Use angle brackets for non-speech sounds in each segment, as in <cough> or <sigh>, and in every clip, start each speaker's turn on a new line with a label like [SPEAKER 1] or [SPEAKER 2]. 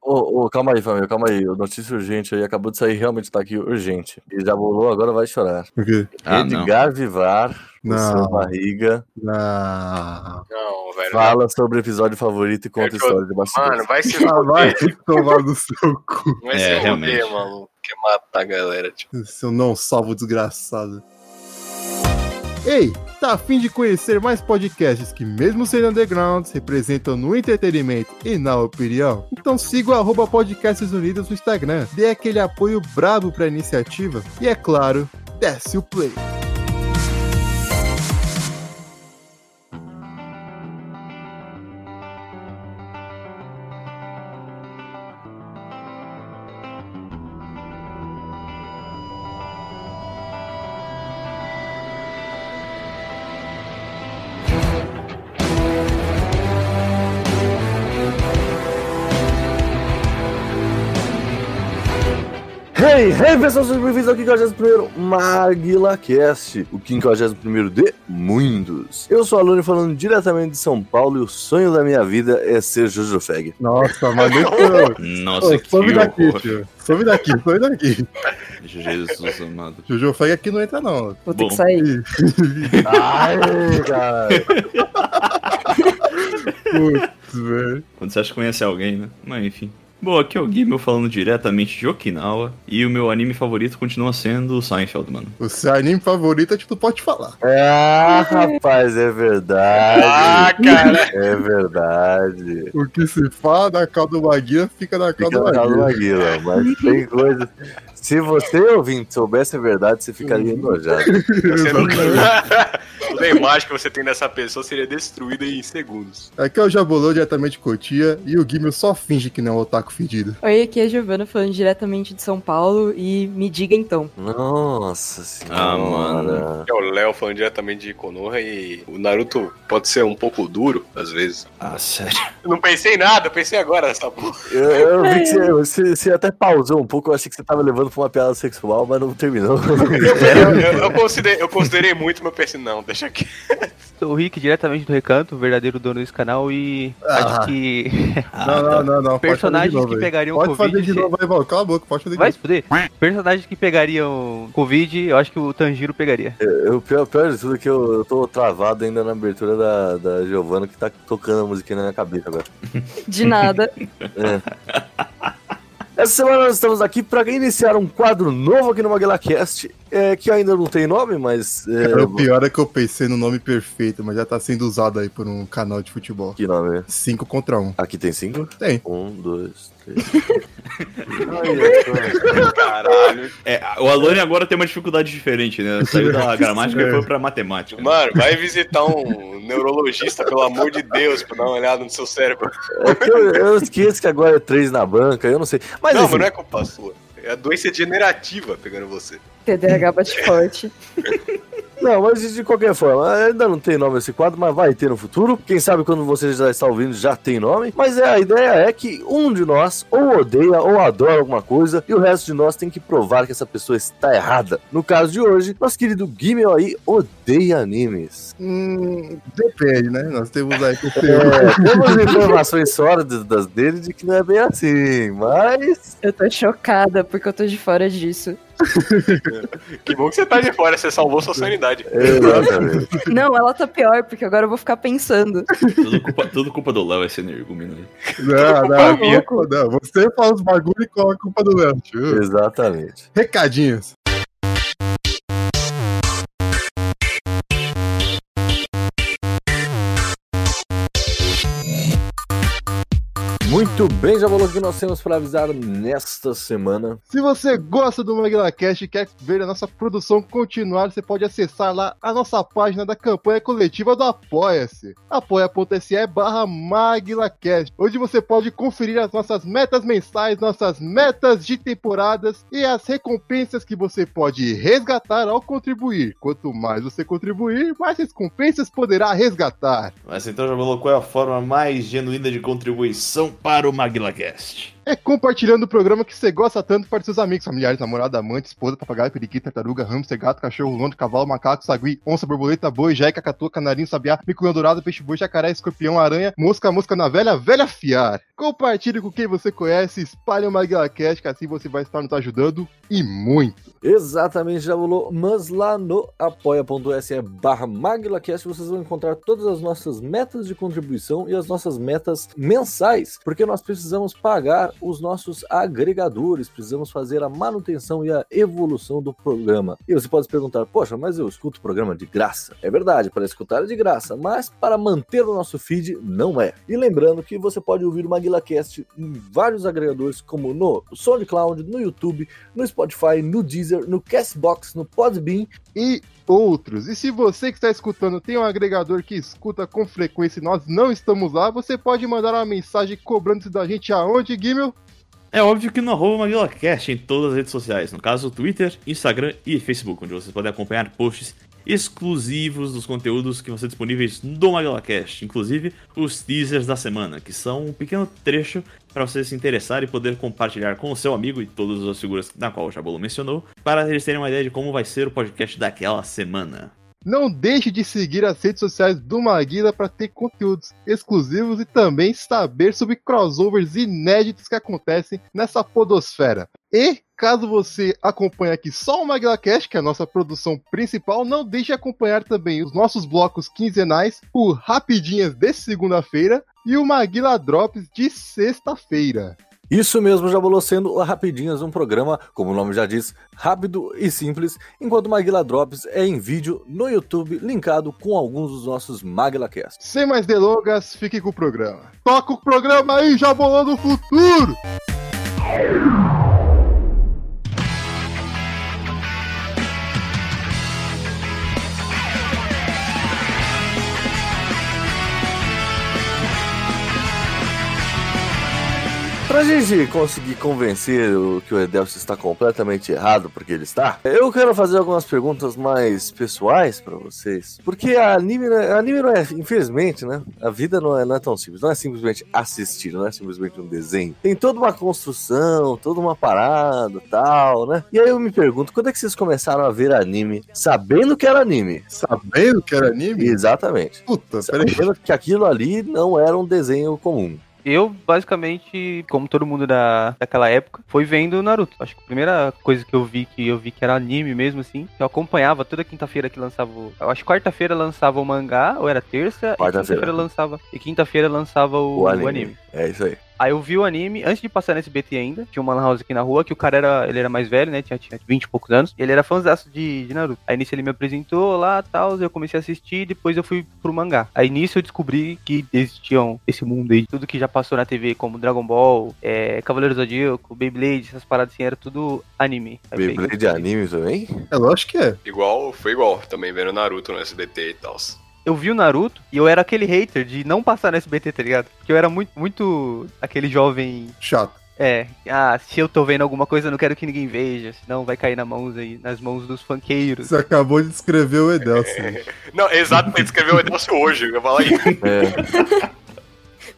[SPEAKER 1] Ô, ô, calma aí, família, calma aí. Notícia urgente aí, acabou de sair, realmente tá aqui urgente. E já bolou, agora vai chorar.
[SPEAKER 2] Ah, não.
[SPEAKER 1] Edgar Vivar, no seu barriga,
[SPEAKER 3] não.
[SPEAKER 4] Não, velho.
[SPEAKER 1] fala sobre o episódio favorito e conta
[SPEAKER 4] É que eu-
[SPEAKER 1] história de bastidores.
[SPEAKER 4] Mano, vai se
[SPEAKER 3] Ah, vai
[SPEAKER 4] foder.
[SPEAKER 3] tomar no seu cu.
[SPEAKER 4] Vai
[SPEAKER 2] É,
[SPEAKER 4] se foder,
[SPEAKER 2] realmente.
[SPEAKER 4] maluco. Quer matar a galera,
[SPEAKER 3] <laughs>
[SPEAKER 4] tipo.
[SPEAKER 3] Seu não salvo desgraçado. Ei, tá a fim de conhecer mais podcasts que, mesmo sendo undergrounds, representam no entretenimento e na opinião? Então siga o arroba Podcasts Unidos no Instagram, dê aquele apoio brabo pra iniciativa e, é claro, desce o play.
[SPEAKER 1] Hey, hey, pessoal, sejam bem-vindos ao 51º MaguilaCast, o 51º de muitos. Eu sou o Aluno falando diretamente de São Paulo e o sonho da minha vida é ser Jojo Feg.
[SPEAKER 3] Nossa, <laughs> mano, eu...
[SPEAKER 2] Nossa, que
[SPEAKER 3] sobe daqui,
[SPEAKER 2] horror.
[SPEAKER 3] tio. Sobe daqui, sobe daqui.
[SPEAKER 2] Jesus amado.
[SPEAKER 3] Jojo Fag aqui não entra, não.
[SPEAKER 2] Bom.
[SPEAKER 5] Vou ter que sair.
[SPEAKER 1] Ai, cara.
[SPEAKER 3] Putz, velho.
[SPEAKER 2] Quando você acha que conhece alguém, né? Mas enfim. Bom, aqui é o Gui, eu falando diretamente de Okinawa. E o meu anime favorito continua sendo o Seinfeld, mano.
[SPEAKER 3] O seu anime favorito, a gente não pode falar.
[SPEAKER 1] <laughs> Ah, rapaz, é verdade.
[SPEAKER 4] Ah, cara!
[SPEAKER 1] É verdade.
[SPEAKER 3] O que se fala da caldo maguila fica na
[SPEAKER 1] Fica
[SPEAKER 3] caldo
[SPEAKER 1] na casa do
[SPEAKER 3] maguila.
[SPEAKER 1] Maguila, mas tem coisa. Se você, ouvinte, soubesse a verdade, você ficaria enojado.
[SPEAKER 3] Tá
[SPEAKER 4] Você não... Toda <laughs> a imagem que você tem dessa pessoa seria destruída em segundos.
[SPEAKER 3] Aqui é o Jabolô, diretamente de Cotia, e o Guimel só finge que não é um otaku fedido.
[SPEAKER 5] Oi, aqui é a Giovana falando diretamente de São Paulo e me diga então.
[SPEAKER 1] Nossa senhora.
[SPEAKER 2] Ah, mano.
[SPEAKER 4] Aqui é o Léo falando diretamente de Konoha e o Naruto pode ser um pouco duro, às vezes.
[SPEAKER 2] Ah, sério.
[SPEAKER 4] Eu Não pensei em nada, eu pensei agora nessa porra.
[SPEAKER 1] Eu, eu vi que você, você- você até pausou um pouco, eu achei que você tava levando pra uma piada sexual, mas não terminou. <laughs>
[SPEAKER 4] É? Eu, eu- eu considerei, eu considerei muito, mas eu pensei, não, deixa aqui.
[SPEAKER 6] Sou o Rick, diretamente do Recanto, o verdadeiro dono desse canal, e
[SPEAKER 3] Ah.
[SPEAKER 6] acho que
[SPEAKER 3] não, não, não, não. pode fazer de
[SPEAKER 6] personagens
[SPEAKER 3] novo,
[SPEAKER 6] Ah, tá. que
[SPEAKER 3] aí.
[SPEAKER 6] pegariam
[SPEAKER 3] Pode
[SPEAKER 6] Covid.
[SPEAKER 3] fazer de novo, aí, Val. Cala a boca, pode fazer de
[SPEAKER 6] Vai se
[SPEAKER 3] novo.
[SPEAKER 6] fuder. Personagens que pegariam Covid, eu acho que o Tanjiro pegaria.
[SPEAKER 1] Eu- O pior, pior de tudo é que eu, eu tô travado ainda na abertura da, da Giovana, que tá tocando a musiquinha na minha cabeça agora.
[SPEAKER 5] De nada.
[SPEAKER 1] Essa semana nós estamos aqui para iniciar um quadro novo aqui no MaguilaCast, é, que ainda não tem nome, mas. é,
[SPEAKER 3] Cara, o pior é que eu pensei no nome perfeito, mas já tá sendo usado aí por um canal de futebol.
[SPEAKER 1] Que nome?
[SPEAKER 3] 5 contra 1. Um.
[SPEAKER 1] Aqui tem cinco?
[SPEAKER 3] Tem.
[SPEAKER 1] Um, dois, três. Olha só.
[SPEAKER 4] Caralho.
[SPEAKER 2] É, o Alone agora tem uma dificuldade diferente, né? Saiu <laughs> da gramática e foi pra matemática.
[SPEAKER 4] Mano, vai visitar um neurologista, pelo amor de Deus, pra dar uma olhada no seu cérebro.
[SPEAKER 1] <laughs> É que eu, eu esqueço que agora é três na banca, eu não sei. Mas assim,
[SPEAKER 4] não,
[SPEAKER 1] enfim,
[SPEAKER 4] mas não é culpa sua. É a doença degenerativa pegando você.
[SPEAKER 5] TDAH bate forte.
[SPEAKER 1] não, mas de qualquer forma, ainda não tem nome esse quadro, mas vai ter no futuro. Quem sabe quando você já está ouvindo já tem nome. Mas é, a ideia é que um de nós ou odeia ou adora alguma coisa e o resto de nós tem que provar que essa pessoa está errada. No caso de hoje, nosso querido Gimel aí odeia animes.
[SPEAKER 3] Hum, depende, né? Nós temos aí que <laughs> ter...
[SPEAKER 1] É, temos <laughs> informações sólidas dele de que não é bem assim, mas.
[SPEAKER 5] Eu tô chocada porque eu tô de fora disso.
[SPEAKER 4] Que bom que você tá de fora, você salvou <laughs> sua sanidade.
[SPEAKER 1] Exatamente.
[SPEAKER 5] Não, ela tá pior porque agora eu vou ficar pensando.
[SPEAKER 2] Tudo culpa, tudo culpa do Léo esse energúmeno aí.
[SPEAKER 3] Não,
[SPEAKER 5] Tá
[SPEAKER 3] não,
[SPEAKER 5] louco.
[SPEAKER 3] não. Você fala os bagulho e coloca a culpa do Léo, tio.
[SPEAKER 1] Exatamente.
[SPEAKER 3] Recadinhos.
[SPEAKER 1] Muito bem, já falou o que nós temos para avisar nesta semana.
[SPEAKER 3] Se você gosta do MagnaCast e quer ver a nossa produção continuar, você pode acessar lá a nossa página da campanha coletiva do Apoia-se. apoia.se barra MaglaCast, onde você pode conferir as nossas metas mensais, nossas metas de temporadas e as recompensas que você pode resgatar ao contribuir. Quanto mais você contribuir, mais recompensas poderá resgatar.
[SPEAKER 2] Mas então já falou qual é a forma mais genuína de contribuição para o MaglaCast.
[SPEAKER 3] É compartilhando o programa que você gosta tanto para seus amigos, familiares, namorada, amante, esposa, papagaio, periquita, tartaruga, hamster, gato, cachorro, londo, cavalo, macaco, sagui, onça, borboleta, boi, jeca, catu, canarinho, sabiá, miculhão dourado, peixe boi, jacaré, escorpião, aranha, mosca, mosca na velha, velha fiar. Compartilhe com quem você conhece, espalhe o MaglaCast, que assim você vai estar nos ajudando e muito.
[SPEAKER 1] Exatamente, já rolou. Mas lá no apoia.se barra MaglaCast vocês vão encontrar todas as nossas metas de contribuição e as nossas metas mensais, porque nós precisamos pagar os nossos agregadores, precisamos fazer a manutenção e a evolução do programa. E você pode se perguntar, poxa, mas eu escuto o programa de graça. É verdade, para escutar é de graça, mas para manter o nosso feed não é. E lembrando que você pode ouvir o MaglaCast em vários agregadores, como no SoundCloud, no YouTube, no Spotify, no Deezer, no Castbox, no Podbean.
[SPEAKER 3] E outros. E se você que está escutando tem um agregador que escuta com frequência e nós não estamos lá, você pode mandar uma mensagem cobrando-se da gente aonde, Guimel?
[SPEAKER 2] É óbvio que no arroba MaglaCast em todas as redes sociais, no caso Twitter, Instagram e Facebook, onde vocês podem acompanhar posts exclusivos dos conteúdos que vão ser disponíveis do MaglaCast, inclusive os teasers da semana, que são um pequeno trecho para você se interessar e poder compartilhar com o seu amigo e todas as figuras na qual o Jabolo mencionou, para eles terem uma ideia de como vai ser o podcast daquela semana.
[SPEAKER 3] Não deixe de seguir as redes sociais do Maguila para ter conteúdos exclusivos e também saber sobre crossovers inéditos que acontecem nessa podosfera. E caso você acompanhe aqui só o MaguilaCast, que é a nossa produção principal, não deixe de acompanhar também os nossos blocos quinzenais, o Rapidinhas de segunda-feira e o Maguila Drops de sexta-feira.
[SPEAKER 1] Isso mesmo, Jabolô sendo o Rapidinhas, um programa, como o nome já diz, rápido e simples, enquanto o Maguila Drops é em vídeo no YouTube, linkado com alguns dos nossos MaguilaCasts.
[SPEAKER 3] Sem mais delongas, fique com o programa. Toca o programa aí, Jabolão do Futuro!
[SPEAKER 1] Pra gente conseguir convencer o que o Edelcio está completamente errado, porque ele está, eu quero fazer algumas perguntas mais pessoais pra vocês. Porque a anime, não é- a anime não é, infelizmente, né? A vida não é, não é tão simples. Não é simplesmente assistir, não é simplesmente um desenho. Tem toda uma construção, toda uma parada tal, né? E aí eu me pergunto, quando é que vocês começaram a ver anime sabendo que era anime?
[SPEAKER 3] Sabendo Tá que era anime?
[SPEAKER 1] Exatamente.
[SPEAKER 3] Puta, peraí.
[SPEAKER 1] Sabendo que aquilo ali não era um desenho comum.
[SPEAKER 6] Eu, basicamente, como todo mundo da, daquela época, foi vendo Naruto. Acho que a primeira coisa que eu vi, que eu vi que era anime mesmo, assim, eu acompanhava toda quinta-feira que lançava. o- Eu acho que quarta-feira lançava o mangá, ou era terça, e
[SPEAKER 1] Quarta-feira.
[SPEAKER 6] quinta-feira lançava. E quinta-feira lançava o, o anime.
[SPEAKER 1] É isso aí.
[SPEAKER 6] Aí eu vi o anime, antes de passar na SBT ainda, tinha uma lan house aqui na rua, que o cara era, ele era mais velho, né, tinha, tinha 20 e poucos anos, e ele era fãzaço de, de Naruto. Aí nisso ele me apresentou lá, tal, eu comecei a assistir, depois eu fui pro mangá. Aí nisso eu descobri que existiam esse mundo aí, tudo que já passou na TV, como Dragon Ball, é, Cavaleiro do Zodíaco, Beyblade, essas paradas assim, era tudo anime. Aí eu falei,
[SPEAKER 1] Beyblade de anime também?
[SPEAKER 3] É lógico que é.
[SPEAKER 4] Igual, foi igual, também vendo Naruto no SBT e tal.
[SPEAKER 6] eu vi o Naruto, e eu era aquele hater de não passar na SBT, tá ligado? Porque eu era muito, muito aquele jovem
[SPEAKER 3] Chato.
[SPEAKER 6] É, ah, se eu tô vendo alguma coisa, eu não quero que ninguém veja, senão vai cair na mãos aí, nas mãos dos funkeiros.
[SPEAKER 4] <laughs>
[SPEAKER 3] Você acabou de descrever o assim.
[SPEAKER 4] É.
[SPEAKER 3] Edelson.
[SPEAKER 4] Não, exatamente, escreveu o Edelcio hoje, eu ia falar isso. <laughs>
[SPEAKER 1] É.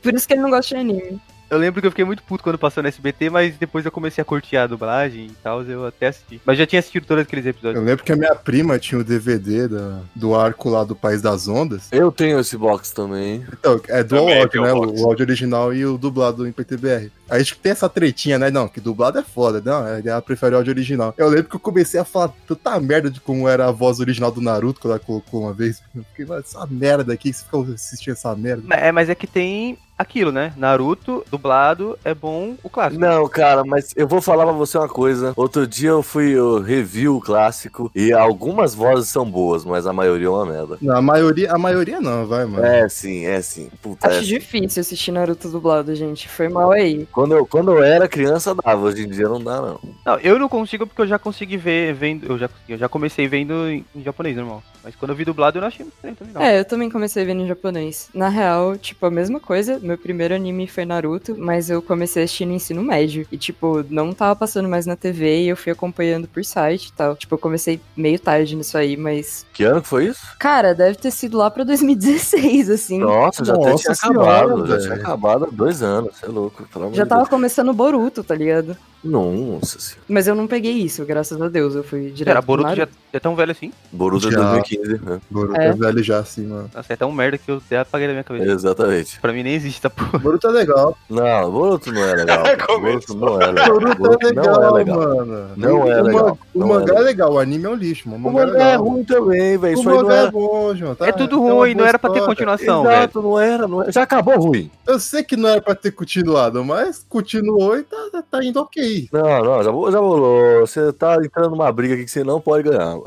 [SPEAKER 5] Por isso que ele não gosta de anime.
[SPEAKER 6] Eu lembro que eu fiquei muito puto quando passou no SBT, mas depois eu comecei a curtir a dublagem e tal, eu até assisti. Mas já tinha assistido todos aqueles episódios.
[SPEAKER 3] Eu lembro que a minha prima tinha o DVD da- do arco lá do País das Ondas.
[SPEAKER 1] Eu tenho esse box também.
[SPEAKER 3] Então, é dual
[SPEAKER 4] Também
[SPEAKER 3] áudio,
[SPEAKER 4] tem o
[SPEAKER 3] né?
[SPEAKER 4] box.
[SPEAKER 3] O áudio original e o dublado em PTBR. A gente tem essa tretinha, né? Não, que dublado é foda, não, é- ela prefere o áudio original. Eu lembro que eu comecei a falar tanta merda de como era a voz original do Naruto quando ela colocou uma vez. Eu fiquei, mano, essa merda aqui, que você fica assistindo essa merda.
[SPEAKER 6] Ma- É, mas é que tem aquilo, né? Naruto, dublado, é bom o clássico.
[SPEAKER 1] Não, cara, mas eu vou falar pra você uma coisa. Outro dia eu fui eu revi o clássico e algumas vozes são boas, mas a maioria é uma merda.
[SPEAKER 3] Não, a maioria, a maioria não, vai, mano.
[SPEAKER 1] É sim, é sim. Puta, é
[SPEAKER 5] Acho
[SPEAKER 1] sim.
[SPEAKER 5] difícil assistir Naruto dublado, gente. Foi mal aí.
[SPEAKER 1] Quando eu, quando eu era criança dava, hoje em dia não dá não.
[SPEAKER 6] Não, eu não consigo porque eu já consegui ver vendo. Eu já, consegui, eu já comecei vendo em, em japonês, normal. Mas quando eu vi dublado, eu não achei muito estranho também, não.
[SPEAKER 5] É, eu também comecei vendo em japonês. Na real, tipo, a mesma coisa. Meu primeiro anime foi Naruto, mas eu comecei a assistir no ensino médio. E, tipo, não tava passando mais na TV e eu fui acompanhando por site e tal. Tipo, eu comecei meio tarde nisso aí, mas.
[SPEAKER 1] Que ano que foi isso?
[SPEAKER 5] Cara, deve ter sido lá pra 2016, assim.
[SPEAKER 1] Nossa, já até
[SPEAKER 3] Nossa
[SPEAKER 1] tinha
[SPEAKER 3] senhora,
[SPEAKER 1] acabado, já
[SPEAKER 3] velho.
[SPEAKER 1] tinha acabado há dois anos, você é louco, pelo amor
[SPEAKER 5] Já
[SPEAKER 1] de
[SPEAKER 5] tava começando o Boruto, tá ligado?
[SPEAKER 1] Deus. Nossa senhora.
[SPEAKER 5] Mas eu não peguei isso, graças a Deus. Eu fui direto.
[SPEAKER 6] Era
[SPEAKER 5] pro
[SPEAKER 6] Boruto já,
[SPEAKER 5] Naruto.
[SPEAKER 6] já é tão velho assim?
[SPEAKER 1] Boruto é
[SPEAKER 3] Já.
[SPEAKER 1] 2015, né?
[SPEAKER 3] Boruto
[SPEAKER 5] É.
[SPEAKER 3] é velho já, assim, mano.
[SPEAKER 6] Nossa, é tão merda que eu até apaguei da minha cabeça.
[SPEAKER 1] É. Exatamente.
[SPEAKER 6] Pra mim nem existe essa porra.
[SPEAKER 3] Boruto é legal.
[SPEAKER 1] Não, Boruto não é <laughs> legal. Boruto
[SPEAKER 4] Começou.
[SPEAKER 1] não é legal.
[SPEAKER 3] Boruto é
[SPEAKER 1] Boruto
[SPEAKER 3] legal,
[SPEAKER 1] não é legal.
[SPEAKER 3] mano.
[SPEAKER 1] Não é
[SPEAKER 3] O
[SPEAKER 1] legal,
[SPEAKER 3] man- O
[SPEAKER 1] não
[SPEAKER 3] mangá
[SPEAKER 1] é
[SPEAKER 3] é legal, o anime é um lixo, mano.
[SPEAKER 1] O mangá é ruim também, velho.
[SPEAKER 3] O
[SPEAKER 1] Isso aí não
[SPEAKER 3] mangá
[SPEAKER 1] é
[SPEAKER 3] é bom, João. tá?
[SPEAKER 6] é tudo
[SPEAKER 3] Tem uma
[SPEAKER 6] ruim, não
[SPEAKER 3] boa
[SPEAKER 6] era pra ter
[SPEAKER 3] história.
[SPEAKER 6] continuação, velho.
[SPEAKER 1] Exato, não era, não era. Já acabou ruim.
[SPEAKER 3] Eu sei que não era pra ter continuado, mas continuou e tá, tá- tá indo ok. <laughs>
[SPEAKER 1] Não, não, já, vo- já rolou. Você tá entrando numa briga aqui que você não pode ganhar.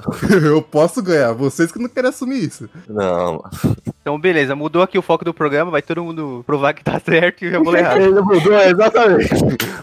[SPEAKER 3] Eu posso ganhar, vocês que não querem assumir isso.
[SPEAKER 1] Não.
[SPEAKER 6] Então, beleza, mudou aqui o foco do programa, vai todo mundo provar que tá <laughs> certo e eu vou errado.
[SPEAKER 1] Ele mudou, é, <laughs> exatamente.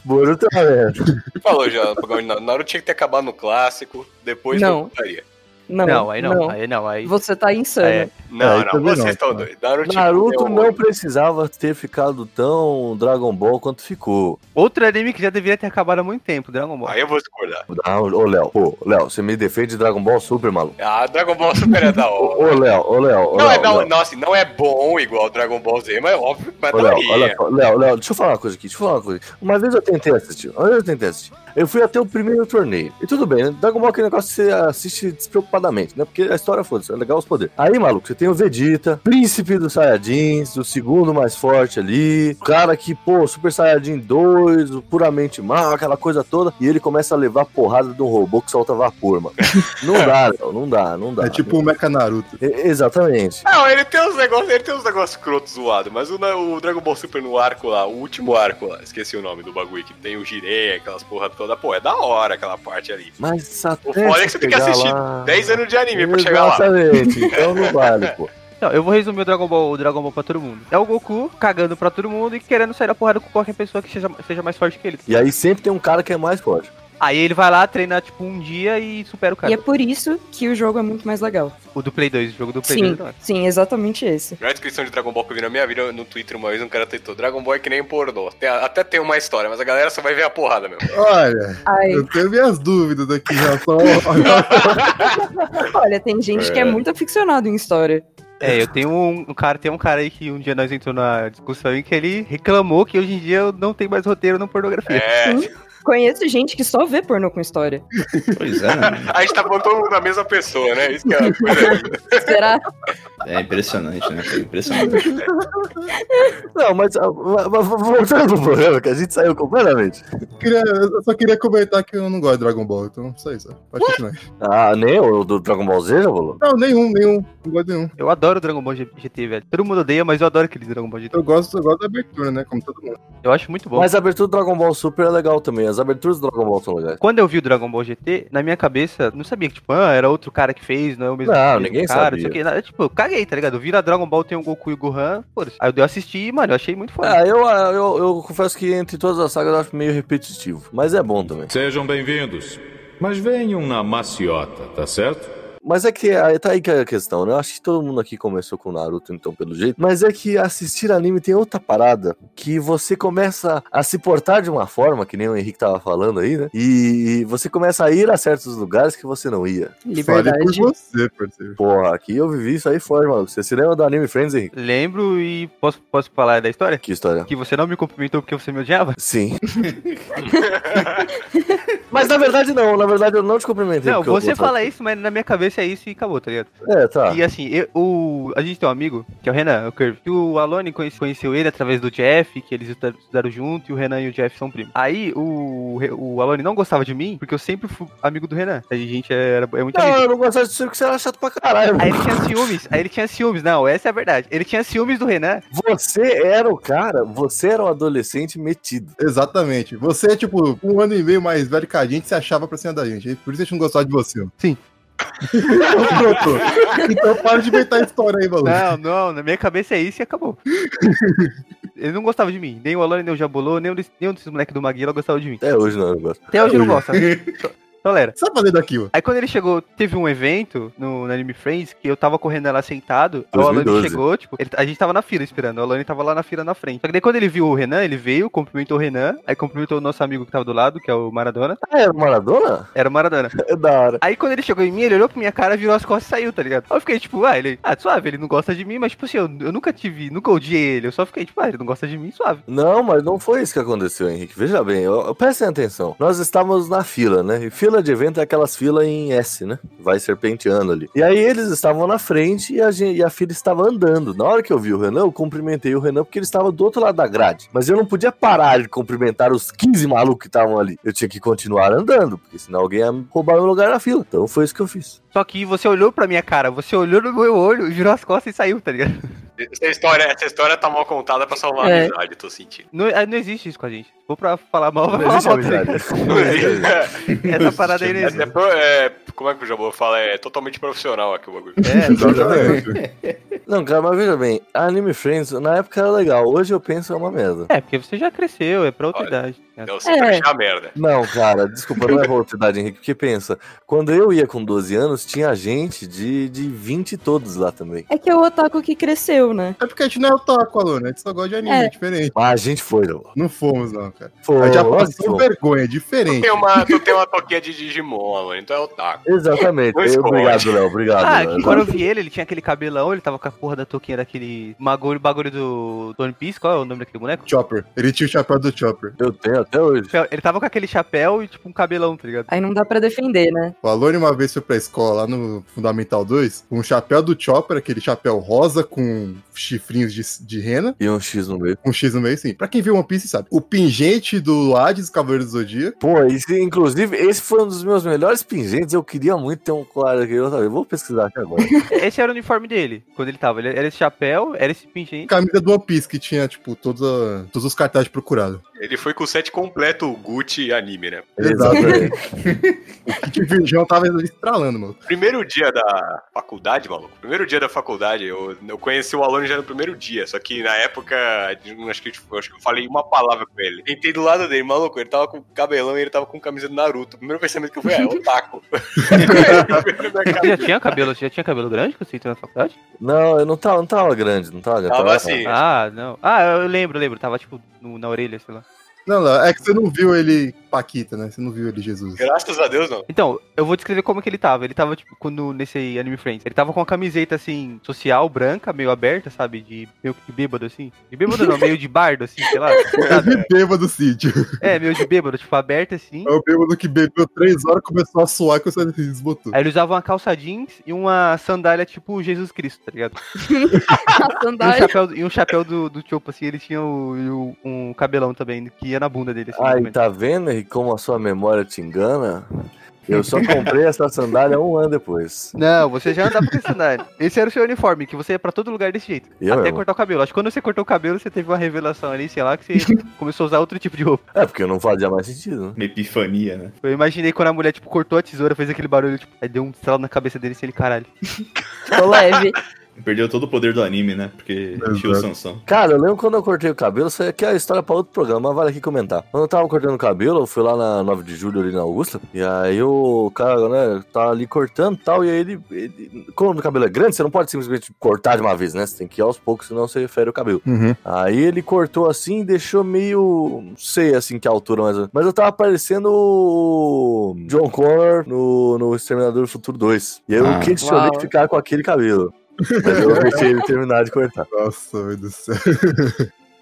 [SPEAKER 1] Boruto é uma merda.
[SPEAKER 4] Você falou já, Pagão, na- Naruto tinha que ter acabado no clássico, depois
[SPEAKER 5] Não.
[SPEAKER 4] não putaria.
[SPEAKER 1] É,
[SPEAKER 5] Não,
[SPEAKER 6] Não, aí não, aí não, aí.
[SPEAKER 5] Você tá insano.
[SPEAKER 6] É.
[SPEAKER 3] Aí
[SPEAKER 4] Não, não,
[SPEAKER 3] também não,
[SPEAKER 4] vocês estão
[SPEAKER 3] cara.
[SPEAKER 4] doidos. Naruto, tinha que ter
[SPEAKER 1] tá. Naruto
[SPEAKER 4] um-
[SPEAKER 1] não precisava ter ficado tão Dragon Ball quanto ficou.
[SPEAKER 6] Outro anime que já deveria ter acabado há muito tempo, Dragon Ball.
[SPEAKER 4] Aí eu vou discordar.
[SPEAKER 1] Ah, ô, Léo, ô, Léo, você me defende de Dragon Ball Super, maluco.
[SPEAKER 4] Ah, Dragon Ball Super é da
[SPEAKER 1] Ô,
[SPEAKER 4] hora.
[SPEAKER 1] ô, Léo, ô, Léo. ô,
[SPEAKER 4] Não, é
[SPEAKER 1] Léo,
[SPEAKER 4] da
[SPEAKER 1] Léo.
[SPEAKER 4] hora. Não, assim, não é bom igual Dragon Ball Z, mas é óbvio, tá mas
[SPEAKER 1] Ô,
[SPEAKER 4] daria.
[SPEAKER 1] Léo, olha só, Léo, Léo, deixa eu falar uma coisa aqui, deixa eu falar uma coisa. Uma vez eu tentei assistir, uma vez eu tentei assistir. Eu fui até o primeiro torneio. E tudo bem, né? Dragon Ball é aquele negócio que você assiste despreocupadamente, né? Porque a história foda-se, é legal os poderes. Aí, maluco, você tem o Vegeta, príncipe dos Saiyajins, o segundo mais forte ali, o cara que, pô, Super Saiyajin 2, o puramente mal, aquela coisa toda, e ele começa a levar porrada de um robô que solta vapor,
[SPEAKER 4] <laughs>
[SPEAKER 1] mano. Não dá, Léo, não dá, não dá.
[SPEAKER 3] É tipo o Mecha Naruto.
[SPEAKER 1] E- Exatamente.
[SPEAKER 4] Não, ele tem uns negócios, ele tem uns negócios crotos zoados, mas o, na- o Dragon Ball Super no arco lá, o último arco lá, esqueci o nome do bagulho, que tem o Jirei, aquelas porra toda, pô, é da hora aquela parte ali.
[SPEAKER 1] Mas
[SPEAKER 4] O foda é que você tem que assistir 10 anos de anime pra chegar lá.
[SPEAKER 1] Exatamente, então não vale, pô.
[SPEAKER 6] Não, eu vou resumir o Dragon Ball, o Dragon Ball pra todo mundo. É o Goku cagando pra todo mundo e querendo sair da porrada com qualquer pessoa que seja, seja mais forte que ele.
[SPEAKER 1] E aí sempre tem um cara que é mais forte.
[SPEAKER 6] Aí ele vai lá, treina tipo um dia e supera o cara.
[SPEAKER 5] E é por isso que o jogo é muito mais legal.
[SPEAKER 6] O do Play 2, o jogo do Play
[SPEAKER 5] Sim,
[SPEAKER 6] 2. não é?
[SPEAKER 5] sim, exatamente esse.
[SPEAKER 4] A melhor descrição de Dragon Ball que eu vi na minha vida no Twitter uma vez, um cara tweetou, Dragon Ball é que nem pornô. Tem- até tem uma história, mas a galera só vai ver a porrada mesmo.
[SPEAKER 3] Olha,
[SPEAKER 5] Ai,
[SPEAKER 3] eu tenho minhas dúvidas aqui em relação
[SPEAKER 1] <laughs>
[SPEAKER 3] ao.
[SPEAKER 5] <laughs> olha, tem gente que é muito aficionado em história.
[SPEAKER 6] É, eu tenho um, um cara, tem um cara aí que um dia nós entrou na discussão aí que ele reclamou que hoje em dia eu não tenho mais roteiro na pornografia.
[SPEAKER 4] É,
[SPEAKER 5] Conheço gente que só vê pornô com história.
[SPEAKER 2] Pois é, mano.
[SPEAKER 4] a gente tá falando todo mundo da mesma pessoa, né? Isso que é a coisa.
[SPEAKER 5] Será?
[SPEAKER 2] É impressionante, né? cara? Impressionante.
[SPEAKER 1] Não, mas, ah, mas- mas voltando pro programa, que a gente saiu completamente.
[SPEAKER 3] Eu, queria- eu só queria comentar que eu não gosto de Dragon Ball, então só isso. Pode continuar.
[SPEAKER 1] Ah, nem o do Dragon Ball Z já rolou?
[SPEAKER 3] Não, nenhum, nenhum. Não gosto de nenhum.
[SPEAKER 6] Eu adoro o Dragon Ball G- GT, velho. Todo mundo odeia, mas eu adoro aquele Dragon Ball GT.
[SPEAKER 3] Eu gosto, eu gosto da abertura, né? Como todo mundo.
[SPEAKER 6] Eu acho muito bom.
[SPEAKER 1] Mas a abertura do Dragon Ball Super é legal também. As aberturas do Dragon Ball são legais.
[SPEAKER 6] Quando eu vi o Dragon Ball GT, na minha cabeça, não sabia que, tipo, ah, era outro cara que fez, não é o mesmo,
[SPEAKER 1] Não,
[SPEAKER 6] mesmo
[SPEAKER 1] ninguém
[SPEAKER 6] cara,
[SPEAKER 1] sabia.
[SPEAKER 6] não sei o quê. Nada, Tipo, eu caguei, tá ligado? Eu vi na Dragon Ball, tem o Goku e o Gohan, pô. Aí eu assisti e, mano, eu achei muito foda.
[SPEAKER 1] Ah, eu, ah, eu, eu confesso que entre todas as sagas eu acho meio repetitivo, mas é bom também.
[SPEAKER 7] Sejam bem-vindos. Mas venham na maciota, tá certo?
[SPEAKER 1] Mas é que aí tá aí que é a questão, né? Eu acho que todo mundo aqui começou com Naruto, então, pelo jeito. Mas é que assistir anime tem outra parada que você começa a se portar de uma forma, que nem o Henrique tava falando aí, né? E você começa a ir a certos lugares que você não ia.
[SPEAKER 3] Fale por
[SPEAKER 5] Liberdade.
[SPEAKER 3] você, parceiro.
[SPEAKER 1] Porra, aqui eu vivi isso aí fora, maluco. Você se lembra do anime Friends, Henrique?
[SPEAKER 6] Lembro e posso, posso falar da história?
[SPEAKER 1] Que história.
[SPEAKER 6] Que você não me cumprimentou porque você me odiava? <laughs>
[SPEAKER 1] Sim. Mas na verdade não, na verdade eu não te cumprimentei.
[SPEAKER 6] Não,
[SPEAKER 1] porque eu-
[SPEAKER 6] você
[SPEAKER 1] eu-
[SPEAKER 6] fala isso, mas na minha cabeça esse é isso e acabou, tá ligado?
[SPEAKER 1] É, tá.
[SPEAKER 6] E assim, eu- o, a gente tem um amigo, que é o Renan, o Curve. que o Alone conhece- conheceu ele através do Jeff, que eles estuda- estudaram junto, e o Renan e o Jeff são primos. Aí o, Re- o Alone não gostava de mim, porque eu sempre fui amigo do Renan. A gente era, é muito amigo.
[SPEAKER 1] Não, eu não gostava de circo, você era chato pra caralho.
[SPEAKER 6] Aí ele tinha ciúmes, aí ele tinha ciúmes, não, essa é a verdade. Ele tinha ciúmes do Renan.
[SPEAKER 1] Você era o cara, você era um adolescente metido.
[SPEAKER 3] Exatamente. Você é tipo um ano e meio mais velho que a gente, se achava pra cima da gente. Por isso a gente não gostava de você. ó.
[SPEAKER 6] Sim.
[SPEAKER 3] então, <laughs> pronto. Então para de inventar história aí, maluco.
[SPEAKER 6] Não, não, na minha cabeça é isso
[SPEAKER 1] <laughs>
[SPEAKER 6] e acabou. Ele não gostava de mim, nem o Alone, nem o Jabolô, nem um des- nenhum desses moleques do Maguila gostava de mim.
[SPEAKER 1] Até hoje não, eu não gosto.
[SPEAKER 6] Até hoje
[SPEAKER 1] <laughs>
[SPEAKER 6] não gosta. To- Tolera.
[SPEAKER 3] Sabe fazer daquilo?
[SPEAKER 6] Aí quando ele chegou, teve um evento no, no Anime Friends que eu tava correndo lá sentado. aí O Alane
[SPEAKER 1] 2012.
[SPEAKER 6] chegou, tipo, ele- a gente tava na fila esperando. O Alane tava lá na fila na frente. Só que daí quando ele viu o Renan, ele veio, cumprimentou o Renan. Aí cumprimentou o nosso amigo que tava do lado, que é o Maradona.
[SPEAKER 1] Ah, era o Maradona? <laughs>
[SPEAKER 6] Era o Maradona.
[SPEAKER 1] É da hora.
[SPEAKER 6] Aí quando ele chegou em mim, ele olhou pra minha cara, virou as costas e saiu, tá ligado? Aí eu fiquei tipo, ah, ele, ah, suave, ele não gosta de mim, mas tipo assim, eu, eu nunca tive, nunca odiei ele. Eu só fiquei tipo, ah, ele não gosta de mim, suave.
[SPEAKER 1] Não, mas não foi isso que aconteceu, Henrique. Veja bem, eu, eu- prestem atenção. Nós estávamos na fila, né? E fila de evento é aquelas filas em S, né? Vai serpenteando ali. E aí eles estavam na frente e a, gen- e a fila estava andando. Na hora que eu vi o Renan, eu cumprimentei o Renan porque ele estava do outro lado da grade. Mas eu não podia parar de cumprimentar os 15 malucos que estavam ali. Eu tinha que continuar andando, porque senão alguém ia roubar meu lugar na fila. Então foi isso que eu fiz.
[SPEAKER 6] Só que você olhou pra minha cara, você olhou no meu olho, e virou as costas e saiu, tá ligado?
[SPEAKER 4] Essa história, essa história tá mal contada pra salvar a
[SPEAKER 5] É.
[SPEAKER 4] amizade, tô sentindo. <laughs>
[SPEAKER 6] Não, ah, não existe isso com a gente. Vou pra falar mal, vai
[SPEAKER 1] Não
[SPEAKER 6] falar
[SPEAKER 1] existe
[SPEAKER 6] mal, tá ligado?
[SPEAKER 1] amizade.
[SPEAKER 6] Essa parada aí não
[SPEAKER 4] Essa é, <laughs>
[SPEAKER 6] existe.
[SPEAKER 4] pro- é, como é que o Jabô fala? É totalmente profissional aqui o bagulho.
[SPEAKER 3] Exatamente.
[SPEAKER 1] Não, cara, mas veja bem, a Anime Friends na época era legal. Hoje eu penso é uma merda.
[SPEAKER 6] É, porque você já cresceu, é pra outra
[SPEAKER 4] Olha.
[SPEAKER 6] idade. tá ligado?
[SPEAKER 4] Então você tá
[SPEAKER 5] É.
[SPEAKER 4] achando a merda.
[SPEAKER 1] Não, cara, desculpa, não é pra outra idade, Henrique, porque pensa, quando eu ia com 12 anos, tinha gente de, de 20 e todos lá também.
[SPEAKER 5] É que é o otaku que cresceu, né?
[SPEAKER 3] É porque a gente não é otaku, Alô, né? A gente só gosta de anime,
[SPEAKER 5] É.
[SPEAKER 3] é diferente.
[SPEAKER 1] Mas Ah, a gente foi, não.
[SPEAKER 3] Não fomos, não, cara.
[SPEAKER 1] Foi,
[SPEAKER 3] A gente já
[SPEAKER 1] nós
[SPEAKER 3] passou
[SPEAKER 1] fomos.
[SPEAKER 3] vergonha, é
[SPEAKER 4] Tu
[SPEAKER 3] diferente.
[SPEAKER 4] tem uma, tu tem uma toquinha de Digimon, mano, então é otaku.
[SPEAKER 1] Exatamente.
[SPEAKER 4] Não
[SPEAKER 1] Eu-
[SPEAKER 4] esconde.
[SPEAKER 1] obrigado, Léo, obrigado.
[SPEAKER 6] Ah,
[SPEAKER 1] Léo.
[SPEAKER 6] que quando eu vi ele, ele tinha aquele cabelão, ele tava com a porra da touquinha daquele magulho, bagulho do, do One Piece, qual é o nome daquele boneco?
[SPEAKER 3] Chopper. Ele tinha o chapéu do Chopper.
[SPEAKER 1] Eu tenho até hoje.
[SPEAKER 6] Ele tava com aquele chapéu e tipo um cabelão, tá ligado?
[SPEAKER 5] Aí não dá pra defender, né? <laughs>
[SPEAKER 3] O Alone uma vez foi pra escola lá no Fundamental 2 com o chapéu do Chopper, aquele chapéu rosa com chifrinhos de, de rena.
[SPEAKER 1] E um X no meio.
[SPEAKER 3] Um X no meio, sim. Pra quem viu One Piece, sabe. O pingente do Hades, Cavaleiro do Zodíaco.
[SPEAKER 1] Pô, esse, inclusive, esse foi um dos meus melhores pingentes. Eu queria muito ter um quadro aqui. Eu vou pesquisar aqui agora.
[SPEAKER 6] Esse era o uniforme dele, quando ele tava. Ele era esse chapéu, era esse pingente.
[SPEAKER 3] Camisa do One Piece, que tinha, tipo, todos, a- todos os cartazes procurados. <laughs>
[SPEAKER 4] Ele foi com o set completo Gucci anime, né?
[SPEAKER 1] Exatamente.
[SPEAKER 3] O Kit Virgão tava estralando, mano.
[SPEAKER 4] Primeiro dia da faculdade, maluco. Primeiro dia da faculdade, eu, eu conheci o aluno já no primeiro dia. Só que na época, eu acho que, eu, acho que eu falei uma palavra com ele. Entrei do lado dele, maluco. Ele tava com cabelão e ele tava com camisa do Naruto. O primeiro pensamento que eu fui, ah, é otaku. <laughs>
[SPEAKER 6] Você já tinha cabelo, você já tinha cabelo grande quando você entrou na faculdade?
[SPEAKER 1] Não, eu não tava, não tava grande, não tava grande.
[SPEAKER 4] Tava assim.
[SPEAKER 6] Ah, não. Ah, eu lembro, lembro. Tava tipo no- na orelha, sei lá.
[SPEAKER 3] Não, não, é que você não viu ele Paquita, né? Você não viu ele Jesus.
[SPEAKER 4] Graças a Deus, não.
[SPEAKER 6] Então, eu vou descrever como que ele tava. Ele tava, tipo, quando nesse Anime Friends. Ele tava com uma camiseta, assim, social, branca, meio aberta, sabe? De meio que de bêbado, assim. De bêbado não, meio de bardo, assim, sei lá.
[SPEAKER 3] <laughs>
[SPEAKER 6] sabe?
[SPEAKER 3] Ele bêbado, Cid.
[SPEAKER 1] Uhum.
[SPEAKER 6] É, meio de bêbado, tipo, aberta, assim.
[SPEAKER 3] É o bêbado que bebeu três horas, começou a suar e começou a desbotou.
[SPEAKER 6] Aí ele usava uma calça jeans e uma sandália tipo Jesus Cristo, tá ligado?
[SPEAKER 5] A
[SPEAKER 6] E um
[SPEAKER 5] sandália.
[SPEAKER 6] chapéu, e um chapéu do, do Chopo, assim, ele tinha o, e o- um cabelão também, que ia na bunda dele, assim.
[SPEAKER 1] Aí,
[SPEAKER 6] também.
[SPEAKER 1] tá vendo, Henrique, como a sua memória te engana? Eu só comprei essa sandália um ano depois.
[SPEAKER 6] Não, você já andava com esse sandália. Esse era o seu uniforme, que você ia pra todo lugar desse jeito.
[SPEAKER 1] E eu
[SPEAKER 6] até
[SPEAKER 1] mesmo.
[SPEAKER 6] cortar o cabelo. Acho que quando você cortou o cabelo, você teve uma revelação ali, sei lá, que você
[SPEAKER 3] <laughs>
[SPEAKER 6] começou a usar outro tipo de roupa.
[SPEAKER 1] É, porque não fazia mais sentido, né?
[SPEAKER 2] Uma epifania, né?
[SPEAKER 6] Eu imaginei quando a mulher, tipo, cortou a tesoura, fez aquele barulho, tipo, aí deu um estralo na cabeça dele, assim, ele, caralho.
[SPEAKER 5] Tô leve.
[SPEAKER 2] Perdeu todo o poder do anime, né? Porque encheu o Sansão.
[SPEAKER 1] Cara, eu lembro quando eu cortei o cabelo, isso aqui é a história pra outro programa, mas vale aqui comentar. Quando eu tava cortando o cabelo, eu fui lá na 9 de julho ali na Augusta, e aí o cara, né, tá ali cortando e tal, e aí ele, ele. Como o cabelo é grande, você não pode simplesmente cortar de uma vez, né? Você tem que ir aos poucos, senão você fere o cabelo.
[SPEAKER 3] Uhum.
[SPEAKER 1] Aí ele cortou assim e deixou meio. Não sei assim que altura mais ou menos. Mas eu tava parecendo o. John Connor no, no Exterminador do Futuro 2. E eu
[SPEAKER 2] Ah.
[SPEAKER 1] questionei
[SPEAKER 5] Uau.
[SPEAKER 1] ficar com aquele cabelo. Mas eu deixei ele terminar de cortar.
[SPEAKER 3] Nossa, meu Deus do céu.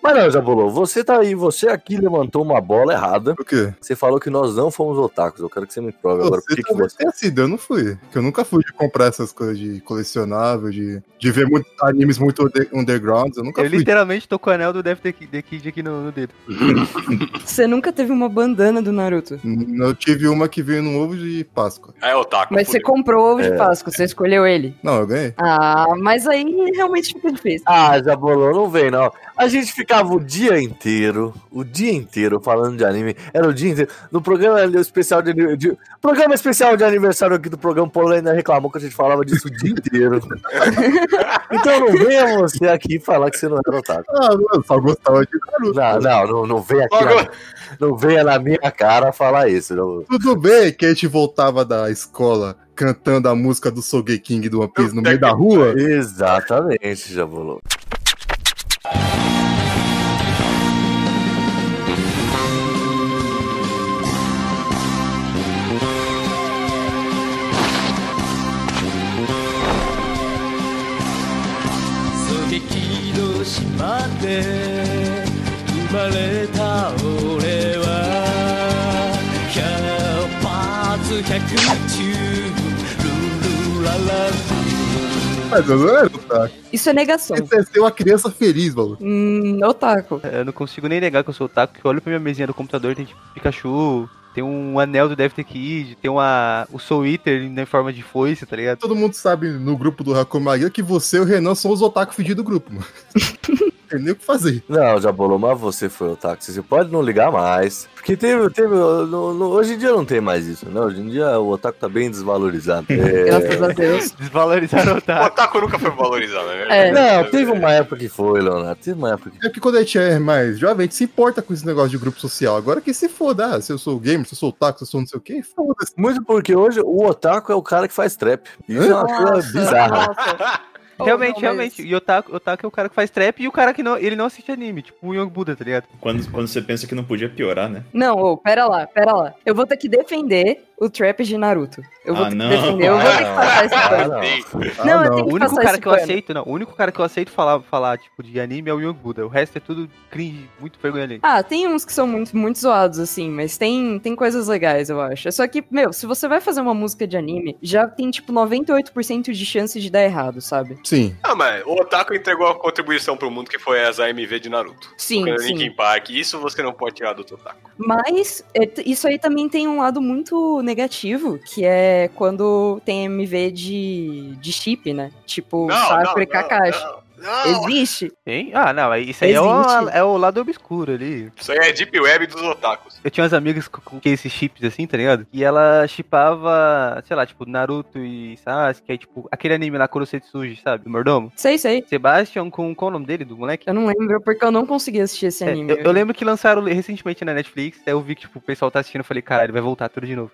[SPEAKER 1] Mas não, Jabolô, você tá aí, você aqui levantou uma bola errada.
[SPEAKER 3] O quê?
[SPEAKER 1] Você falou que nós não fomos otakus. Eu quero que você me prove agora. Por
[SPEAKER 3] Você
[SPEAKER 1] que que
[SPEAKER 3] talvez
[SPEAKER 1] você...
[SPEAKER 3] tenha sido, eu não fui. Porque eu nunca fui de comprar essas coisas de colecionável, de, de ver muitos animes muito under- undergrounds. Eu nunca
[SPEAKER 6] Eu
[SPEAKER 3] fui.
[SPEAKER 6] literalmente tô com o anel do Death the Kid- the Kid aqui no, no dedo.
[SPEAKER 5] Você nunca teve uma bandana do Naruto.
[SPEAKER 3] N- Eu tive uma que veio no ovo de Páscoa.
[SPEAKER 4] Ah, é otaku.
[SPEAKER 5] Mas você
[SPEAKER 4] fudeu.
[SPEAKER 5] comprou o ovo
[SPEAKER 1] É.
[SPEAKER 5] de Páscoa, você escolheu ele.
[SPEAKER 3] Não, eu ganhei.
[SPEAKER 5] Ah, mas aí realmente fica difícil.
[SPEAKER 1] Ah, Jabolô, não vem não. A gente ficava o dia inteiro, o dia inteiro falando de anime. Era o dia inteiro. No programa ali, o especial de, de- programa especial de aniversário aqui do programa, Paulo ainda reclamou que a gente falava disso o dia inteiro. então não venha você aqui falar que você não era otaku.
[SPEAKER 3] Ah, eu só gostava de Naruto.
[SPEAKER 1] Não, não, não, não venha aqui.
[SPEAKER 4] Agora-
[SPEAKER 1] Não venha na minha cara falar isso. Jabolô.
[SPEAKER 3] Tudo bem que a gente voltava da escola cantando a música do Sogeking King do One Piece no meio da rua.
[SPEAKER 1] Exatamente, Jabolô.
[SPEAKER 3] Mas eu não era otaku.
[SPEAKER 5] Isso é negação.
[SPEAKER 3] Isso é ser uma criança feliz, maluco.
[SPEAKER 5] Hum, otaku.
[SPEAKER 1] É.
[SPEAKER 6] Eu não consigo nem negar que eu sou otaku, que eu olho pra minha mesinha do computador, tem tipo Pikachu, tem um anel do Death the Kid, tem uma, o Soul Eater em forma de foice, tá ligado? <laughs>
[SPEAKER 3] Todo mundo sabe no grupo do Hakumagia que você e o Renan são os otaku fedidos do grupo, <laughs> mano. Tem nem o que fazer.
[SPEAKER 1] Não, Jabolô, mas você foi otaku. Você pode não ligar mais. Porque teve. teve no- no- hoje em dia não tem mais isso, né? Hoje em dia o otaku tá bem desvalorizado. É,
[SPEAKER 5] Graças a Deus.
[SPEAKER 6] Desvalorizaram o
[SPEAKER 4] O
[SPEAKER 6] otaku.
[SPEAKER 4] otaku nunca foi valorizado, né?
[SPEAKER 5] É.
[SPEAKER 1] Não, teve um uma época que foi, Leonardo. Teve uma época que.
[SPEAKER 3] É que quando a gente é mais jovem, a gente se importa com esse negócio de grupo social. Agora que se foda, ah, se eu sou gamer, se eu sou otaku, se eu sou não sei o quê, foda-se.
[SPEAKER 1] Muito porque hoje o otaku é o cara que faz trap. Isso é <laughs> uma coisa bizarra.
[SPEAKER 5] Nossa.
[SPEAKER 6] Realmente,
[SPEAKER 5] Oh, não, mas-
[SPEAKER 6] realmente. E otaku, otaku é o cara que faz trap e o cara que não, ele não assiste anime, tipo o Young Buda, tá ligado?
[SPEAKER 2] Quando, quando você pensa que não podia piorar, né?
[SPEAKER 5] Não, ô, pera lá, pera lá. Eu vou ter que defender o trap de Naruto. Eu vou
[SPEAKER 2] Ah,
[SPEAKER 5] ter
[SPEAKER 2] não.
[SPEAKER 5] que defender, eu vou ter que passar esse
[SPEAKER 1] Ah,
[SPEAKER 5] pano.
[SPEAKER 1] não.
[SPEAKER 3] Ah,
[SPEAKER 5] Não, eu
[SPEAKER 3] não.
[SPEAKER 5] tenho
[SPEAKER 6] O
[SPEAKER 5] que
[SPEAKER 6] único
[SPEAKER 5] passar
[SPEAKER 6] cara
[SPEAKER 5] esse
[SPEAKER 6] que eu
[SPEAKER 5] pano.
[SPEAKER 6] aceito, não, o único cara que eu aceito falar, falar tipo, de anime é o Young Buda. O resto é tudo cringe, muito vergonha ali.
[SPEAKER 5] Ah, tem uns que são muito, muito zoados, assim, mas tem, tem coisas legais, eu acho. É Só que, meu, se você vai fazer uma música de anime, já tem, tipo, 98% de chance de dar errado, sabe?
[SPEAKER 3] Sim.
[SPEAKER 4] Ah, mas o Otaku entregou a contribuição pro mundo que foi as AMV de Naruto.
[SPEAKER 5] Sim,
[SPEAKER 4] Tocando
[SPEAKER 5] sim.
[SPEAKER 4] Linkin Park. Isso você não pode tirar do Otaku.
[SPEAKER 5] Mas é, t- isso aí também tem um lado muito negativo, que é quando tem MV de, de chip, né? Tipo, Sakura e Kakashi.
[SPEAKER 4] não, não.
[SPEAKER 5] Existe?
[SPEAKER 6] Hein? Ah, não, aí isso aí é o,
[SPEAKER 5] Existe.
[SPEAKER 6] é o lado obscuro ali.
[SPEAKER 4] Isso aí é Deep Web dos Otakus.
[SPEAKER 6] Eu tinha umas amigas com, com esses chips assim, tá ligado? E ela chipava, sei lá, tipo, Naruto e Sasuke, aí, tipo, aquele anime lá, Kurosetsuji, sabe? Do Mordomo.
[SPEAKER 5] Sei, sei.
[SPEAKER 6] Sebastian com qual é o nome dele, do moleque?
[SPEAKER 5] Eu não lembro porque eu não consegui assistir esse
[SPEAKER 6] É,
[SPEAKER 5] anime.
[SPEAKER 6] eu, eu lembro que lançaram recentemente na Netflix, aí eu vi que tipo, o pessoal tá assistindo, eu falei, caralho, vai voltar tudo de novo.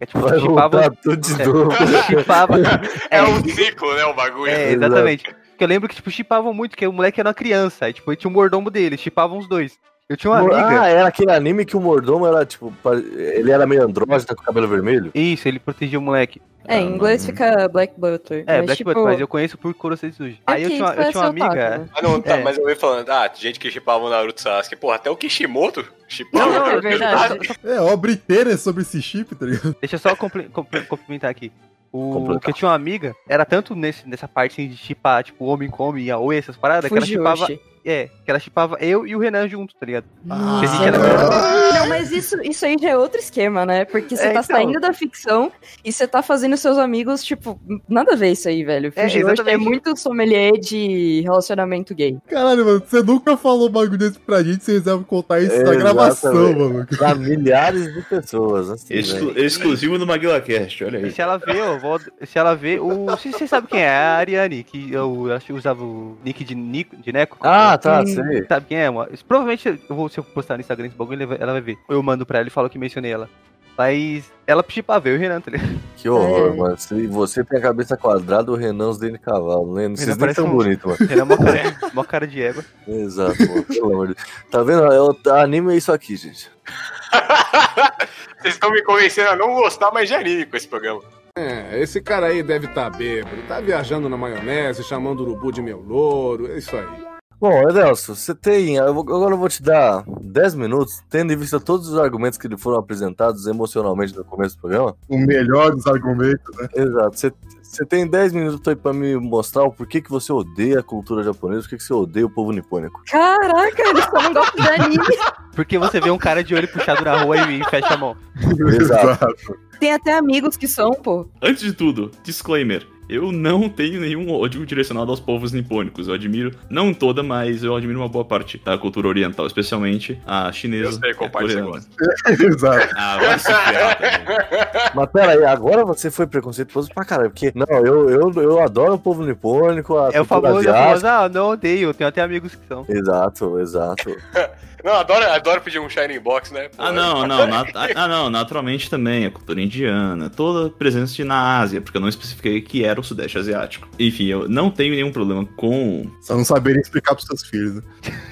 [SPEAKER 6] É tipo,
[SPEAKER 1] Vai voltar
[SPEAKER 6] chipava,
[SPEAKER 1] tudo de
[SPEAKER 6] É.
[SPEAKER 1] novo.
[SPEAKER 6] chipava.
[SPEAKER 1] <laughs>
[SPEAKER 4] É um ciclo, né? O bagulho.
[SPEAKER 6] É, exatamente. Porque eu lembro que, tipo, chipavam muito, que o moleque era uma criança. Aí, tipo, aí tinha um mordomo dele, chipavam os dois. Eu tinha uma amiga.
[SPEAKER 1] Ah, era aquele anime que o mordomo era tipo. pare- Ele era meio andrógeno com cabelo vermelho.
[SPEAKER 6] Isso, ele protegia o moleque.
[SPEAKER 5] É, em inglês fica Black Butler.
[SPEAKER 6] É,
[SPEAKER 5] mas,
[SPEAKER 6] Black
[SPEAKER 5] tipo,
[SPEAKER 6] Butler, mas eu conheço por Kurosetsuji. Aí eu
[SPEAKER 5] ok,
[SPEAKER 6] tinha, uma-
[SPEAKER 5] isso é
[SPEAKER 6] eu tinha uma
[SPEAKER 5] seu taco,
[SPEAKER 6] amiga.
[SPEAKER 5] né?
[SPEAKER 4] Ah, não, tá,
[SPEAKER 6] É.
[SPEAKER 4] mas eu ia falando, ah, gente que chipava o Naruto e Sasuke. Porra, até o Kishimoto chipava.
[SPEAKER 6] Não, não,
[SPEAKER 5] <laughs> É verdade.
[SPEAKER 3] É obra inteira sobre esse chip, tá ligado?
[SPEAKER 6] Deixa eu só compli- compli- complementar aqui. O
[SPEAKER 1] Completar.
[SPEAKER 6] o que eu tinha uma amiga, era tanto nesse, nessa parte assim, de chipar, tipo, homem com homem, yaoi, essas paradas, que ela chipava.
[SPEAKER 5] Fujoshi.
[SPEAKER 6] É, que ela chipava eu e o Renan junto, tá ligado?
[SPEAKER 5] Nossa.
[SPEAKER 6] Que a gente era-
[SPEAKER 5] Não, mas isso, isso aí já é outro esquema, né? Porque você
[SPEAKER 6] É,
[SPEAKER 5] tá
[SPEAKER 6] então.
[SPEAKER 5] saindo da ficção e você tá fazendo seus amigos, tipo, nada a ver isso aí, velho.
[SPEAKER 6] É,
[SPEAKER 5] Fujoshi é,
[SPEAKER 6] exatamente.
[SPEAKER 5] muito sommelier de relacionamento gay.
[SPEAKER 3] Caralho, mano, você nunca falou um bagulho desse pra gente, você resolve contar isso na
[SPEAKER 1] Exatamente.
[SPEAKER 3] gravação, mano.
[SPEAKER 1] Pra milhares de pessoas. Assim,
[SPEAKER 2] Exclu-
[SPEAKER 1] né?
[SPEAKER 2] exclusivo do MaguilaCast, olha
[SPEAKER 6] E
[SPEAKER 2] aí.
[SPEAKER 6] se ela vê, eu vou, se ela vê o. Você sabe quem é? A Ariane, que eu acho que usava o nick de, Nico, de Neco.
[SPEAKER 1] Ah, tá,
[SPEAKER 5] Hum.
[SPEAKER 1] sei.
[SPEAKER 6] Sabe quem é, mano? Provavelmente eu vou, se eu postar no Instagram esse bagulho, ele vai- ela vai ver. Ou eu mando pra ela e falo que mencionei ela. Mas ela chipava eu e o Renan, tá ligado?
[SPEAKER 1] Que horror,
[SPEAKER 5] É.
[SPEAKER 1] mano. Se você tem a cabeça quadrada, o Renan os dentes de cavalo, né? Não sei nem
[SPEAKER 6] parece
[SPEAKER 1] tão
[SPEAKER 6] um-
[SPEAKER 1] bonito,
[SPEAKER 6] <laughs>
[SPEAKER 1] mano.
[SPEAKER 6] Renan é mó cara, mó cara de égua.
[SPEAKER 1] Exato, mano. Pelo amor de Deus. Tá vendo? É o- Anime é isso aqui, gente.
[SPEAKER 4] Vocês estão me convencendo a não gostar mais de anime com esse programa.
[SPEAKER 8] É, esse cara aí deve estar tá bêbado. Tá viajando na maionese, chamando o urubu de meu louro, é isso aí.
[SPEAKER 1] Bom, Edelso, você tem. eu vou- agora eu vou te dar 10 minutos, tendo em vista todos os argumentos que lhe foram apresentados emocionalmente no começo do programa.
[SPEAKER 3] O melhor dos argumentos.
[SPEAKER 1] Exato. Você- Você tem 10 minutos aí pra me mostrar o porquê que você odeia a cultura japonesa, por que que você odeia o povo nipônico.
[SPEAKER 5] Caraca, ele só não gosta de anime.
[SPEAKER 6] Porque você vê um cara de olho puxado na rua e, e fecha a mão.
[SPEAKER 3] Tá
[SPEAKER 1] Exato.
[SPEAKER 5] Tem até amigos que são, pô.
[SPEAKER 2] Antes de tudo, disclaimer. Eu não tenho nenhum ódio direcionado aos povos nipônicos. Eu admiro, não toda, mas eu admiro uma boa parte da cultura oriental, especialmente a chinesa.
[SPEAKER 4] Eu sei qual
[SPEAKER 2] e a
[SPEAKER 4] parte você
[SPEAKER 2] coreana.
[SPEAKER 3] <laughs>
[SPEAKER 4] gosta.
[SPEAKER 3] Exato.
[SPEAKER 2] Ah, vai se ferrar também.
[SPEAKER 1] Mas pera aí, agora você foi preconceituoso pra caralho, porque não, eu, eu, eu adoro o povo nipônico, a
[SPEAKER 6] É o
[SPEAKER 1] cultura
[SPEAKER 6] famoso, é o
[SPEAKER 1] asiática.
[SPEAKER 6] famoso, ah, eu não odeio, eu tenho até amigos que são.
[SPEAKER 1] Exato,
[SPEAKER 3] <laughs>
[SPEAKER 1] exato.
[SPEAKER 4] Não, adoro, adoro pedir um Shining Box, né? Pô,
[SPEAKER 2] Ah, não, não, nat- ah, não, naturalmente também, a cultura indiana, toda presente na Ásia, porque eu não especifiquei que era o Sudeste Asiático. Enfim, eu não tenho nenhum problema com
[SPEAKER 3] Só não saberem explicar pros seus filhos. né?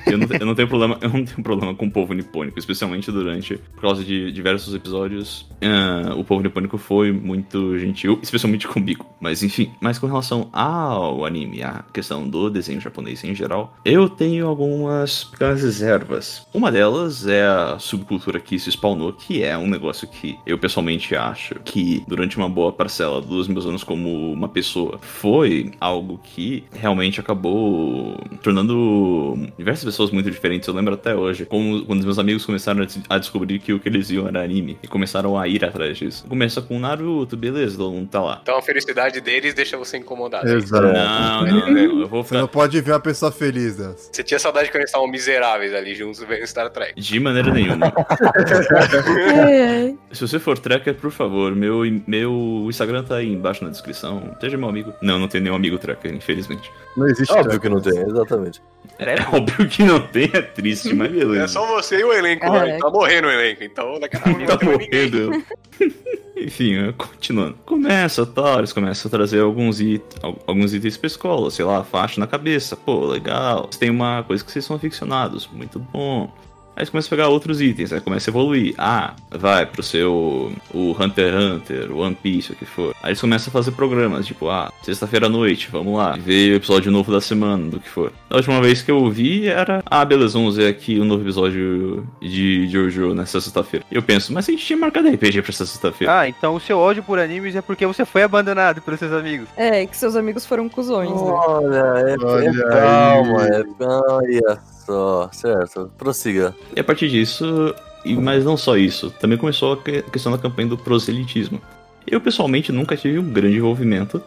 [SPEAKER 2] Eu não, eu não tenho problema, <laughs> eu não tenho problema com o povo nipônico, especialmente durante, por causa de diversos episódios, ah, o povo nipônico foi muito gentil, especialmente comigo. Mas enfim, mas com relação ao anime, a questão do desenho japonês em geral, eu tenho algumas pequenas reservas. Uma delas é a subcultura que se spawnou, que é um negócio que eu pessoalmente acho que durante uma boa parcela dos meus anos como uma pessoa foi algo que realmente acabou tornando diversas pessoas muito diferentes. Eu lembro até hoje, como quando os meus amigos começaram a des- a descobrir que o que eles iam era anime e começaram a ir atrás disso. Começa com Naruto, beleza, todo mundo tá lá.
[SPEAKER 4] Então a felicidade deles deixa você incomodado.
[SPEAKER 3] Exato.
[SPEAKER 1] É.
[SPEAKER 2] Não, não, não, eu vou
[SPEAKER 8] Você não
[SPEAKER 2] ficar.
[SPEAKER 8] pode ver uma pessoa feliz
[SPEAKER 3] né?
[SPEAKER 8] dessa.
[SPEAKER 4] Você tinha saudade quando eles estavam miseráveis ali juntos vendo Star Trek.
[SPEAKER 2] De maneira nenhuma. <laughs>
[SPEAKER 5] É, é.
[SPEAKER 2] Se você for tracker, por favor, meu, meu Instagram tá aí embaixo na descrição. Seja meu amigo. Não, não tenho nenhum amigo tracker, infelizmente.
[SPEAKER 3] Não existe. né?
[SPEAKER 1] Óbvio que não tem, exatamente.
[SPEAKER 2] É <laughs> óbvio que não tem, é triste, mas beleza.
[SPEAKER 4] É só você e o elenco,
[SPEAKER 5] Caraca.
[SPEAKER 4] né? Tá morrendo o elenco, então daqui a pouco não
[SPEAKER 2] tá
[SPEAKER 4] tem mais ninguém.
[SPEAKER 2] morrendo. <laughs> Enfim, eh, continuando. Começa, tá, eles começam a trazer alguns, it al- alguns itens pra escola, sei lá, faixa na cabeça, pô, legal. Tem uma coisa que vocês são aficionados, muito bom. Aí você começa a pegar outros itens, aí começa a evoluir. Ah, vai pro seu. O Hunter x Hunter, o One Piece, o que for. Aí eles começam a fazer programas, tipo, ah, sexta-feira à noite, vamos lá, ver o episódio novo da semana, do que for. Da última vez que eu vi era, ah, beleza, vamos ver aqui o novo episódio de Jojo nessa sexta-feira. E eu penso, mas a gente tinha marcado RPG pra essa sexta-feira.
[SPEAKER 6] Ah, então o seu ódio por animes é porque você foi abandonado pelos seus amigos.
[SPEAKER 5] é, que seus amigos foram cuzões,
[SPEAKER 6] Oh.
[SPEAKER 5] né?
[SPEAKER 1] Olha, é,
[SPEAKER 3] Olha
[SPEAKER 1] é calma, é olha só, certo. Prossiga.
[SPEAKER 2] E a partir disso, e- mas não só isso, também começou a que- questão da campanha do proselitismo. Eu pessoalmente nunca tive um grande envolvimento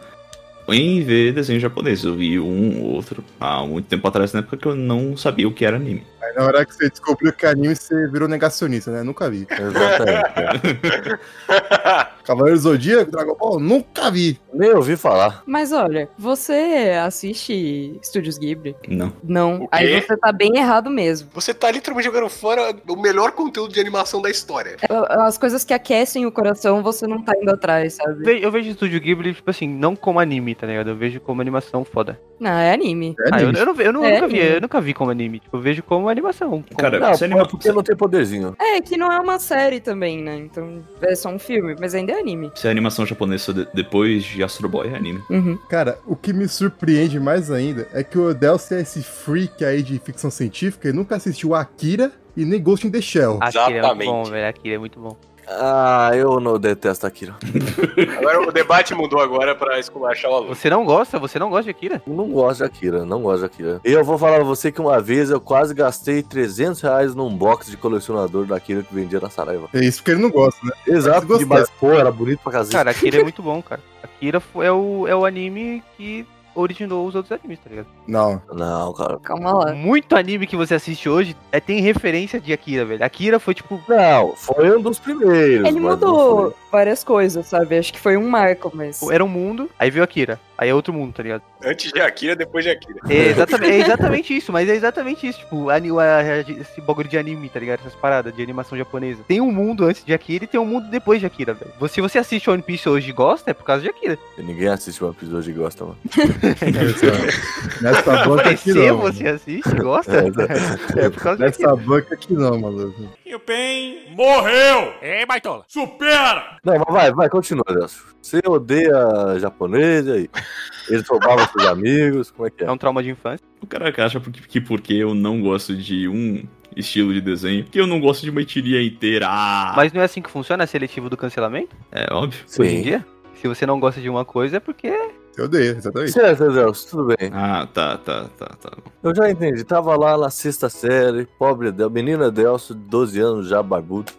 [SPEAKER 2] em ver desenhos japoneses. Eu vi um ou outro há muito tempo atrás, na época que eu não sabia o que era anime.
[SPEAKER 3] Aí na hora que você descobriu que é anime, você virou negacionista, né? Nunca vi.
[SPEAKER 1] Exatamente.
[SPEAKER 3] Cavaleiro do Zodíaco, Dragon Ball, nunca vi.
[SPEAKER 1] Nem ouvi falar.
[SPEAKER 5] Mas olha, você assiste Estúdios Ghibli?
[SPEAKER 2] Não.
[SPEAKER 5] Não.
[SPEAKER 4] O
[SPEAKER 5] Aí
[SPEAKER 4] quê?
[SPEAKER 5] você tá bem errado mesmo.
[SPEAKER 4] <laughs> Você tá literalmente jogando fora o melhor conteúdo de animação da história.
[SPEAKER 5] As coisas que aquecem o coração, você não tá indo atrás, sabe?
[SPEAKER 6] Ve- Eu vejo o Estúdio Ghibli, tipo assim, não como anime, tá ligado? Eu vejo como animação foda.
[SPEAKER 5] Não, é anime.
[SPEAKER 3] É
[SPEAKER 6] Ah, eu,
[SPEAKER 3] anime.
[SPEAKER 6] eu não- eu não- eu
[SPEAKER 5] É
[SPEAKER 6] nunca vi,
[SPEAKER 5] anime.
[SPEAKER 6] eu nunca vi como anime. Tipo, eu vejo como animação. como-
[SPEAKER 2] Cara,
[SPEAKER 1] Não,
[SPEAKER 2] você anima-
[SPEAKER 1] é porque não tem poderzinho.
[SPEAKER 5] É, que não é uma série também, né? Então é só um filme, mas ainda é anime.
[SPEAKER 2] Se a animação japonesa de- depois de Astro Boy é anime.
[SPEAKER 5] Uhum.
[SPEAKER 3] Cara, o que me surpreende mais ainda é que o Odelcio é esse freak aí de ficção científica e nunca assistiu Akira e nem Ghost in the Shell.
[SPEAKER 6] Akira é muito bom,
[SPEAKER 4] Exatamente.
[SPEAKER 6] velho. Akira é muito bom.
[SPEAKER 1] Ah, eu não detesto Akira.
[SPEAKER 4] Agora o debate mudou agora pra esculachar o aluno.
[SPEAKER 6] Você não gosta? Você não gosta de Akira?
[SPEAKER 1] Eu Não gosto de Akira, não gosto de Akira. E eu vou falar pra você que uma vez eu quase gastei 300 reais num box de colecionador da Akira que vendia na Saraiva.
[SPEAKER 3] É isso porque ele não gosta, né?
[SPEAKER 1] Exato,
[SPEAKER 3] gostei.
[SPEAKER 1] demais. Pô, era bonito pra casar.
[SPEAKER 6] Cara, <laughs> Akira é muito bom, cara. Akira fo- é o, é o anime que originou os outros animes, tá ligado?
[SPEAKER 3] Não.
[SPEAKER 1] Não, cara.
[SPEAKER 5] Calma lá.
[SPEAKER 6] Muito anime que você assiste hoje é, tem referência de Akira, velho. Akira foi tipo.
[SPEAKER 1] Não, foi um dos primeiros.
[SPEAKER 5] Ele
[SPEAKER 1] mas
[SPEAKER 5] mudou
[SPEAKER 1] não
[SPEAKER 5] várias coisas, sabe? Acho que foi um marco, mas.
[SPEAKER 6] Era um mundo, aí veio Akira. Aí é outro mundo, tá ligado?
[SPEAKER 4] Antes de Akira, depois de Akira.
[SPEAKER 6] <laughs> É exatamente, é exatamente isso, mas é exatamente isso. Tipo, ani- a- esse bagulho de anime, tá ligado? Essas paradas de animação japonesa. Tem um mundo antes de Akira e tem um mundo depois de Akira, velho. Se você assiste One Piece hoje e gosta, é por causa de Akira.
[SPEAKER 1] foi. Ninguém assiste uma episódio de gosta, mano.
[SPEAKER 3] Nessa banca aqui
[SPEAKER 6] Aparecer,
[SPEAKER 3] não.
[SPEAKER 6] você assiste e gosta?
[SPEAKER 1] É,
[SPEAKER 6] né? <laughs> É por causa de Akira.
[SPEAKER 3] Nessa banca aqui não, maluco.
[SPEAKER 9] que o Pen morreu! Ei, baitola! Supera!
[SPEAKER 1] Não, mas vai, vai, continua, Nelson. Você odeia japonês e aí? Ele roubava seus amigos, como é que é?
[SPEAKER 6] É um trauma de infância.
[SPEAKER 2] O cara que acha por- que porque eu não gosto de um estilo de desenho, que eu não gosto de uma etnia inteira. Ah,
[SPEAKER 6] Mas não é assim que funciona seletivo do cancelamento?
[SPEAKER 2] é óbvio.
[SPEAKER 6] Hoje em dia? Se você não gosta de uma coisa é porque
[SPEAKER 3] Eu odeio,
[SPEAKER 6] é
[SPEAKER 3] exatamente.
[SPEAKER 1] Certo, Nelson, tudo bem.
[SPEAKER 2] Ah, tá, tá, tá, tá.
[SPEAKER 1] Eu já entendi. Tava lá na sexta série, pobre Del, menina Delcio, 12 anos já barbudo.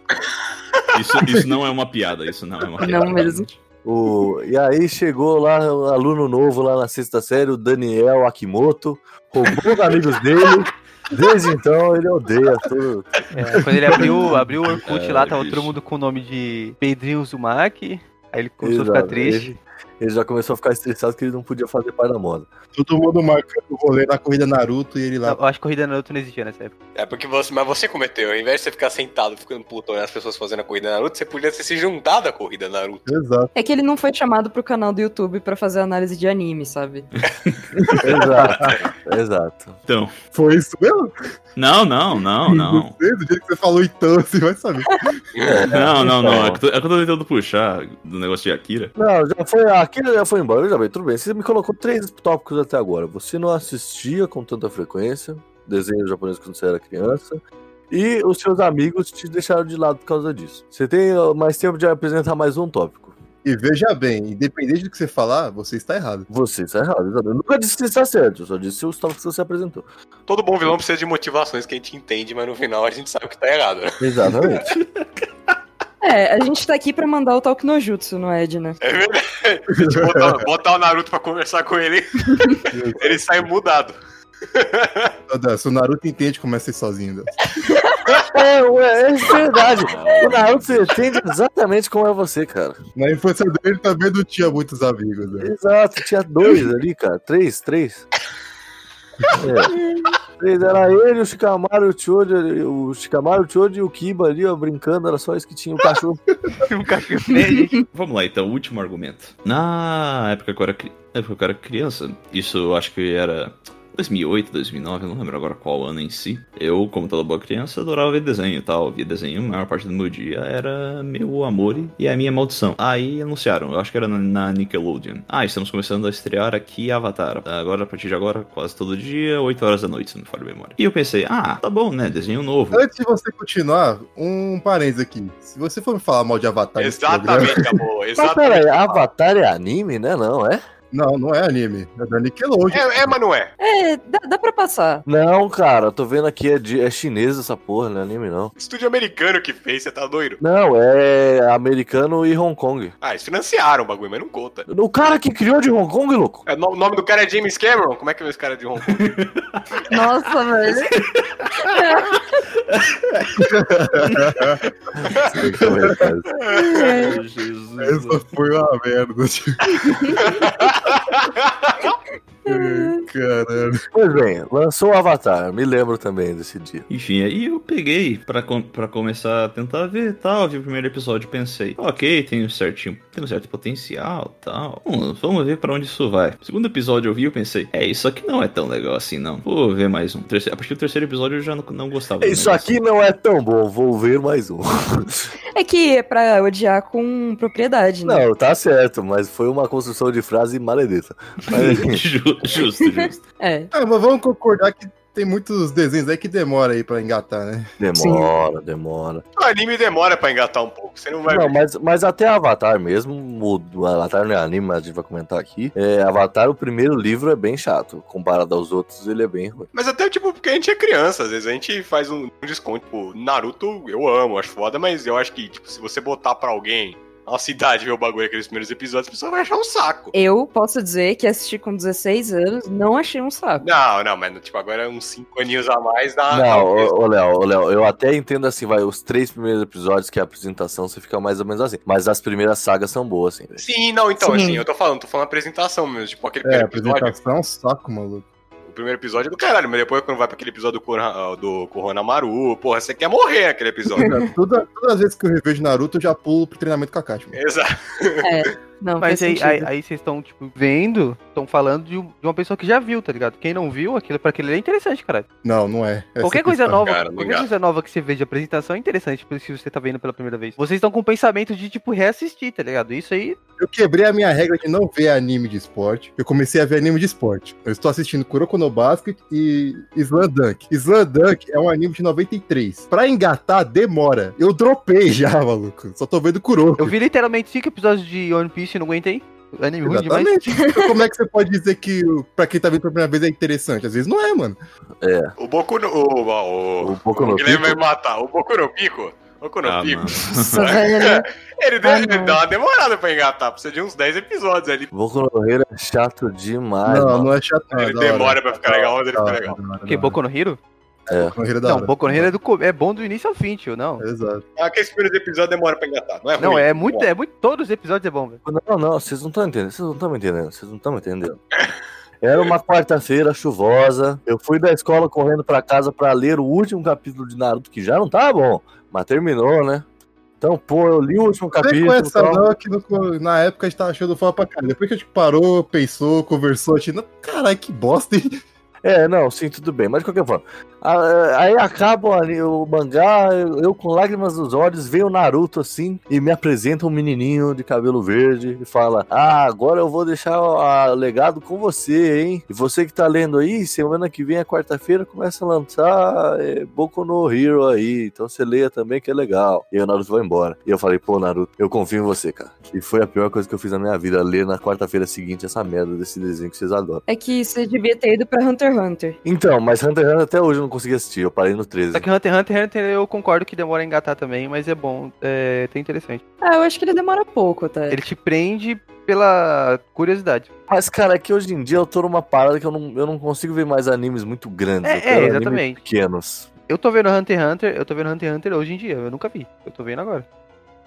[SPEAKER 2] Isso, isso não é uma piada, isso não é uma piada.
[SPEAKER 5] Não mesmo.
[SPEAKER 1] O... E aí chegou lá um aluno novo lá na sexta série, o Daniel Akimoto, roubou os amigos dele. Desde então ele odeia tudo.
[SPEAKER 6] é, quando ele abriu, abriu o Orkut
[SPEAKER 2] É,
[SPEAKER 6] lá, tava
[SPEAKER 2] bicho.
[SPEAKER 6] todo mundo com o nome de Pedrinho Zumak. Aí ele começou a ficar
[SPEAKER 1] Exato.
[SPEAKER 6] triste.
[SPEAKER 1] Ele, ele já começou a ficar estressado que ele não podia fazer parte da moda.
[SPEAKER 3] Todo mundo marcando o rolê na corrida Naruto e ele lá.
[SPEAKER 6] Eu acho que corrida Naruto não existia
[SPEAKER 4] <laughs>
[SPEAKER 6] nessa época.
[SPEAKER 4] É porque você. Mas você cometeu, ao invés de você ficar sentado ficando puto olhando as pessoas fazendo a corrida Naruto, você podia ter se juntado à corrida Naruto.
[SPEAKER 3] Exato.
[SPEAKER 5] É que ele não foi chamado pro canal do YouTube pra fazer análise de anime, sabe?
[SPEAKER 1] Exato, <laughs> exato.
[SPEAKER 2] Então.
[SPEAKER 3] Foi isso mesmo?
[SPEAKER 2] Não, não, não, não.
[SPEAKER 3] Gostei Do jeito que você falou então, você vai saber.
[SPEAKER 2] Não, não, não. É que eu tô- é que eu tô tentando puxar do negócio de Akira.
[SPEAKER 1] Não, já foi. Aquilo já foi embora. Já bem, tudo bem. Você me colocou três tópicos até agora. Você não assistia com tanta frequência desenhos japoneses quando você era criança. E os seus amigos te deixaram de lado por causa disso. Você tem ó, mais tempo de apresentar mais um tópico.
[SPEAKER 3] E veja bem, independente do que você falar, você está errado.
[SPEAKER 1] Você está errado, exatamente. Eu nunca disse que está certo, eu só disse os tópicos que você apresentou.
[SPEAKER 4] Todo bom vilão precisa de motivações que a gente entende, mas no final a gente sabe que tá errado, né?
[SPEAKER 1] Exatamente.
[SPEAKER 5] É, a gente tá aqui pra mandar o Talk no Jutsu, não é, Edna?
[SPEAKER 4] É verdade. Botar, botar o Naruto pra conversar com ele, ele sai mudado.
[SPEAKER 3] Meu Deus, Se o Naruto entende, começa a ir sozinho. né? Deus.
[SPEAKER 1] <laughs> é, ué, é <laughs> verdade.
[SPEAKER 2] Ah,
[SPEAKER 1] O Naruto você entende exatamente como é você, cara.
[SPEAKER 3] Na infância dele também não tinha muitos amigos. Né?
[SPEAKER 1] Exato, tinha dois ali, cara. Três, três. É. Três, era ele, o Shikamaru, o Choji, o Shikamaru, o Choji e o Kiba ali, ó, brincando, era só isso que tinha o cachorro.
[SPEAKER 6] Um cachorro verde.
[SPEAKER 2] Vamos lá, então, último argumento. Na época que eu era, cri- na época que eu era criança, isso eu acho que era 2008, 2009, eu não lembro agora qual ano em si. Eu, como toda boa criança, adorava ver desenho e tal. Via desenho, a maior parte do meu dia era meu amor e- e a minha maldição. Aí anunciaram, eu acho que era na- na Nickelodeon. Ah, estamos começando a estrear aqui Avatar. Agora, a partir de agora, quase todo dia, 8 horas da noite, se não me falha a memória. E eu pensei, ah, tá bom, né? Desenho novo.
[SPEAKER 3] Antes de você continuar, um parênteses aqui. Se você for me falar mal de Avatar, nesse programa-
[SPEAKER 4] Exatamente, amor.
[SPEAKER 1] Mas peraí,
[SPEAKER 4] Exatamente.
[SPEAKER 1] Avatar é anime, né? Não, é?
[SPEAKER 3] Não, não é anime. É da Nickelodeon.
[SPEAKER 4] É, é, mas não é.
[SPEAKER 5] É, dá, dá pra passar.
[SPEAKER 1] Não, cara, eu tô vendo aqui, é, de, é chinês essa porra, não é anime não.
[SPEAKER 4] Estúdio americano que fez, você tá doido?
[SPEAKER 1] Não, é americano e Hong Kong.
[SPEAKER 4] Ah, eles financiaram o bagulho, mas não conta.
[SPEAKER 1] O cara que criou de Hong Kong,
[SPEAKER 4] <laughs>
[SPEAKER 1] louco?
[SPEAKER 4] É, o no- o nome do cara é James Cameron? Como é que é esse cara de Hong Kong?
[SPEAKER 6] <laughs>
[SPEAKER 5] Nossa, velho.
[SPEAKER 3] Essa foi uma merda. tipo. Ai, Caralho.
[SPEAKER 1] pois bem, lançou o Avatar, me lembro também desse dia.
[SPEAKER 2] Enfim, aí eu peguei pra, com- pra começar a tentar ver e tal. Vi o primeiro episódio e pensei, ok, tem um certinho, tem um certo potencial e tal. Hum, vamos ver pra onde isso vai. Segundo episódio eu vi e eu pensei, é, isso aqui não é tão legal assim, não. Vou ver mais um. Terceiro, a partir do terceiro episódio eu já não, não gostava. do
[SPEAKER 1] Isso
[SPEAKER 2] negócio.
[SPEAKER 1] aqui não é tão bom, vou ver mais um.
[SPEAKER 5] É que é pra odiar com propriedade, né?
[SPEAKER 1] Não, tá certo, mas foi uma construção de frase maledita. Mas, enfim,
[SPEAKER 2] <laughs> Ju- justo, justo.
[SPEAKER 5] É.
[SPEAKER 3] Ah, mas vamos concordar que tem muitos desenhos aí que demora aí pra engatar, né?
[SPEAKER 1] demora, demora.
[SPEAKER 4] O anime demora pra engatar um pouco, você não vai
[SPEAKER 1] Não,
[SPEAKER 4] ver.
[SPEAKER 1] mas, mas até Avatar mesmo, o, o Avatar não é anime, mas a gente vai comentar aqui. É, Avatar, o primeiro livro é bem chato. Comparado aos outros, ele é bem ruim.
[SPEAKER 4] Mas até, tipo, porque a gente é criança, às vezes a gente faz um um desconto. Tipo, Naruto eu amo, acho foda, mas eu acho que, tipo, se você botar pra alguém na <laughs> cidade ver o bagulho aqueles primeiros episódios, a pessoa vai achar um saco.
[SPEAKER 5] Eu posso dizer que assisti com 16 anos, não achei um saco.
[SPEAKER 4] Não, não, mas, tipo, agora é uns cinco aninhos a mais um na...
[SPEAKER 1] não, ô, ô, Léo, ô, Léo, eu até entendo assim, vai, os três primeiros episódios, que é a apresentação, você fica mais ou menos assim. Mas as primeiras sagas são boas, assim.
[SPEAKER 4] Sim, não, então,
[SPEAKER 5] Sim.
[SPEAKER 4] assim, eu tô falando, tô falando apresentação mesmo, tipo, aquele
[SPEAKER 3] É, a
[SPEAKER 4] primeiro episódio,
[SPEAKER 3] apresentação é um saco, maluco.
[SPEAKER 4] o primeiro episódio é do caralho, mas depois quando vai pra aquele episódio do, Corona, do Coronamaru, porra, você quer morrer
[SPEAKER 3] <laughs>
[SPEAKER 4] naquele episódio.
[SPEAKER 3] Toda- todas as vezes que eu revejo Naruto, eu já pulo pro treinamento com a Kátia.
[SPEAKER 4] Exato.
[SPEAKER 5] Não,
[SPEAKER 6] Mas aí,
[SPEAKER 5] faz
[SPEAKER 6] aí,
[SPEAKER 5] sentido.
[SPEAKER 6] aí vocês estão, tipo, vendo, estão falando de, um- de uma pessoa que já viu, tá ligado? Quem não viu, aquilo pra aquele é interessante, cara.
[SPEAKER 3] Não, não é. Essa é
[SPEAKER 6] Qualquer
[SPEAKER 3] a
[SPEAKER 6] coisa
[SPEAKER 3] questão.
[SPEAKER 6] nova,
[SPEAKER 4] Cara, não
[SPEAKER 6] qualquer
[SPEAKER 4] dá.
[SPEAKER 6] coisa nova que você vê de apresentação é interessante, por se você tá vendo pela primeira vez. Vocês estão com o pensamento de, tipo, reassistir, tá ligado? Isso aí,
[SPEAKER 3] Eu quebrei a minha regra de não ver anime de esporte. Eu comecei a ver anime de esporte. Eu estou assistindo Kuroko no Basket e Slam Dunk. Slam Dunk é um anime de 93. Pra engatar, demora. Eu dropei já, maluco. Só tô vendo Kuroko.
[SPEAKER 6] eu vi literalmente cinco episódios de One Piece e não aguentei. Anime É ruim demais.
[SPEAKER 3] Exatamente. Então, como é que você pode dizer que o- pra quem tá vendo pela primeira vez é interessante? Às vezes não é, mano.
[SPEAKER 4] O Boku no... O, o, o,
[SPEAKER 1] O Boku no
[SPEAKER 4] Guilherme
[SPEAKER 1] Pico?
[SPEAKER 4] vai matar. O Boku no Pico... Boku no
[SPEAKER 2] Ah,
[SPEAKER 4] Pico...
[SPEAKER 2] mano.
[SPEAKER 5] Nossa, velho.
[SPEAKER 4] Ele, deu,
[SPEAKER 5] Ah,
[SPEAKER 4] ele
[SPEAKER 5] não.
[SPEAKER 4] dá uma demorada pra engatar. Precisa de uns 10 episódios ali.
[SPEAKER 1] Boku no Hero é chato demais.
[SPEAKER 3] não,
[SPEAKER 1] mano.
[SPEAKER 3] não é chato. não, é
[SPEAKER 4] ele
[SPEAKER 3] da hora.
[SPEAKER 4] demora pra ficar legal, mas ele
[SPEAKER 3] Da
[SPEAKER 4] fica
[SPEAKER 3] hora,
[SPEAKER 4] legal.
[SPEAKER 3] da hora, da
[SPEAKER 6] Que
[SPEAKER 3] hora.
[SPEAKER 6] Boku no Hero?
[SPEAKER 3] Boku no Hero é da
[SPEAKER 6] Não,
[SPEAKER 3] hora.
[SPEAKER 6] Boku no Hero é, do co- é bom do início ao fim, tio, não.
[SPEAKER 3] Exato.
[SPEAKER 4] Aqueles primeiros episódios demora pra engatar. Não é ruim.
[SPEAKER 6] Não, é muito, é muito, todos os episódios é bom, velho.
[SPEAKER 1] Não, não, vocês não estão entendendo, vocês não estão me entendendo, vocês não estão me entendendo. Era uma quarta-feira chuvosa, eu fui da escola correndo pra casa pra ler o último capítulo de Naruto, que já não tá bom, mas terminou, né? Então, pô, eu li o último
[SPEAKER 3] Vem com
[SPEAKER 1] capítulo. então.
[SPEAKER 3] essa
[SPEAKER 1] tal.
[SPEAKER 3] não, que no- na época a gente tava achando foda pra caralho. Depois que a gente parou, pensou, conversou, a gente... não, Caralho, que bosta,
[SPEAKER 4] <laughs>
[SPEAKER 3] hein?
[SPEAKER 1] É, não, sim, tudo bem, mas de qualquer forma. a- Aí acaba o ani- o mangá, eu, eu com lágrimas nos olhos, vem o Naruto assim e me apresenta um menininho de cabelo verde e fala: Ah, agora eu vou deixar o legado com você, hein? E você que tá lendo aí, semana que vem, é quarta-feira, começa a lançar é, Boku no Hero aí, então você leia também que é legal. E aí o Naruto vai embora. E eu falei: Pô, Naruto, eu confio em você, cara. E foi a pior coisa que eu fiz na minha vida, ler na quarta-feira seguinte essa merda desse desenho que vocês adoram.
[SPEAKER 5] É que você devia ter ido pra Hunter x Hunter.
[SPEAKER 1] Então, mas Hunter x Hunter até hoje eu não consegui assistir, eu parei no 13.
[SPEAKER 6] Só que Hunter x Hunter, Hunter eu concordo que demora a engatar também, mas é bom, é, é interessante.
[SPEAKER 5] Ah, eu acho que ele demora pouco, tá?
[SPEAKER 6] Ele te prende pela curiosidade.
[SPEAKER 1] Mas, cara, é que hoje em dia eu tô numa parada que eu não, eu não consigo ver mais animes muito grandes.
[SPEAKER 6] É,
[SPEAKER 1] eu
[SPEAKER 6] é,
[SPEAKER 1] quero animes
[SPEAKER 6] exatamente.
[SPEAKER 1] pequenos.
[SPEAKER 6] Eu tô vendo Hunter x Hunter, eu tô vendo Hunter x Hunter hoje em dia, eu nunca vi. Eu tô vendo agora.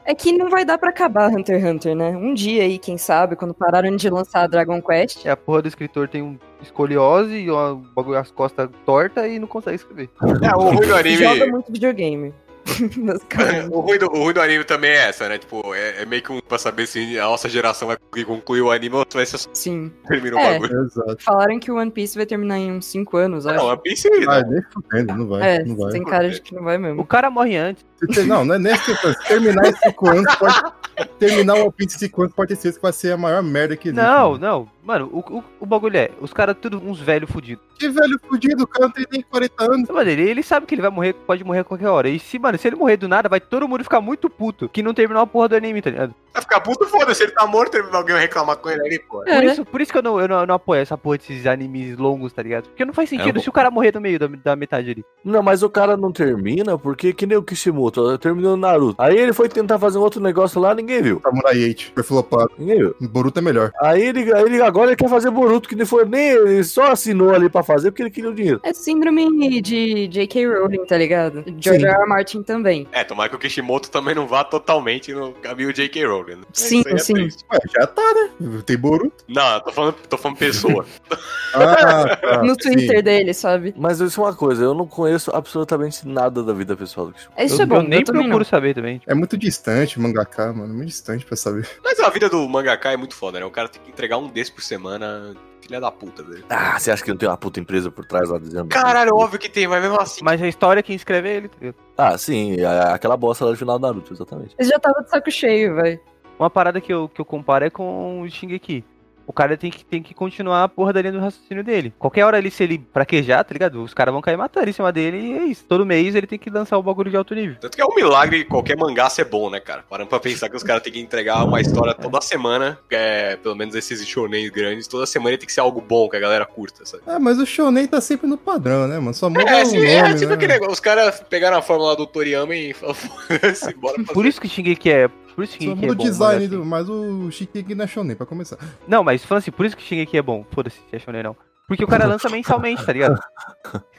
[SPEAKER 5] É que não vai dar pra acabar Hunter x Hunter, né? Um dia aí, quem sabe, quando pararam de lançar Dragon Quest.
[SPEAKER 6] É, a porra do escritor tem um escoliose e uma, bagulho- as costas tortas e não consegue escrever.
[SPEAKER 4] É, o ruim do
[SPEAKER 5] Joga
[SPEAKER 4] anime.
[SPEAKER 5] muito videogame. <laughs> Basicamente.
[SPEAKER 4] O ruim do, o ruim do anime também é essa, né? Tipo, é, é meio que um pra saber se a nossa geração vai conseguir concluir o anime ou se vai ser só
[SPEAKER 5] Sim.
[SPEAKER 4] terminar o
[SPEAKER 5] É. <laughs>
[SPEAKER 4] bagulho.
[SPEAKER 3] Exato.
[SPEAKER 5] Falaram que o One Piece vai terminar em uns 5 anos, acho.
[SPEAKER 4] Não, é pense aí,
[SPEAKER 3] Ah,
[SPEAKER 4] né?
[SPEAKER 3] nem fudendo, não vai,
[SPEAKER 5] é,
[SPEAKER 3] não vai.
[SPEAKER 5] tem cara de que não vai mesmo.
[SPEAKER 6] O cara morre antes.
[SPEAKER 3] Se ter- Não, não é nem essa questão. Se terminar em 5 anos, pode. <laughs> Terminar o One Piece em 5 anos pode ter certeza que vai ser a maior merda que existe.
[SPEAKER 6] Não,
[SPEAKER 3] mano.
[SPEAKER 6] não. Mano, o, o, o bagulho é, os caras tudo uns velhos fudidos.
[SPEAKER 3] Que velho fudido, o cara não tem nem 40 anos.
[SPEAKER 6] Mano, ele, ele sabe que ele vai morrer, pode morrer a qualquer hora. E se, mano, se ele morrer do nada, vai todo mundo ficar muito puto que não terminou a porra do anime, tá ligado?
[SPEAKER 4] Vai ficar puto, foda-se, ele tá morto, alguém vai reclamar com ele ali, pô.
[SPEAKER 5] É,
[SPEAKER 6] Por
[SPEAKER 5] né?
[SPEAKER 6] isso, por isso que eu não, eu, não, eu não apoio essa porra desses animes longos, tá ligado? Porque não faz sentido
[SPEAKER 2] vou-
[SPEAKER 6] se o cara morrer no meio da, da metade ali.
[SPEAKER 1] Não, mas o cara não termina porque que nem o Kishimoto, terminou o Naruto. Aí ele foi tentar fazer um outro negócio lá, ninguém viu.
[SPEAKER 3] Samurai 8, foi flopado.
[SPEAKER 1] Ninguém viu.
[SPEAKER 3] Boruto é melhor.
[SPEAKER 1] Aí ele, aí ele- agora ele quer fazer Boruto, que nem foi nem ele só assinou ali pra fazer porque ele queria o dinheiro.
[SPEAKER 5] É síndrome de J.K. Rowling, tá ligado? George R. R. Martin também.
[SPEAKER 4] É, tomara que o Kishimoto também não vá totalmente no caminho J.K. Rowling. né?
[SPEAKER 5] Sim,
[SPEAKER 4] Isso aí é
[SPEAKER 5] sim.
[SPEAKER 4] triste.
[SPEAKER 3] Ué, já tá, né? Tem Boruto.
[SPEAKER 4] Não, eu tô falando, tô falando pessoa. <laughs>
[SPEAKER 5] <laughs>
[SPEAKER 3] Ah, tá.
[SPEAKER 5] no
[SPEAKER 3] sim.
[SPEAKER 5] Twitter dele, sabe?
[SPEAKER 1] Mas isso é uma coisa, eu não conheço absolutamente nada da vida pessoal do Kishimoto.
[SPEAKER 5] Isso
[SPEAKER 6] eu,
[SPEAKER 5] é bom,
[SPEAKER 6] eu nem
[SPEAKER 5] eu também
[SPEAKER 6] procuro
[SPEAKER 5] não.
[SPEAKER 6] saber também. tipo,
[SPEAKER 3] É muito distante, mangaká, mano. Muito distante pra saber.
[SPEAKER 4] Mas a vida do mangaka é muito foda, né? O cara tem que entregar um desse por semana. Filha da puta, velho.
[SPEAKER 1] Ah, você acha que não tem uma puta empresa por trás lá dizendo?
[SPEAKER 4] Caralho, óbvio que tem, mas mesmo assim.
[SPEAKER 6] Mas a história quem escreve é ele, tá ligado?
[SPEAKER 1] Ah, sim, a- aquela bosta lá do final do Naruto, exatamente.
[SPEAKER 5] Ele já tava de saco cheio, velho.
[SPEAKER 6] Uma parada que eu, que eu comparo é com o Shingeki. O cara tem que, tem que continuar a porra da linha do raciocínio dele. Qualquer hora ali, se ele fraquejar, tá ligado? Os caras vão cair matando em cima dele e é isso. Todo mês ele tem que lançar o bagulho de alto nível.
[SPEAKER 4] Tanto que é um milagre qualquer mangá ser bom, né, cara? Parando pra pensar que os caras têm que entregar uma história toda semana, é, pelo menos esses shonen grandes, toda semana tem que ser algo bom que a galera curta, sabe?
[SPEAKER 3] Ah, mas o Shonen tá sempre no padrão, né, mano? Só muda
[SPEAKER 4] É,
[SPEAKER 3] o
[SPEAKER 4] assim,
[SPEAKER 3] nome,
[SPEAKER 4] é tipo
[SPEAKER 3] né?
[SPEAKER 4] aquele negócio. Os caras pegaram a fórmula do Toriyama e <laughs> falaram, foda-se, bora fazer.
[SPEAKER 6] Por isso que Shingeki é. Por isso que
[SPEAKER 3] Só muda
[SPEAKER 6] Shingeki é
[SPEAKER 3] o
[SPEAKER 6] bom.
[SPEAKER 3] design,
[SPEAKER 6] mas assim-
[SPEAKER 3] do, mas o Shikigi não é Shonen, pra começar.
[SPEAKER 6] Não, mas falando assim, por isso que Shingeki é bom. Foda-se, se é shonen não. Porque o cara lança mensalmente, tá <laughs> ligado?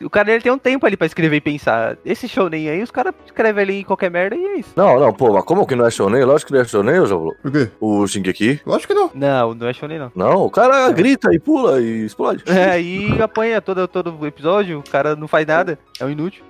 [SPEAKER 6] O cara ele tem um tempo ali pra escrever e pensar. Esse shonen aí, os caras escrevem ali em qualquer merda e é isso.
[SPEAKER 1] Não, não, pô, mas como que não é shonen? Lógico que não é shonen, ô João.
[SPEAKER 3] Por quê?
[SPEAKER 1] O Shingeki.
[SPEAKER 3] Lógico que não.
[SPEAKER 6] Não, não é shonen <laughs> não.
[SPEAKER 1] Não, o cara grita e pula e explode.
[SPEAKER 6] É, e apanha todo, todo episódio, o cara não faz nada, é um É inútil.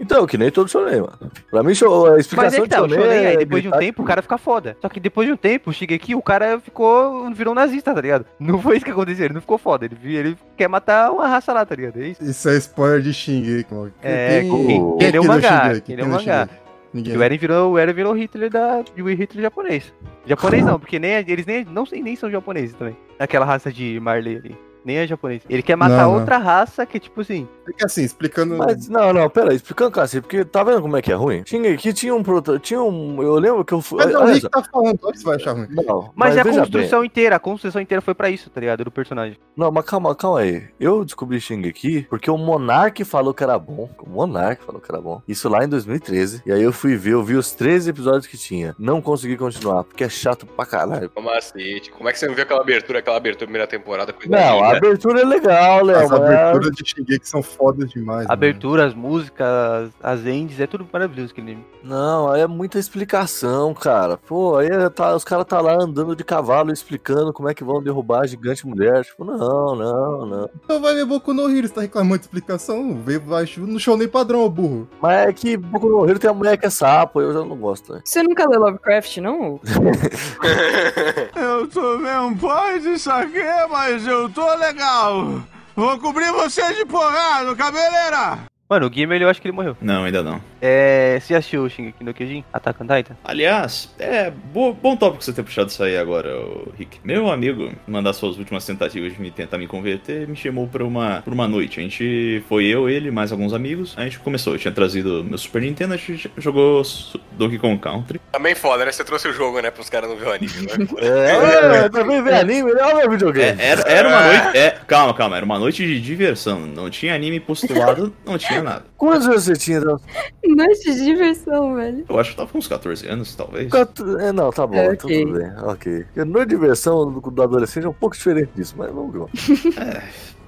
[SPEAKER 1] Então, que nem todo shonen, mano. Pra mim, show, a explicação
[SPEAKER 6] Mas é que tá, o
[SPEAKER 1] de
[SPEAKER 6] Shonen, aí depois de um
[SPEAKER 1] gritar-
[SPEAKER 6] tempo, o cara fica foda. Só que depois de um tempo, o Shigeki, o cara ficou, virou um nazista, tá ligado? <laughs> Não foi isso que aconteceu, ele não ficou foda, ele, ele quer matar uma raça lá, tá ligado? É isso.
[SPEAKER 8] Isso é spoiler de Shingeki, mano.
[SPEAKER 6] É,
[SPEAKER 8] Quem- quem
[SPEAKER 6] quem- quem leu
[SPEAKER 8] aqui
[SPEAKER 6] o
[SPEAKER 8] no
[SPEAKER 6] mangá,
[SPEAKER 8] Shingeki?
[SPEAKER 6] quem leu o
[SPEAKER 8] no
[SPEAKER 6] mangá. Tipo,
[SPEAKER 8] Shingeki? Ninguém.
[SPEAKER 6] Que o Eren virou, o Eren virou Hitler da, o Hitler japonês. Japonês não, porque nem, eles nem, não, sei- nem são japoneses também. Aquela raça de Marley ali. Nem é japonês. Ele quer matar
[SPEAKER 8] Não, não.
[SPEAKER 6] outra raça que, tipo assim,
[SPEAKER 3] É que assim, explicando.
[SPEAKER 1] Mas, não, não, pera aí, explicando o cacete, porque tá vendo como é que é ruim? Shingeki tinha um prota... tinha um... eu lembro que eu fui...
[SPEAKER 3] Mas é o
[SPEAKER 1] olha
[SPEAKER 3] Rick
[SPEAKER 1] só.
[SPEAKER 3] que tá falando, olha que você vai achar ruim.
[SPEAKER 1] Não,
[SPEAKER 6] Mas, é a
[SPEAKER 1] veja bem.
[SPEAKER 6] construção inteira, a construção inteira foi pra isso, tá ligado? Do personagem.
[SPEAKER 1] Não, mas calma, calma aí. Eu descobri Shingeki porque o Monark falou que era bom. O Monark falou que era bom. Isso lá em 2013. E aí eu fui ver, eu vi os 13 episódios que tinha. Não consegui continuar, porque é chato pra caralho.
[SPEAKER 4] Macete. Como é que você não viu aquela abertura, aquela abertura da primeira temporada? Coisa
[SPEAKER 1] Não, a
[SPEAKER 4] linda?
[SPEAKER 1] abertura é legal, Léo.
[SPEAKER 3] As
[SPEAKER 1] mas-
[SPEAKER 3] aberturas de Shingeki são fodas demais. mano.
[SPEAKER 6] Abertura, as músicas, as ends, é tudo maravilhoso aquele anime.
[SPEAKER 1] Não, é muita explicação, cara. Pô, aí tá- os caras tá lá andando de cavalo explicando como é que vão derrubar a gigante mulher. Tipo, não, não, não.
[SPEAKER 8] Então vai ver Boku no Hero, você tá reclamando de explicação? Vê, vai no show nem padrão, ô burro.
[SPEAKER 1] Mas é que Boku no Hero tem a mulher que é sapo, eu já não gosto. né?
[SPEAKER 5] Você nunca leu Lovecraft, não?
[SPEAKER 9] Eu tomei um pó de saque, mas eu tô legal. Vou cobrir você de porrada, cabeleira.
[SPEAKER 6] Mano, o Gimel, eu acho que ele morreu.
[SPEAKER 2] Não, ainda não.
[SPEAKER 6] É. Você assistiu o Shingeki no Kyojin? Attack on Titan?
[SPEAKER 2] Aliás, é bo- bom tópico você ter puxado isso aí agora, ô, Rick. Meu amigo, uma das suas últimas tentativas de me tentar me converter, me chamou pra uma, pra uma noite. A gente foi eu, ele, mais alguns amigos. A gente começou. Eu tinha trazido meu Super Nintendo, a gente jogou Su- Donkey Kong Country.
[SPEAKER 4] Também foda, né? Você trouxe o jogo, né? Pros caras não verem o anime,
[SPEAKER 6] <laughs>
[SPEAKER 4] né?
[SPEAKER 1] É, também vê anime, né? Olha o videogame.
[SPEAKER 2] É, era, era <laughs> uma noite. É, calma, calma, era uma noite de diversão. Não tinha anime postulado, não tinha nada.
[SPEAKER 1] Quantos anos você tinha? então? Dan?
[SPEAKER 5] Noite Um de diversão, velho.
[SPEAKER 2] Eu acho que eu tava com uns 14 anos, talvez.
[SPEAKER 1] Quatro- É, não, tá bom,
[SPEAKER 5] É,
[SPEAKER 1] então
[SPEAKER 5] ok.
[SPEAKER 1] tudo bem. Ok. Porque no diversão do, do adolescente é um pouco diferente disso, mas vamos lá.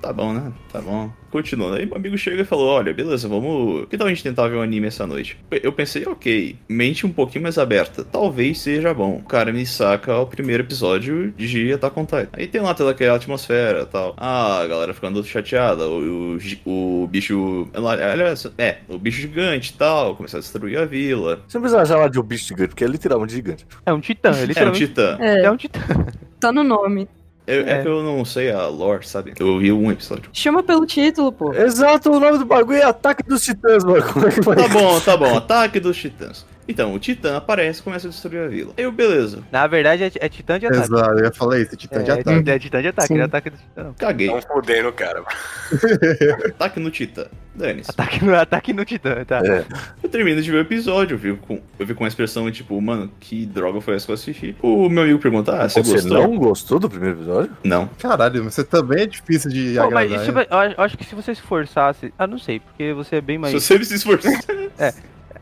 [SPEAKER 2] Tá bom, né? Tá bom. Continuando, aí meu amigo chega e falou: Olha, beleza, vamos. Que tal a gente tentar ver um anime essa noite? Eu pensei, ok, mente um pouquinho mais aberta. Talvez seja bom. O cara me saca o primeiro episódio de Attack on Titan. Aí tem lá toda aquela atmosfera e tal. Ah, a galera ficando chateada. O, o, gi- o bicho. Aliás, é, o bicho gigante e tal. Começar a destruir a vila.
[SPEAKER 1] Você não precisa chamar de um bicho gigante, porque é literalmente gigante.
[SPEAKER 6] É um titã, ele
[SPEAKER 2] É um
[SPEAKER 6] literalmente.
[SPEAKER 2] titã.
[SPEAKER 5] É,
[SPEAKER 6] É um titã.
[SPEAKER 5] tá no nome.
[SPEAKER 2] Eu- é.
[SPEAKER 6] É.
[SPEAKER 2] que eu não sei a lore, sabe? Eu vi um episódio.
[SPEAKER 5] Chama pelo título, pô.
[SPEAKER 1] É Exato, o nome do bagulho é Ataque dos Titãs, mano. Como é que vai?
[SPEAKER 2] Tá bom, tá bom. Ataque dos titãs. Então, o titã aparece e começa a destruir a vila. Eu, beleza.
[SPEAKER 6] Na verdade, é, é titã de ataque.
[SPEAKER 3] Exato, eu ia falar isso, Titã de
[SPEAKER 6] é,
[SPEAKER 3] ataque.
[SPEAKER 6] É titã de ataque,
[SPEAKER 5] Sim.
[SPEAKER 6] ele é ataque do titã. não.
[SPEAKER 2] Caguei.
[SPEAKER 4] Tão fudendo, cara. <laughs>
[SPEAKER 2] Ataque no Titã. Dane-se.
[SPEAKER 6] Ataque no, ataque no titã, tá?
[SPEAKER 1] É.
[SPEAKER 2] Eu termino de ver o episódio, eu vi com, eu vi com uma expressão tipo, mano, que droga foi essa que eu assisti. O meu amigo pergunta, ah, você,
[SPEAKER 1] Você,
[SPEAKER 2] gostou?
[SPEAKER 1] não gostou do primeiro episódio?
[SPEAKER 2] Não.
[SPEAKER 3] Caralho, mas você também é difícil de
[SPEAKER 6] Pô,
[SPEAKER 3] agradar.
[SPEAKER 6] mas
[SPEAKER 3] né?
[SPEAKER 6] isso vai- eu acho- eu acho que se você se forçasse. Ah, não sei, porque você é bem mais.
[SPEAKER 2] Se você se esforçar.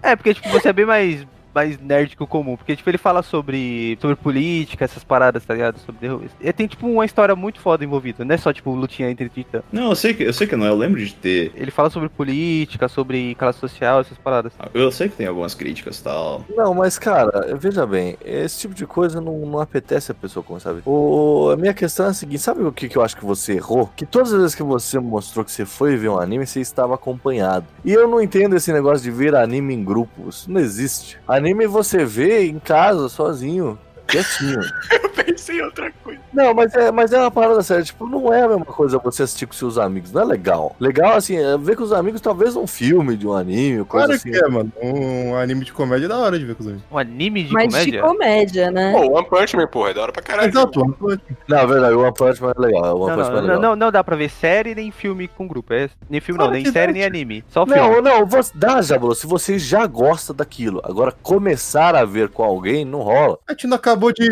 [SPEAKER 6] É, porque, tipo, você é bem mais, mais nerd que o comum. Porque, tipo, ele fala sobre, sobre política, essas paradas, tá ligado? Sobre derru- e Tem, tipo, uma história muito foda envolvida. Não é só, tipo, lutinha entre titã.
[SPEAKER 2] Não, eu sei, que, eu sei que não, eu lembro de ter.
[SPEAKER 6] Ele fala sobre política, sobre classe social, essas paradas.
[SPEAKER 2] Eu sei que tem algumas críticas e tal.
[SPEAKER 1] Não, mas cara, veja bem, esse tipo de coisa não, não apetece a pessoa como sabe. O, a minha questão é a seguinte: sabe o que, que eu acho que você errou? Que todas as vezes que você mostrou que você foi ver um anime, você estava acompanhado. E eu não entendo esse negócio de ver anime em grupos. Isso não existe. Anime você vê em casa, sozinho. Quietinho.
[SPEAKER 4] Eu pensei em outra coisa.
[SPEAKER 1] Não, mas é, mas é uma parada séria. Tipo, não é a mesma coisa você assistir com seus amigos. Não é legal. Legal, assim, é ver com os amigos talvez um filme de um anime, coisa
[SPEAKER 3] Claro
[SPEAKER 1] assim.
[SPEAKER 3] que é, mano. Um anime de comédia é da hora de ver com os amigos.
[SPEAKER 6] Um anime de
[SPEAKER 2] tipo,
[SPEAKER 5] Mas de
[SPEAKER 6] comédia?
[SPEAKER 5] comédia, né?
[SPEAKER 4] Pô, One Punch Man, porra, é da hora pra caralho.
[SPEAKER 3] Exato, One Punch.
[SPEAKER 1] Não, é verdade, o One Punch Man é legal. O One
[SPEAKER 6] Não,
[SPEAKER 1] Punch Man é
[SPEAKER 6] não,
[SPEAKER 1] legal.
[SPEAKER 6] não, não, não dá pra ver série nem filme com grupo. É, nem filme não,
[SPEAKER 3] Claro
[SPEAKER 6] nem
[SPEAKER 3] que
[SPEAKER 6] série
[SPEAKER 3] dá,
[SPEAKER 6] nem anime. Só filme.
[SPEAKER 1] Não, não, você dá, Jabulô, se você já gosta daquilo. Agora, começar a ver com alguém não rola.
[SPEAKER 3] A gente não acabou de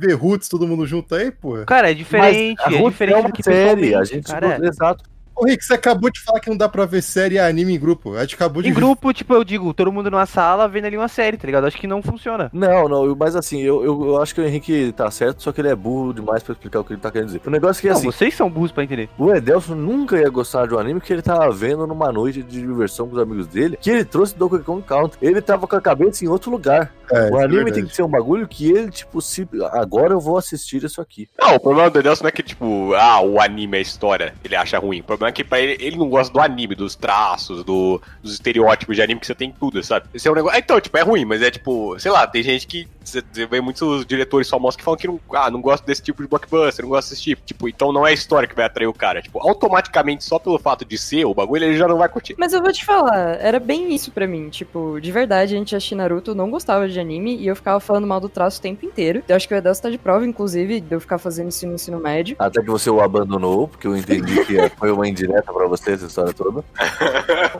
[SPEAKER 3] ver Roots todo mundo junto aí, porra.
[SPEAKER 6] Cara, é diferente.
[SPEAKER 1] Mas a
[SPEAKER 6] é
[SPEAKER 1] Ruth
[SPEAKER 6] diferente
[SPEAKER 1] é uma
[SPEAKER 6] do que
[SPEAKER 1] série, a
[SPEAKER 6] pessoalmente,
[SPEAKER 1] gente...
[SPEAKER 6] cara.
[SPEAKER 1] Exato.
[SPEAKER 3] Ô, Rick, você acabou de falar que não dá pra ver série e anime em grupo. A gente acabou de.
[SPEAKER 6] Em grupo, tipo, eu digo, todo mundo numa sala vendo ali uma série, tá ligado? Acho que não funciona.
[SPEAKER 1] Não, não, eu- mas assim, eu, eu, eu acho que o Henrique tá certo, só que ele é burro demais pra explicar o que ele tá querendo dizer. O negócio é que,
[SPEAKER 6] Não,
[SPEAKER 1] assim,
[SPEAKER 6] vocês são burros
[SPEAKER 1] <laughs>
[SPEAKER 6] pra entender.
[SPEAKER 1] O Edelson nunca ia gostar de um anime que ele tava vendo numa noite de diversão com os amigos dele, que ele trouxe Donkey Kong Country. Ele tava com a cabeça em outro lugar.
[SPEAKER 3] É, isso
[SPEAKER 1] o
[SPEAKER 3] é
[SPEAKER 1] anime
[SPEAKER 3] verdade.
[SPEAKER 1] tem que ser um bagulho que ele, tipo, se... agora eu vou assistir isso aqui.
[SPEAKER 4] Não, o problema do Nelson não é que, tipo, ah, o anime é história, ele acha ruim. O problema problema é que pra ele, ele não gosta do anime, dos traços, do, dos estereótipos de anime que você tem em tudo, sabe? Esse é um negócio. ah, Então, tipo, é ruim, mas é tipo, sei lá, tem gente que. Você você vê muitos diretores famosos que falam que não, ah, não gosto desse tipo de blockbuster, não gosto desse tipo. Tipo, então não é a história que vai atrair o cara. Tipo, automaticamente, só pelo fato de ser o bagulho, ele já não vai curtir.
[SPEAKER 5] Mas eu vou te falar, era bem isso pra mim. Tipo, de verdade, a gente assistia Naruto, não gostava de anime e eu ficava falando mal do traço o tempo inteiro. Eu acho que o Edelso tá de prova, inclusive, de eu ficar fazendo isso no ensino médio.
[SPEAKER 1] Até que você o abandonou, porque eu entendi que foi uma indireta pra você essa história toda.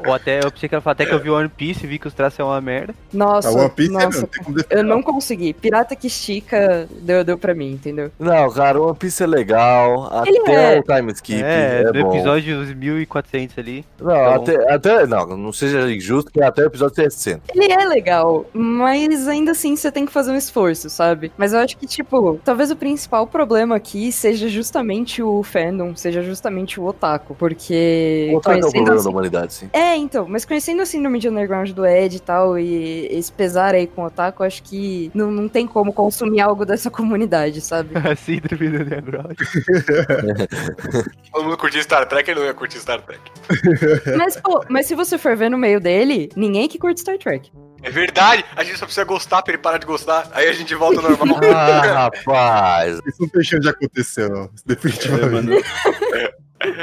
[SPEAKER 6] Ou até, eu pensei que ela falou, até que eu vi One Piece e vi que os traços é uma merda.
[SPEAKER 5] Nossa,
[SPEAKER 3] A One Piece é,
[SPEAKER 5] nossa,
[SPEAKER 3] não tem como defender.
[SPEAKER 5] eu não consegui. Pirata que estica deu, deu pra mim, entendeu?
[SPEAKER 1] Não, cara, One Piece é legal,
[SPEAKER 5] Ele
[SPEAKER 1] até
[SPEAKER 5] é.
[SPEAKER 1] o time skip
[SPEAKER 6] é,
[SPEAKER 1] é,
[SPEAKER 6] do
[SPEAKER 1] bom.
[SPEAKER 6] episódio dos 1400 ali. <laughs>
[SPEAKER 1] Não,
[SPEAKER 6] Então-
[SPEAKER 1] até, até- não, não seja injusto, que é até o episódio 60.
[SPEAKER 5] Ele é legal, mas ainda assim você tem que fazer um esforço, sabe? Mas eu acho que, tipo, talvez o principal problema aqui seja justamente o fandom, seja justamente o otaku, porque.
[SPEAKER 1] O Otaku é o
[SPEAKER 5] conhecendo
[SPEAKER 1] problema
[SPEAKER 5] assim-
[SPEAKER 1] da humanidade, sim.
[SPEAKER 5] É, então, mas conhecendo a síndrome de underground do Ed e tal, e esse pesar aí com o otaku, eu acho que não, não tem como consumir algo dessa comunidade,
[SPEAKER 1] <laughs>
[SPEAKER 5] sabe?
[SPEAKER 6] Síndrome Assim, do underground.
[SPEAKER 4] Todo mundo curtia Star Trek, ele não ia curtir Star Trek.
[SPEAKER 5] mas, pô, mas se você for ver no meio dele, ninguém que curte Star Trek.
[SPEAKER 4] É verdade, a gente só precisa gostar pra ele parar de gostar, aí a gente volta ao <laughs> normal.
[SPEAKER 1] Ah, rapaz.
[SPEAKER 3] Isso não deixou de acontecer, não. <laughs>
[SPEAKER 2] É,
[SPEAKER 3] Definitivamente.
[SPEAKER 2] mano.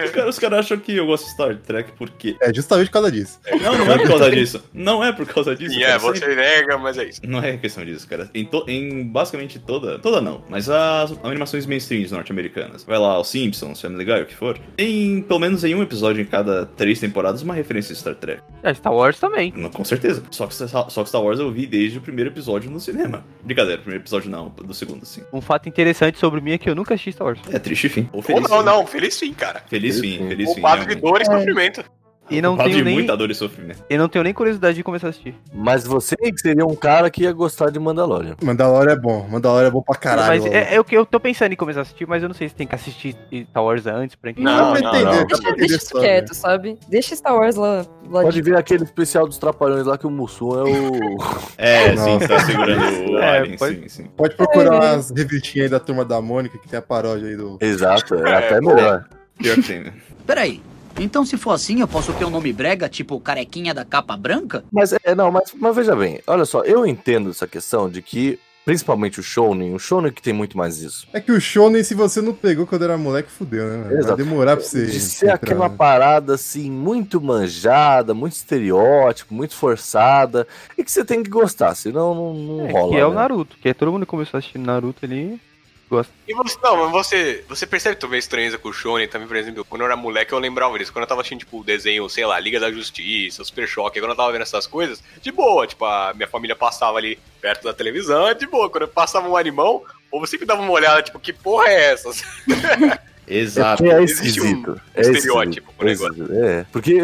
[SPEAKER 2] Os caras os caras acham que eu gosto de Star Trek porque.
[SPEAKER 3] É, justamente por causa disso.
[SPEAKER 2] Não, não é por causa disso. Não é por causa disso.
[SPEAKER 4] E é,
[SPEAKER 2] cara. Sempre-
[SPEAKER 4] você nega, mas é isso.
[SPEAKER 2] Não é questão disso, cara. Em, to- em basicamente toda. Toda não, mas as animações mainstreams norte-americanas. Vai lá, os Simpsons, Family Guy, o que for. Tem, pelo menos em um episódio em cada três temporadas, uma referência de Star Trek.
[SPEAKER 6] Ah, Star Wars também.
[SPEAKER 2] Não, Com certeza. Só que, só que Star Wars eu vi desde o primeiro episódio no cinema. Brincadeira, primeiro episódio não, do segundo, sim.
[SPEAKER 6] Um fato interessante sobre mim é que eu nunca assisti Star Wars.
[SPEAKER 2] É triste fim. Ou
[SPEAKER 4] Ou
[SPEAKER 2] feliz
[SPEAKER 4] não,
[SPEAKER 2] fim.
[SPEAKER 4] não, feliz fim, cara.
[SPEAKER 2] Feliz
[SPEAKER 1] Feliz
[SPEAKER 2] fim,
[SPEAKER 1] fim.
[SPEAKER 2] feliz né, fim.
[SPEAKER 4] Culpado de
[SPEAKER 2] realmente.
[SPEAKER 4] dor e sofrimento.
[SPEAKER 6] E não
[SPEAKER 2] Culpado
[SPEAKER 6] tenho,
[SPEAKER 2] de
[SPEAKER 6] nem,
[SPEAKER 2] muita dor e sofrimento.
[SPEAKER 6] eu não tenho nem curiosidade de começar a assistir.
[SPEAKER 1] Mas você que seria um cara que ia gostar de Mandalorian.
[SPEAKER 3] Mandalorian é bom. Mandalorian é bom pra caralho.
[SPEAKER 6] mas
[SPEAKER 3] mano.
[SPEAKER 6] é, é o que eu tô pensando em começar a assistir, mas eu não sei se tem que assistir Star Wars antes pra entender.
[SPEAKER 4] Não,
[SPEAKER 3] Dá pra
[SPEAKER 4] não,
[SPEAKER 3] entender,
[SPEAKER 4] não.
[SPEAKER 3] dá pra
[SPEAKER 5] Deixa,
[SPEAKER 3] entender
[SPEAKER 5] deixa
[SPEAKER 3] a
[SPEAKER 5] isso
[SPEAKER 3] história.
[SPEAKER 5] quieto, sabe? Deixa Star Wars lá. lá
[SPEAKER 1] Pode
[SPEAKER 5] de-
[SPEAKER 1] ver aquele especial dos Trapalhões lá que o Mussum é o.
[SPEAKER 2] É, sim,
[SPEAKER 3] Nossa.
[SPEAKER 2] tá segurando o
[SPEAKER 6] <laughs> É,
[SPEAKER 2] Alien,
[SPEAKER 6] pode-
[SPEAKER 2] sim, sim.
[SPEAKER 3] Pode
[SPEAKER 5] É, né?
[SPEAKER 3] procurar as revistinhas aí da turma da Mônica, que tem a paródia aí do.
[SPEAKER 1] Exato, é até
[SPEAKER 4] É,
[SPEAKER 1] melhor.
[SPEAKER 2] Pior que tem, né?
[SPEAKER 10] Peraí, então se for assim eu posso ter um nome brega, tipo carequinha da capa branca?
[SPEAKER 1] Mas é, não, mas, mas veja bem, olha só, eu entendo essa questão de que, principalmente o Shonen, o Shonen que tem muito mais isso.
[SPEAKER 3] É que o Shonen, se você não pegou quando era moleque, fudeu, né? mano? Vai
[SPEAKER 1] Exato.
[SPEAKER 3] demorar pra você.
[SPEAKER 1] De ser
[SPEAKER 3] entrar,
[SPEAKER 1] aquela
[SPEAKER 3] né?
[SPEAKER 1] parada assim, muito manjada, muito estereótipo, muito forçada, e que você tem que gostar, senão não, não
[SPEAKER 6] É,
[SPEAKER 1] rola.
[SPEAKER 6] que é o
[SPEAKER 1] né?
[SPEAKER 6] Naruto, que é todo mundo que começou a assistir Naruto ali.
[SPEAKER 4] E você, não, mas você, você percebe talvez estranheza com o Shonen também, por exemplo, quando eu era moleque eu lembrava disso, quando eu tava assistindo, tipo, o desenho, sei lá, Liga da Justiça, Super Choque, quando eu tava vendo essas coisas, de boa, tipo, a minha família passava ali perto da televisão, de boa, quando eu passava um animão, ou você que dava uma olhada, tipo, que porra é essa? <laughs>
[SPEAKER 1] É
[SPEAKER 2] Exato.
[SPEAKER 1] porque é
[SPEAKER 4] Existe um
[SPEAKER 1] esquisito. é
[SPEAKER 4] estereótipo pro
[SPEAKER 1] esquisito, É, porque,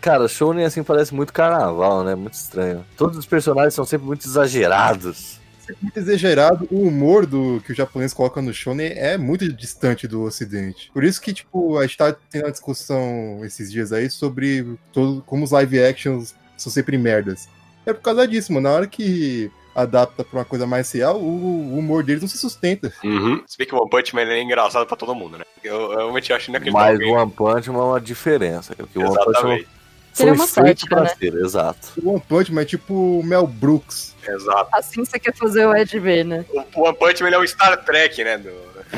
[SPEAKER 1] cara, Shonen assim parece muito carnaval, né? Muito estranho. Todos os personagens são sempre muito exagerados.
[SPEAKER 3] muito exagerado. O humor do que o japonês coloca no shonen é muito distante do ocidente. Por isso que, tipo, a gente tá tendo uma discussão esses dias aí sobre todo, como os live actions são sempre merdas. É por causa disso, mano. Na hora que adapta pra uma coisa mais real, o, o humor deles não se sustenta.
[SPEAKER 4] Uhum. Se bem que o One Punch Man ele é engraçado pra todo mundo, né? Eu, eu realmente acho inacreditável.
[SPEAKER 1] Mas o One Punch Man é uma diferença. Porque o One Punch Man
[SPEAKER 4] Exatamente,
[SPEAKER 1] foi
[SPEAKER 5] Ele é uma
[SPEAKER 1] feito
[SPEAKER 5] sátira,
[SPEAKER 1] pra
[SPEAKER 5] né?
[SPEAKER 1] ser, exato.
[SPEAKER 3] O One Punch Man é tipo o Mel Brooks.
[SPEAKER 4] exato.
[SPEAKER 5] Assim você quer fazer o Ed ver, né?
[SPEAKER 4] O o One Punch Man ele é o Star Trek, né? do-
[SPEAKER 1] <laughs>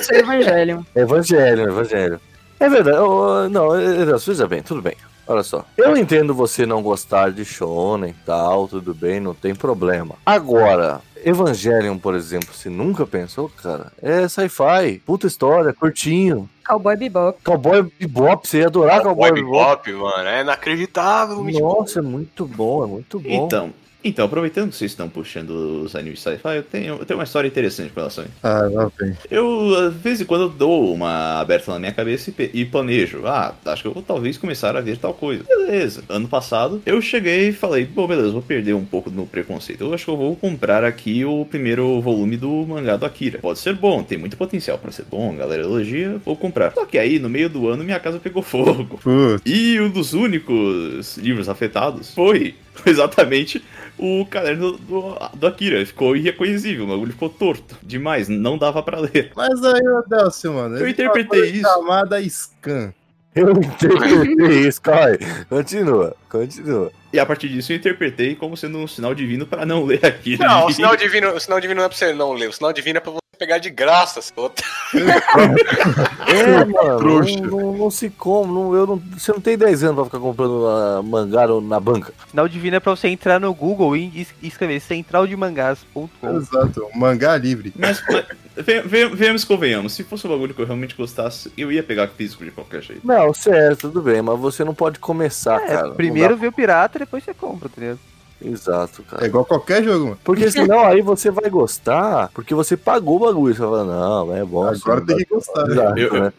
[SPEAKER 5] Isso é Evangelion.
[SPEAKER 1] Evangelho, evangelho. É verdade. eu- não, eu- veja bem, tudo bem. Olha só. Eu entendo você não gostar de Shonen e tal, tudo bem, não tem problema. Agora, Evangelion, por exemplo, se nunca pensou, cara, é sci-fi, puta história, curtinho.
[SPEAKER 5] Cowboy
[SPEAKER 1] <laughs>
[SPEAKER 5] Bebop.
[SPEAKER 1] Cowboy Bebop, você ia adorar Cowboy,
[SPEAKER 4] Cowboy
[SPEAKER 1] Bebop.
[SPEAKER 4] Bebop, mano, é inacreditável. muito bom.
[SPEAKER 1] Nossa, é muito bom, é muito bom.
[SPEAKER 2] Então, então, aproveitando que vocês estão puxando os animes sci-fi, eu tenho, eu tenho uma história interessante com relação a isso.
[SPEAKER 3] Ah, lá vem.
[SPEAKER 2] Eu, de vez em quando, eu dou uma aberta na minha cabeça e, pe- e planejo. Ah, acho que eu vou talvez começar a ver tal coisa. Beleza. Ano passado, eu cheguei e falei, bom, beleza, vou perder um pouco do meu preconceito. Eu acho que eu vou comprar aqui o primeiro volume do mangá do Akira. Pode ser bom, tem muito potencial pra ser bom, a galera elogia, vou comprar. Só que aí, no meio do ano, minha casa pegou <laughs> fogo.
[SPEAKER 3] Putz,
[SPEAKER 2] E um dos únicos livros afetados foi <laughs> exatamente o caderno do, do Akira. Ele ficou irreconhecível, o bagulho ficou torto demais, não dava pra ler.
[SPEAKER 3] Mas aí, meu Deus, assim, mano.
[SPEAKER 2] Eu interpretei isso.
[SPEAKER 3] Chamada Scan.
[SPEAKER 1] Eu interpretei isso, Kai. Continua, continua.
[SPEAKER 2] E a partir disso eu interpretei como sendo um sinal divino pra não ler Akira.
[SPEAKER 4] Não, o sinal divino, o sinal divino não é pra você não ler, o sinal divino é pra você pegar de graça, seu otário.
[SPEAKER 1] É, mano, não, não- não se come, não, eu não, você não tem 10 anos pra ficar comprando ah, mangá no- na banca.
[SPEAKER 6] Sinal divino é pra você entrar no Google e es- e escrever centraldemangás.com.
[SPEAKER 3] Exato, um mangá livre.
[SPEAKER 2] <laughs> Mas, mas ve- ve- venhamos e convenhamos, se fosse um bagulho que eu realmente gostasse, eu ia pegar físico de qualquer jeito.
[SPEAKER 1] Não, certo, tudo bem, mas você não pode começar, cara.
[SPEAKER 6] É,
[SPEAKER 1] não
[SPEAKER 6] primeiro vê o pirata, depois você compra, tá ligado?
[SPEAKER 1] dá- Exato,
[SPEAKER 3] É
[SPEAKER 1] cara.
[SPEAKER 3] igual qualquer jogo, mano.
[SPEAKER 1] Porque senão aí você vai gostar, porque você pagou o bagulho. Você fala, não, é bom.
[SPEAKER 3] Agora
[SPEAKER 1] sim,
[SPEAKER 3] tem que
[SPEAKER 1] tá-
[SPEAKER 3] gostar, né?
[SPEAKER 1] Exato,
[SPEAKER 2] Eu- eu-
[SPEAKER 1] né?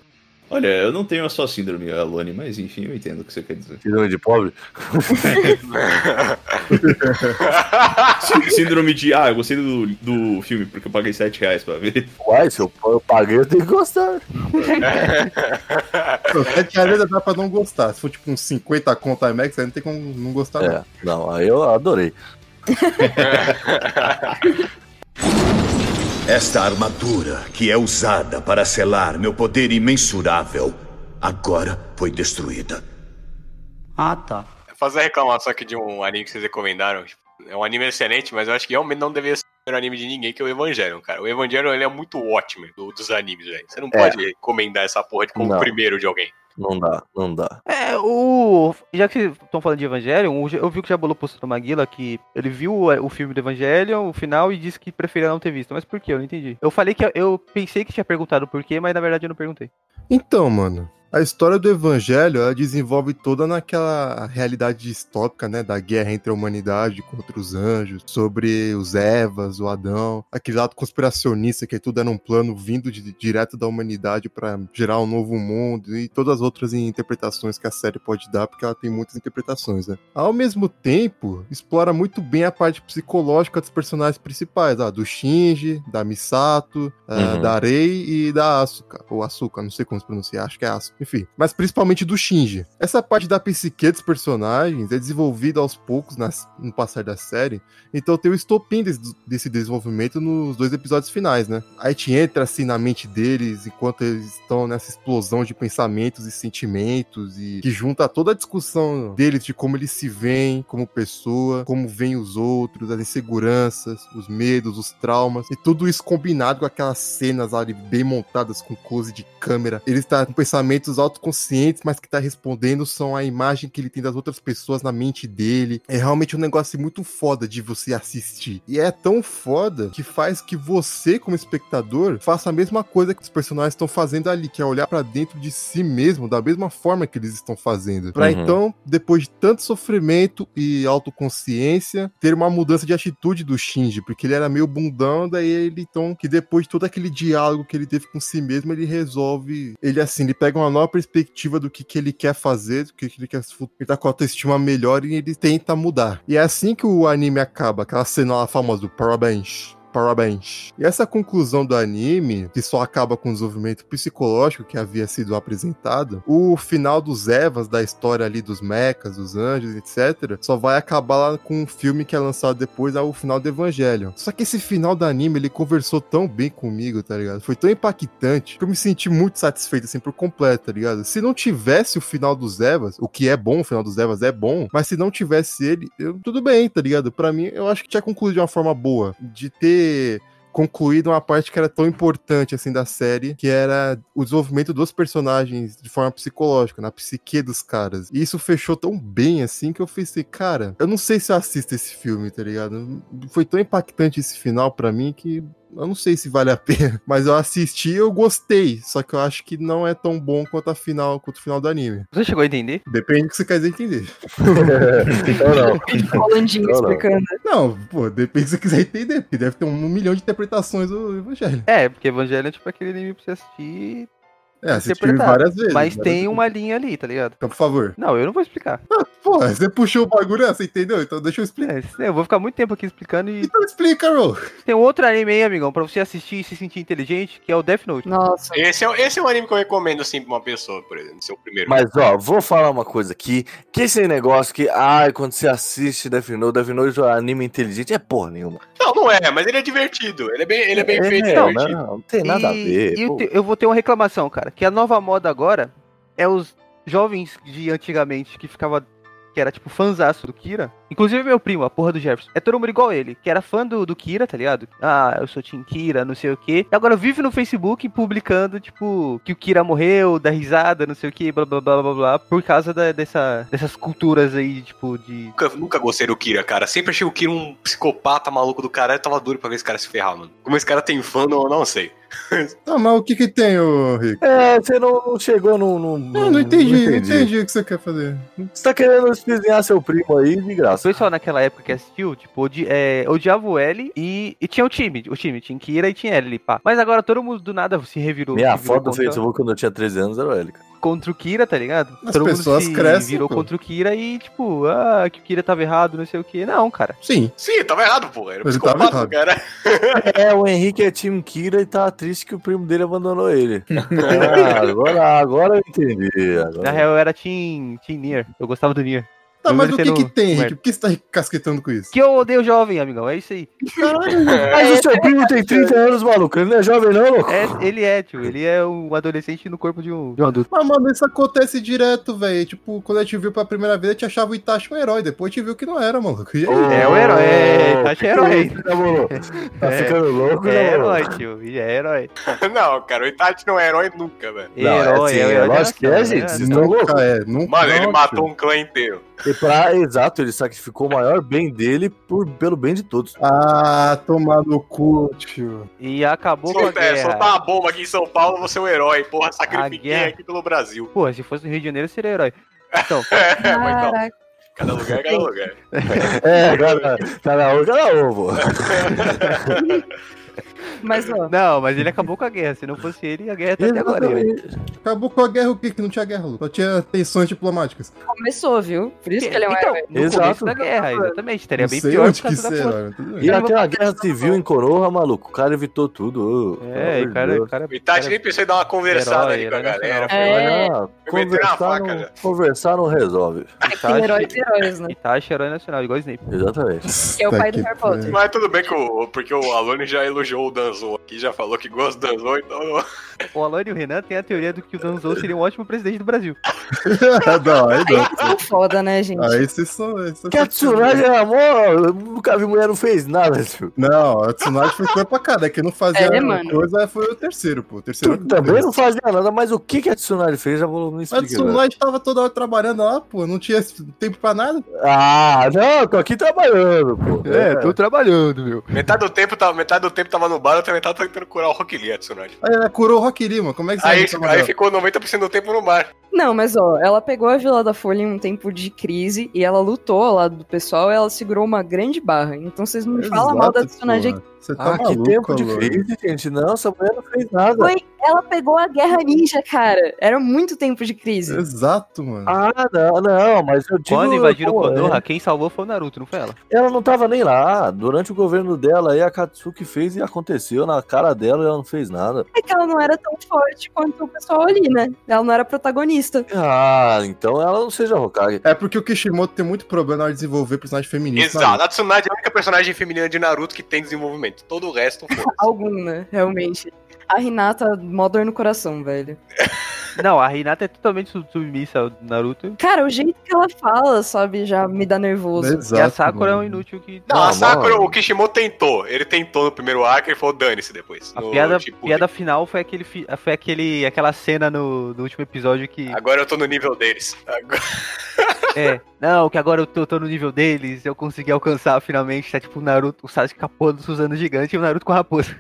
[SPEAKER 2] Olha, eu não tenho a sua síndrome, Alone, mas enfim, eu entendo o que você quer
[SPEAKER 4] <laughs>
[SPEAKER 2] dizer.
[SPEAKER 1] Síndrome de pobre.
[SPEAKER 2] Sí- Síndrome de, ah, eu gostei do, do filme porque eu paguei 7 reais pra ver.
[SPEAKER 1] Uai, se eu, eu paguei, eu tenho que gostar.
[SPEAKER 3] Pô, Sete reais ainda dá pra não gostar. Se for tipo uns 50 conto IMAX, aí não tem como não gostar. não.
[SPEAKER 1] É, não, aí eu adorei.
[SPEAKER 11] Esta armadura, que é usada para selar meu poder imensurável, agora foi destruída.
[SPEAKER 10] Ah, tá.
[SPEAKER 4] <laughs> Fazer a reclamação aqui de um anime que vocês recomendaram. tipo, É um anime excelente, mas eu acho que realmente não deveria ser o anime de ninguém, que é o Evangelion, cara. O Evangelion ele é muito ótimo do- dos animes, velho. Você não pode recomendar essa porra de como
[SPEAKER 1] É. Não.
[SPEAKER 4] primeiro de alguém.
[SPEAKER 1] Não dá,
[SPEAKER 3] <laughs>
[SPEAKER 1] não dá.
[SPEAKER 6] É, o. Já que vocês estão falando de Evangelion, o- eu vi que já bolou posto do Maguila que ele viu é, o filme do Evangelion, o final, e disse que preferia não ter visto. Mas por que? Eu não entendi. Eu falei que eu- eu pensei que tinha perguntado por quê, mas na verdade eu não perguntei.
[SPEAKER 3] Então, mano, a história do Evangelho ela desenvolve toda naquela realidade distópica, né? Da guerra entre a humanidade contra os anjos, sobre os Evas, o Adão, aquele lado conspiracionista que tudo era um plano vindo de- direto da humanidade pra gerar um novo mundo e todas as outras interpretações que a série pode dar, porque ela tem muitas interpretações, né? Ao mesmo tempo, explora muito bem a parte psicológica dos personagens principais, ah, do Shinji, da Misato, ah,
[SPEAKER 2] Uhum.
[SPEAKER 3] da Rei e da Asuka, ou Asuka, não sei como se pronuncia, acho que é Asuka, enfim. Mas principalmente do Shinji. Essa parte da psique dos personagens é desenvolvida aos poucos nas- no passar da série, então tem o estopim desse, desse desenvolvimento nos dois episódios finais, né? A gente entra assim na mente deles enquanto eles estão nessa explosão de pensamentos e sentimentos e que junta toda a discussão deles de como eles se veem como pessoa, como veem os outros, as inseguranças, os medos, os traumas e tudo isso combinado com aquelas cenas ali bem montadas com close de câmera. Ele está com pensamentos autoconscientes, mas que tá respondendo são a imagem que ele tem das outras pessoas na mente dele. É realmente um negócio muito foda de você assistir. E é tão foda que faz que você, como espectador, faça a mesma coisa que os personagens estão fazendo ali, que é olhar pra dentro de si mesmo, da mesma forma que eles estão fazendo. Pra
[SPEAKER 1] Uhum.
[SPEAKER 3] então, depois de tanto sofrimento e autoconsciência, ter uma mudança de atitude do Shinji, porque ele era meio bundão, daí ele então, que depois de todo aquele diálogo que ele teve com si mesmo, ele resolve, ele assim, ele pega uma nova perspectiva do que, que ele quer fazer, do que, que ele quer, se fu- ele tá com a autoestima melhor e ele tenta mudar. E é assim que o anime acaba, aquela cena lá famosa do Parabéns. Parabéns. E essa conclusão do anime, que só acaba com o desenvolvimento psicológico que havia sido apresentado, o final dos Evas, da história ali dos mechas, dos anjos, etc., só vai acabar lá com um filme que é lançado depois, é o final do Evangelho. Só que esse final do anime, ele conversou tão bem comigo, tá ligado? Foi tão impactante que eu me senti muito satisfeito, assim, por completo, tá ligado? Se não tivesse o final dos Evas, o que é bom, o final dos Evas é bom, mas se não tivesse ele, eu- tudo bem, tá ligado? Pra mim, eu acho que tinha concluído de uma forma boa, de ter concluído uma parte que era tão importante assim da série, que era o desenvolvimento dos personagens de forma psicológica, na psique dos caras. E isso fechou tão bem assim que eu pensei, cara, eu não sei se eu assisto esse filme, tá ligado? Foi tão impactante esse final pra mim que eu não sei se vale a <laughs> pena, mas eu assisti e eu gostei, só que eu acho que não é tão bom quanto a final, quanto o final do anime.
[SPEAKER 6] Você chegou a entender?
[SPEAKER 3] Depende do que você quer entender.
[SPEAKER 1] Então não.
[SPEAKER 5] Rolandinho
[SPEAKER 1] Não, não.
[SPEAKER 5] explicando.
[SPEAKER 3] Não, pô, depende do que você quiser entender, porque deve ter um milhão de interpretações do Evangelho.
[SPEAKER 6] É, porque Evangelho é tipo aquele anime pra você assistir
[SPEAKER 3] É, assisti
[SPEAKER 6] interpretada.
[SPEAKER 3] várias vezes,
[SPEAKER 6] Mas
[SPEAKER 3] várias
[SPEAKER 6] tem
[SPEAKER 3] vezes.
[SPEAKER 6] uma linha ali, tá ligado?
[SPEAKER 3] Então, por favor.
[SPEAKER 6] Não, eu não vou explicar.
[SPEAKER 3] Pô, você puxou o bagulho, ah, você entendeu? Então deixa eu explicar.
[SPEAKER 6] eu vou ficar muito tempo aqui explicando e.
[SPEAKER 3] Então explica, bro.
[SPEAKER 6] Tem um outro anime aí, amigão, pra você assistir e se sentir inteligente, que é o Death Note.
[SPEAKER 5] Nossa.
[SPEAKER 4] Esse <laughs> é, esse é um anime que eu recomendo, assim, pra uma pessoa, por exemplo, ser o primeiro.
[SPEAKER 1] Mas ó, vou falar uma coisa aqui, que esse negócio que, ai, quando você assiste Death Note, Death Note é um anime inteligente, é porra nenhuma.
[SPEAKER 4] Não, não é, mas ele é divertido. Ele é bem, ele é bem feito.
[SPEAKER 1] não, não, não tem nada a
[SPEAKER 6] E-
[SPEAKER 1] ver.
[SPEAKER 6] e eu,
[SPEAKER 1] pô.
[SPEAKER 6] te- eu vou ter uma reclamação, cara. Que a nova moda agora é os jovens de antigamente que ficava. Que era tipo fãzaço do Kira. Inclusive meu primo, a porra do Jefferson. É todo mundo igual ele, que era fã do, do Kira, tá ligado? Ah, eu sou Team Kira, não sei o quê. E agora vive no Facebook publicando, tipo, que o Kira morreu, dá risada, não sei o quê, blá blá blá blá blá. Por causa da- dessa, dessas culturas aí, tipo, de.
[SPEAKER 4] Nunca, nunca gostei do Kira, cara. Sempre achei o Kira um psicopata maluco do caralho. Tava duro pra ver esse cara se ferrar, mano. Como esse cara tem fã, eu não sei.
[SPEAKER 3] Tá, mas o que que tem, ô Rico?
[SPEAKER 1] É, você não, não chegou num. num-
[SPEAKER 3] Não, não entendi, não entendi o que você quer fazer.
[SPEAKER 1] Você tá querendo espezinhar seu primo aí de
[SPEAKER 6] O
[SPEAKER 1] graça.
[SPEAKER 6] pessoal naquela época que assistiu, tipo, odi é, odiava o L e, e tinha o time. O time tinha Kira e tinha L, pá. Mas agora todo mundo do nada se revirou.
[SPEAKER 1] Minha
[SPEAKER 6] se virou
[SPEAKER 1] foto do
[SPEAKER 6] contra,
[SPEAKER 1] Facebook quando eu tinha 13 anos era o Helica.
[SPEAKER 6] contra o Kira, tá ligado?
[SPEAKER 3] As
[SPEAKER 6] todo
[SPEAKER 3] pessoas
[SPEAKER 6] mundo se
[SPEAKER 3] crescem,
[SPEAKER 6] virou
[SPEAKER 3] pô.
[SPEAKER 6] contra o Kira e, tipo, ah, que o Kira tava errado, não sei o que. Não, cara.
[SPEAKER 3] Sim.
[SPEAKER 4] Sim, tava errado, pô. Era um
[SPEAKER 3] Ele tava
[SPEAKER 4] psicopata,
[SPEAKER 3] errado.
[SPEAKER 4] cara.
[SPEAKER 1] É, o Henrique é time Kira e tá triste que o primo dele abandonou
[SPEAKER 6] <laughs>
[SPEAKER 1] ele. Ah, agora, agora eu entendi.
[SPEAKER 6] Na
[SPEAKER 1] Agora.
[SPEAKER 6] real, eu era Team, team Nier. Eu gostava do Nier.
[SPEAKER 3] Tá,
[SPEAKER 6] Eu
[SPEAKER 3] mas o
[SPEAKER 6] vou
[SPEAKER 3] que
[SPEAKER 6] descer
[SPEAKER 3] que
[SPEAKER 6] no-
[SPEAKER 3] tem,
[SPEAKER 6] Ué.
[SPEAKER 3] Rick? Por que você tá casquetando com isso?
[SPEAKER 6] Que eu odeio jovem, amigão. É isso aí.
[SPEAKER 1] Mas o seu primo tem 30 anos, maluco. Ele não é jovem, não, louco?
[SPEAKER 6] É, ele é, tio. Ele é um adolescente no corpo de um, de um adulto.
[SPEAKER 3] Mas, Ah, mano, isso acontece direto, velho. Tipo, quando eu te viu pela primeira vez, eu te achava o Itachi um herói. Depois eu te viu que não era, maluco. E aí?
[SPEAKER 6] É o herói. É, tá herói.
[SPEAKER 1] Tá
[SPEAKER 6] É.
[SPEAKER 1] ficando louco,
[SPEAKER 6] É
[SPEAKER 1] né, mano?
[SPEAKER 6] herói, tio. Ele é herói.
[SPEAKER 4] Não, cara, <laughs> o Itachi não é herói nunca, velho.
[SPEAKER 1] Não, é
[SPEAKER 6] Herói,
[SPEAKER 1] assim,
[SPEAKER 6] é o
[SPEAKER 1] é
[SPEAKER 6] herói da
[SPEAKER 1] lógico que é,
[SPEAKER 6] nação,
[SPEAKER 1] gente,
[SPEAKER 6] né?
[SPEAKER 1] vocês estão loucos.
[SPEAKER 3] Nunca é, nunca.
[SPEAKER 4] Mano, ele
[SPEAKER 3] Não,
[SPEAKER 4] matou um clã inteiro.
[SPEAKER 1] E pra, exato, ele sacrificou o maior bem dele por, pelo bem de
[SPEAKER 6] <laughs>
[SPEAKER 1] todos.
[SPEAKER 3] Ah, tomar no cu, tio.
[SPEAKER 6] E acabou com a
[SPEAKER 4] Solta, é,
[SPEAKER 6] guerra.
[SPEAKER 4] soltar uma bomba aqui em São Paulo, você é um herói. Porra,
[SPEAKER 6] guerra.
[SPEAKER 4] sacrifiquei aqui pelo Brasil. <laughs>
[SPEAKER 6] Porra, se fosse no Rio de Janeiro, seria herói. Então,
[SPEAKER 4] É, mas não.
[SPEAKER 5] Caraca.
[SPEAKER 4] Cada lugar é cada lugar.
[SPEAKER 1] É, cara, cada um, cada um, pô.
[SPEAKER 5] Mas, ó,
[SPEAKER 6] não, mas ele acabou com a guerra. Se não fosse ele, a guerra tá até agora. aí, velho.
[SPEAKER 3] Acabou com a guerra o quê? Que não tinha guerra, Lu. Só tinha tensões diplomáticas.
[SPEAKER 5] começou, viu? Por isso que ele é um
[SPEAKER 6] então,
[SPEAKER 5] herói.
[SPEAKER 6] no começo
[SPEAKER 1] Exato.
[SPEAKER 6] da guerra, exatamente. Estaria
[SPEAKER 3] não
[SPEAKER 6] bem
[SPEAKER 3] sei
[SPEAKER 6] pior
[SPEAKER 3] onde
[SPEAKER 6] por
[SPEAKER 3] que
[SPEAKER 6] causa
[SPEAKER 3] isso
[SPEAKER 6] da
[SPEAKER 3] era,
[SPEAKER 6] porra.
[SPEAKER 3] mas tudo bem.
[SPEAKER 1] E até a guerra civil em Coroa, maluco, o cara evitou tudo. ô,
[SPEAKER 6] É,
[SPEAKER 1] pelo
[SPEAKER 6] e cara,
[SPEAKER 1] amor de
[SPEAKER 6] cara,
[SPEAKER 4] O Itachi
[SPEAKER 6] cara-
[SPEAKER 4] nem pensou em dar uma conversada
[SPEAKER 6] Herói,
[SPEAKER 4] ali com a
[SPEAKER 6] herói
[SPEAKER 4] galera.
[SPEAKER 6] nacional.
[SPEAKER 1] Deus. Mas, ah,
[SPEAKER 5] É,
[SPEAKER 4] Eu meti na
[SPEAKER 1] conversar,
[SPEAKER 4] faca,
[SPEAKER 1] não,
[SPEAKER 4] já.
[SPEAKER 1] conversar não resolve.
[SPEAKER 5] É que herói de heróis, né?
[SPEAKER 6] Itachi é herói nacional, igual Snape.
[SPEAKER 1] Exatamente.
[SPEAKER 5] Que é o
[SPEAKER 3] Tá
[SPEAKER 5] pai do
[SPEAKER 3] que
[SPEAKER 5] Harry Potter.
[SPEAKER 3] pariu.
[SPEAKER 4] Mas tudo bem que o. Porque o Alone já elogiou o Danzou aqui, já falou que gosta do Danzou, então.
[SPEAKER 6] O Alone e o Renan têm a teoria do que o Danzou seria um ótimo presidente do Brasil.
[SPEAKER 3] <laughs> não, aí
[SPEAKER 5] Aí eles são foda, né, gente?
[SPEAKER 3] não. Aí vocês são. né? aí vocês
[SPEAKER 1] Que é
[SPEAKER 3] são-
[SPEAKER 1] a Tsunade era mó. eu Nunca vi mulher, não fez nada, tio.
[SPEAKER 3] Não, a Tsunade foi coisa pra cada. Quem não fazia
[SPEAKER 5] É, mano.
[SPEAKER 3] coisa foi o terceiro, pô. O terceiro. é
[SPEAKER 1] Tu também não fazia nada, mas o que, que a Tsunade fez? Já vou me
[SPEAKER 3] A
[SPEAKER 1] explicar.
[SPEAKER 3] Tsunade tava toda hora trabalhando lá, pô. Não tinha tempo pra nada.
[SPEAKER 1] Ah, não, tô aqui trabalhando, pô. É,
[SPEAKER 6] trabalhando, meu.
[SPEAKER 4] Metade do tempo tava, metade do tempo tava no bar, outra metade tava tentando curar o Rock Lee, a Tsunade.
[SPEAKER 3] Aí ela curou o Rock Lee, mano. Como é que você
[SPEAKER 4] Aí,
[SPEAKER 3] vai reclamar
[SPEAKER 4] aí
[SPEAKER 3] dela?
[SPEAKER 4] ficou 90% do tempo no bar.
[SPEAKER 5] Não, mas ó, ela pegou a Vila da Folha em um tempo de crise e ela lutou ao lado do pessoal e ela segurou uma grande barra. Então vocês não falam mal da
[SPEAKER 3] Exato,
[SPEAKER 5] Tsunade
[SPEAKER 3] porra.
[SPEAKER 5] aqui.
[SPEAKER 3] Você tá
[SPEAKER 1] Ah, que
[SPEAKER 3] maluco,
[SPEAKER 1] tempo de
[SPEAKER 3] mano.
[SPEAKER 1] crise, gente. Não, essa mulher não fez nada.
[SPEAKER 5] Foi, ela pegou a Guerra Ninja, cara. Era muito tempo de crise.
[SPEAKER 3] Exato, mano.
[SPEAKER 1] Ah, não, não, mas eu digo...
[SPEAKER 6] Quando invadiram
[SPEAKER 1] pô, é,
[SPEAKER 6] Konoha, quem salvou foi o Naruto, não foi ela?
[SPEAKER 1] Ela não tava nem lá. Durante o governo dela, aí a Katsuki fez e aconteceu na cara dela e ela não fez nada.
[SPEAKER 5] É que ela não era tão forte quanto o pessoal ali, né? Ela não era protagonista.
[SPEAKER 1] Ah, então ela não seja Hokage.
[SPEAKER 3] É porque o Kishimoto tem muito problema na hora de desenvolver personagem feminino.
[SPEAKER 4] Exato. A Tsunade é a única personagem feminina de Naruto que tem desenvolvimento. Todo o resto
[SPEAKER 6] <laughs>
[SPEAKER 4] foi.
[SPEAKER 5] Algum, né? Realmente. A Renata, mó dor no coração, velho.
[SPEAKER 6] Não, a Hinata é totalmente su- submissa ao Naruto.
[SPEAKER 5] Cara, o jeito que ela fala, sabe, já me dá nervoso.
[SPEAKER 3] né? Exato,
[SPEAKER 6] e a Sakura é um
[SPEAKER 3] mano.
[SPEAKER 6] inútil que...
[SPEAKER 4] Não,
[SPEAKER 1] Não,
[SPEAKER 4] a Sakura,
[SPEAKER 1] mano.
[SPEAKER 4] o Kishimoto tentou. Ele tentou no primeiro arco e falou dane-se depois.
[SPEAKER 6] A
[SPEAKER 4] No tipo,
[SPEAKER 6] piada,
[SPEAKER 4] Shippuden.
[SPEAKER 6] piada final foi, aquele, fi- foi aquele, aquela cena no, no último episódio que.
[SPEAKER 4] <laughs> Agora eu tô no nível deles. Agora-
[SPEAKER 6] É, não, que agora eu tô, tô no nível deles, eu consegui alcançar finalmente. Tá tipo o Naruto, o Sasuke com a porra do Suzano gigante e o Naruto com a raposa.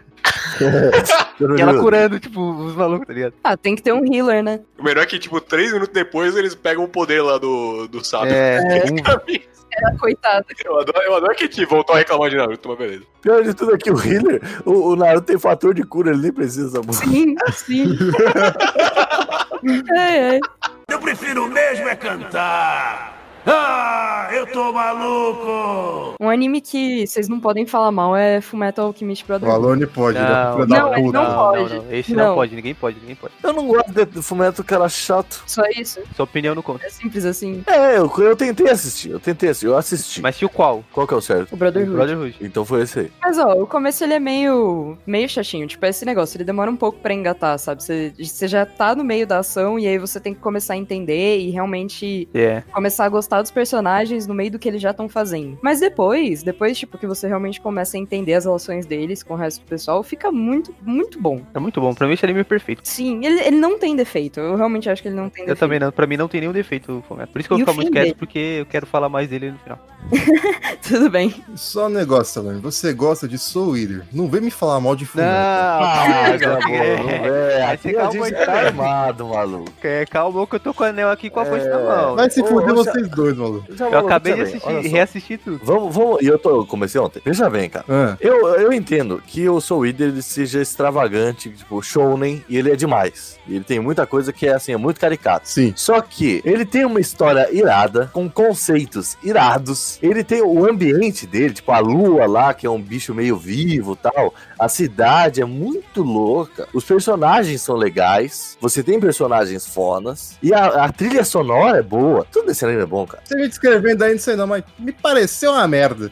[SPEAKER 6] E ela curando, tipo, os malucos, tá ligado?
[SPEAKER 5] Ah, tem que ter um healer, né?
[SPEAKER 4] O melhor é que, tipo, três minutos depois eles pegam o poder lá do, do sábio.
[SPEAKER 6] É,
[SPEAKER 5] Ela, coitada.
[SPEAKER 4] <laughs> Eu adoro, eu adoro que te voltou a reclamar de Naruto, mas beleza.
[SPEAKER 1] Pior de tudo aqui, o healer, o, o Naruto tem fator de cura, ele nem precisa dessa porra.
[SPEAKER 5] Sim, sim. ai, ai.
[SPEAKER 9] Eu prefiro mesmo é cantar. Ah, eu tô maluco!
[SPEAKER 5] Um anime que vocês não podem falar mal é Fullmetal Alchemist
[SPEAKER 3] O
[SPEAKER 5] Brotherhood.
[SPEAKER 3] Alone pode, né? Filha
[SPEAKER 5] não,
[SPEAKER 3] da
[SPEAKER 5] ele
[SPEAKER 3] puta.
[SPEAKER 5] não pode.
[SPEAKER 6] Esse tipo, não.
[SPEAKER 5] Não.
[SPEAKER 6] pode, ninguém pode, ninguém pode.
[SPEAKER 1] Eu não gosto de- do Fumeto, cara chato.
[SPEAKER 5] Só isso.
[SPEAKER 6] Sua opinião não conta.
[SPEAKER 5] É simples assim.
[SPEAKER 1] É, eu, eu tentei assistir, eu tentei assistir, eu assisti.
[SPEAKER 6] Mas se o qual?
[SPEAKER 1] Qual que é o certo?
[SPEAKER 5] O Brotherhood.
[SPEAKER 6] Brotherhood.
[SPEAKER 1] Então foi esse aí.
[SPEAKER 5] Mas ó, o começo ele é meio, meio chatinho, tipo, é esse negócio, ele demora um pouco pra engatar, sabe? Você, você já tá no meio da ação e aí você tem que começar a entender e realmente
[SPEAKER 6] É.
[SPEAKER 5] começar a gostar dos personagens no meio do que eles já estão fazendo. Mas depois, depois, tipo, que você realmente começa a entender as relações deles com o resto do pessoal, fica muito, muito bom.
[SPEAKER 6] É muito bom. Pra mim esse anime é perfeito.
[SPEAKER 5] Sim, ele, ele não tem defeito, eu realmente acho que ele não tem
[SPEAKER 6] Eu
[SPEAKER 5] defeito.
[SPEAKER 6] também não, pra mim não tem nenhum defeito o Fullmetal. Por isso que eu
[SPEAKER 5] E o
[SPEAKER 6] falo muito
[SPEAKER 5] fim
[SPEAKER 6] quieto,
[SPEAKER 5] dele?
[SPEAKER 6] porque eu quero falar mais dele no final.
[SPEAKER 5] <laughs> Tudo bem.
[SPEAKER 3] Só um negócio, Alone. Você gosta de Soul Eater. Não vem me falar mal de Fullmetal.
[SPEAKER 6] Ah,
[SPEAKER 1] Tá bom, é,
[SPEAKER 6] Aí
[SPEAKER 1] aqui
[SPEAKER 6] você
[SPEAKER 1] a
[SPEAKER 6] calma
[SPEAKER 1] gente
[SPEAKER 6] aí,
[SPEAKER 1] tá
[SPEAKER 6] né?
[SPEAKER 1] armado, maluco.
[SPEAKER 6] É, calma que eu tô com o anel aqui com a fonte na mão.
[SPEAKER 3] Vai se
[SPEAKER 1] Ô,
[SPEAKER 3] fuder
[SPEAKER 1] ô, Sa-
[SPEAKER 3] vocês dois, maluco.
[SPEAKER 1] Já,
[SPEAKER 6] Eu
[SPEAKER 1] maluco,
[SPEAKER 6] acabei de
[SPEAKER 1] veja bem, olha
[SPEAKER 6] assistir,
[SPEAKER 1] só.
[SPEAKER 6] reassistir tudo.
[SPEAKER 1] Vamos, vamos. E eu tô, eu comecei ontem. Veja bem, cara.
[SPEAKER 3] Ah,
[SPEAKER 1] Eu, eu entendo que o Soul Eater ele seja extravagante, tipo, shounen, e ele é demais. E ele tem muita coisa que é assim, é muito caricato.
[SPEAKER 3] sim.
[SPEAKER 1] Só que ele tem uma história irada, com conceitos irados. Ele tem o ambiente dele, tipo a lua lá, que é um bicho meio vivo tal. A cidade é muito louca. Os personagens são legais. Você tem personagens fonas. E a, a trilha sonora é boa. Tudo nesse anime é bom, cara.
[SPEAKER 3] Você me descrevendo aí, não sei não, mas me pareceu uma merda.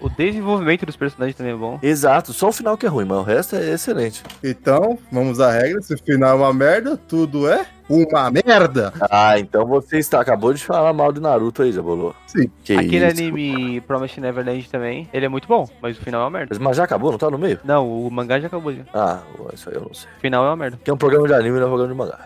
[SPEAKER 6] O desenvolvimento dos personagens também é bom.
[SPEAKER 1] Exato, só o final que é ruim, mas o resto é excelente.
[SPEAKER 3] Então, vamos à regra. Se o final é uma merda, tudo é uma <laughs> merda.
[SPEAKER 1] Ah, então você está, acabou de falar mal de Naruto aí, Jabolô.
[SPEAKER 3] Sim.
[SPEAKER 1] Que
[SPEAKER 6] Aquele
[SPEAKER 1] isso.
[SPEAKER 6] anime Promised Neverland também, ele é muito bom, mas o final é uma merda.
[SPEAKER 1] Mas- Mas já acabou, não tá no meio?
[SPEAKER 6] Não, o mangá já acabou já.
[SPEAKER 1] Ah, isso aí eu não sei.
[SPEAKER 6] O final é uma merda.
[SPEAKER 1] Que é um programa de anime, não é um programa de mangá.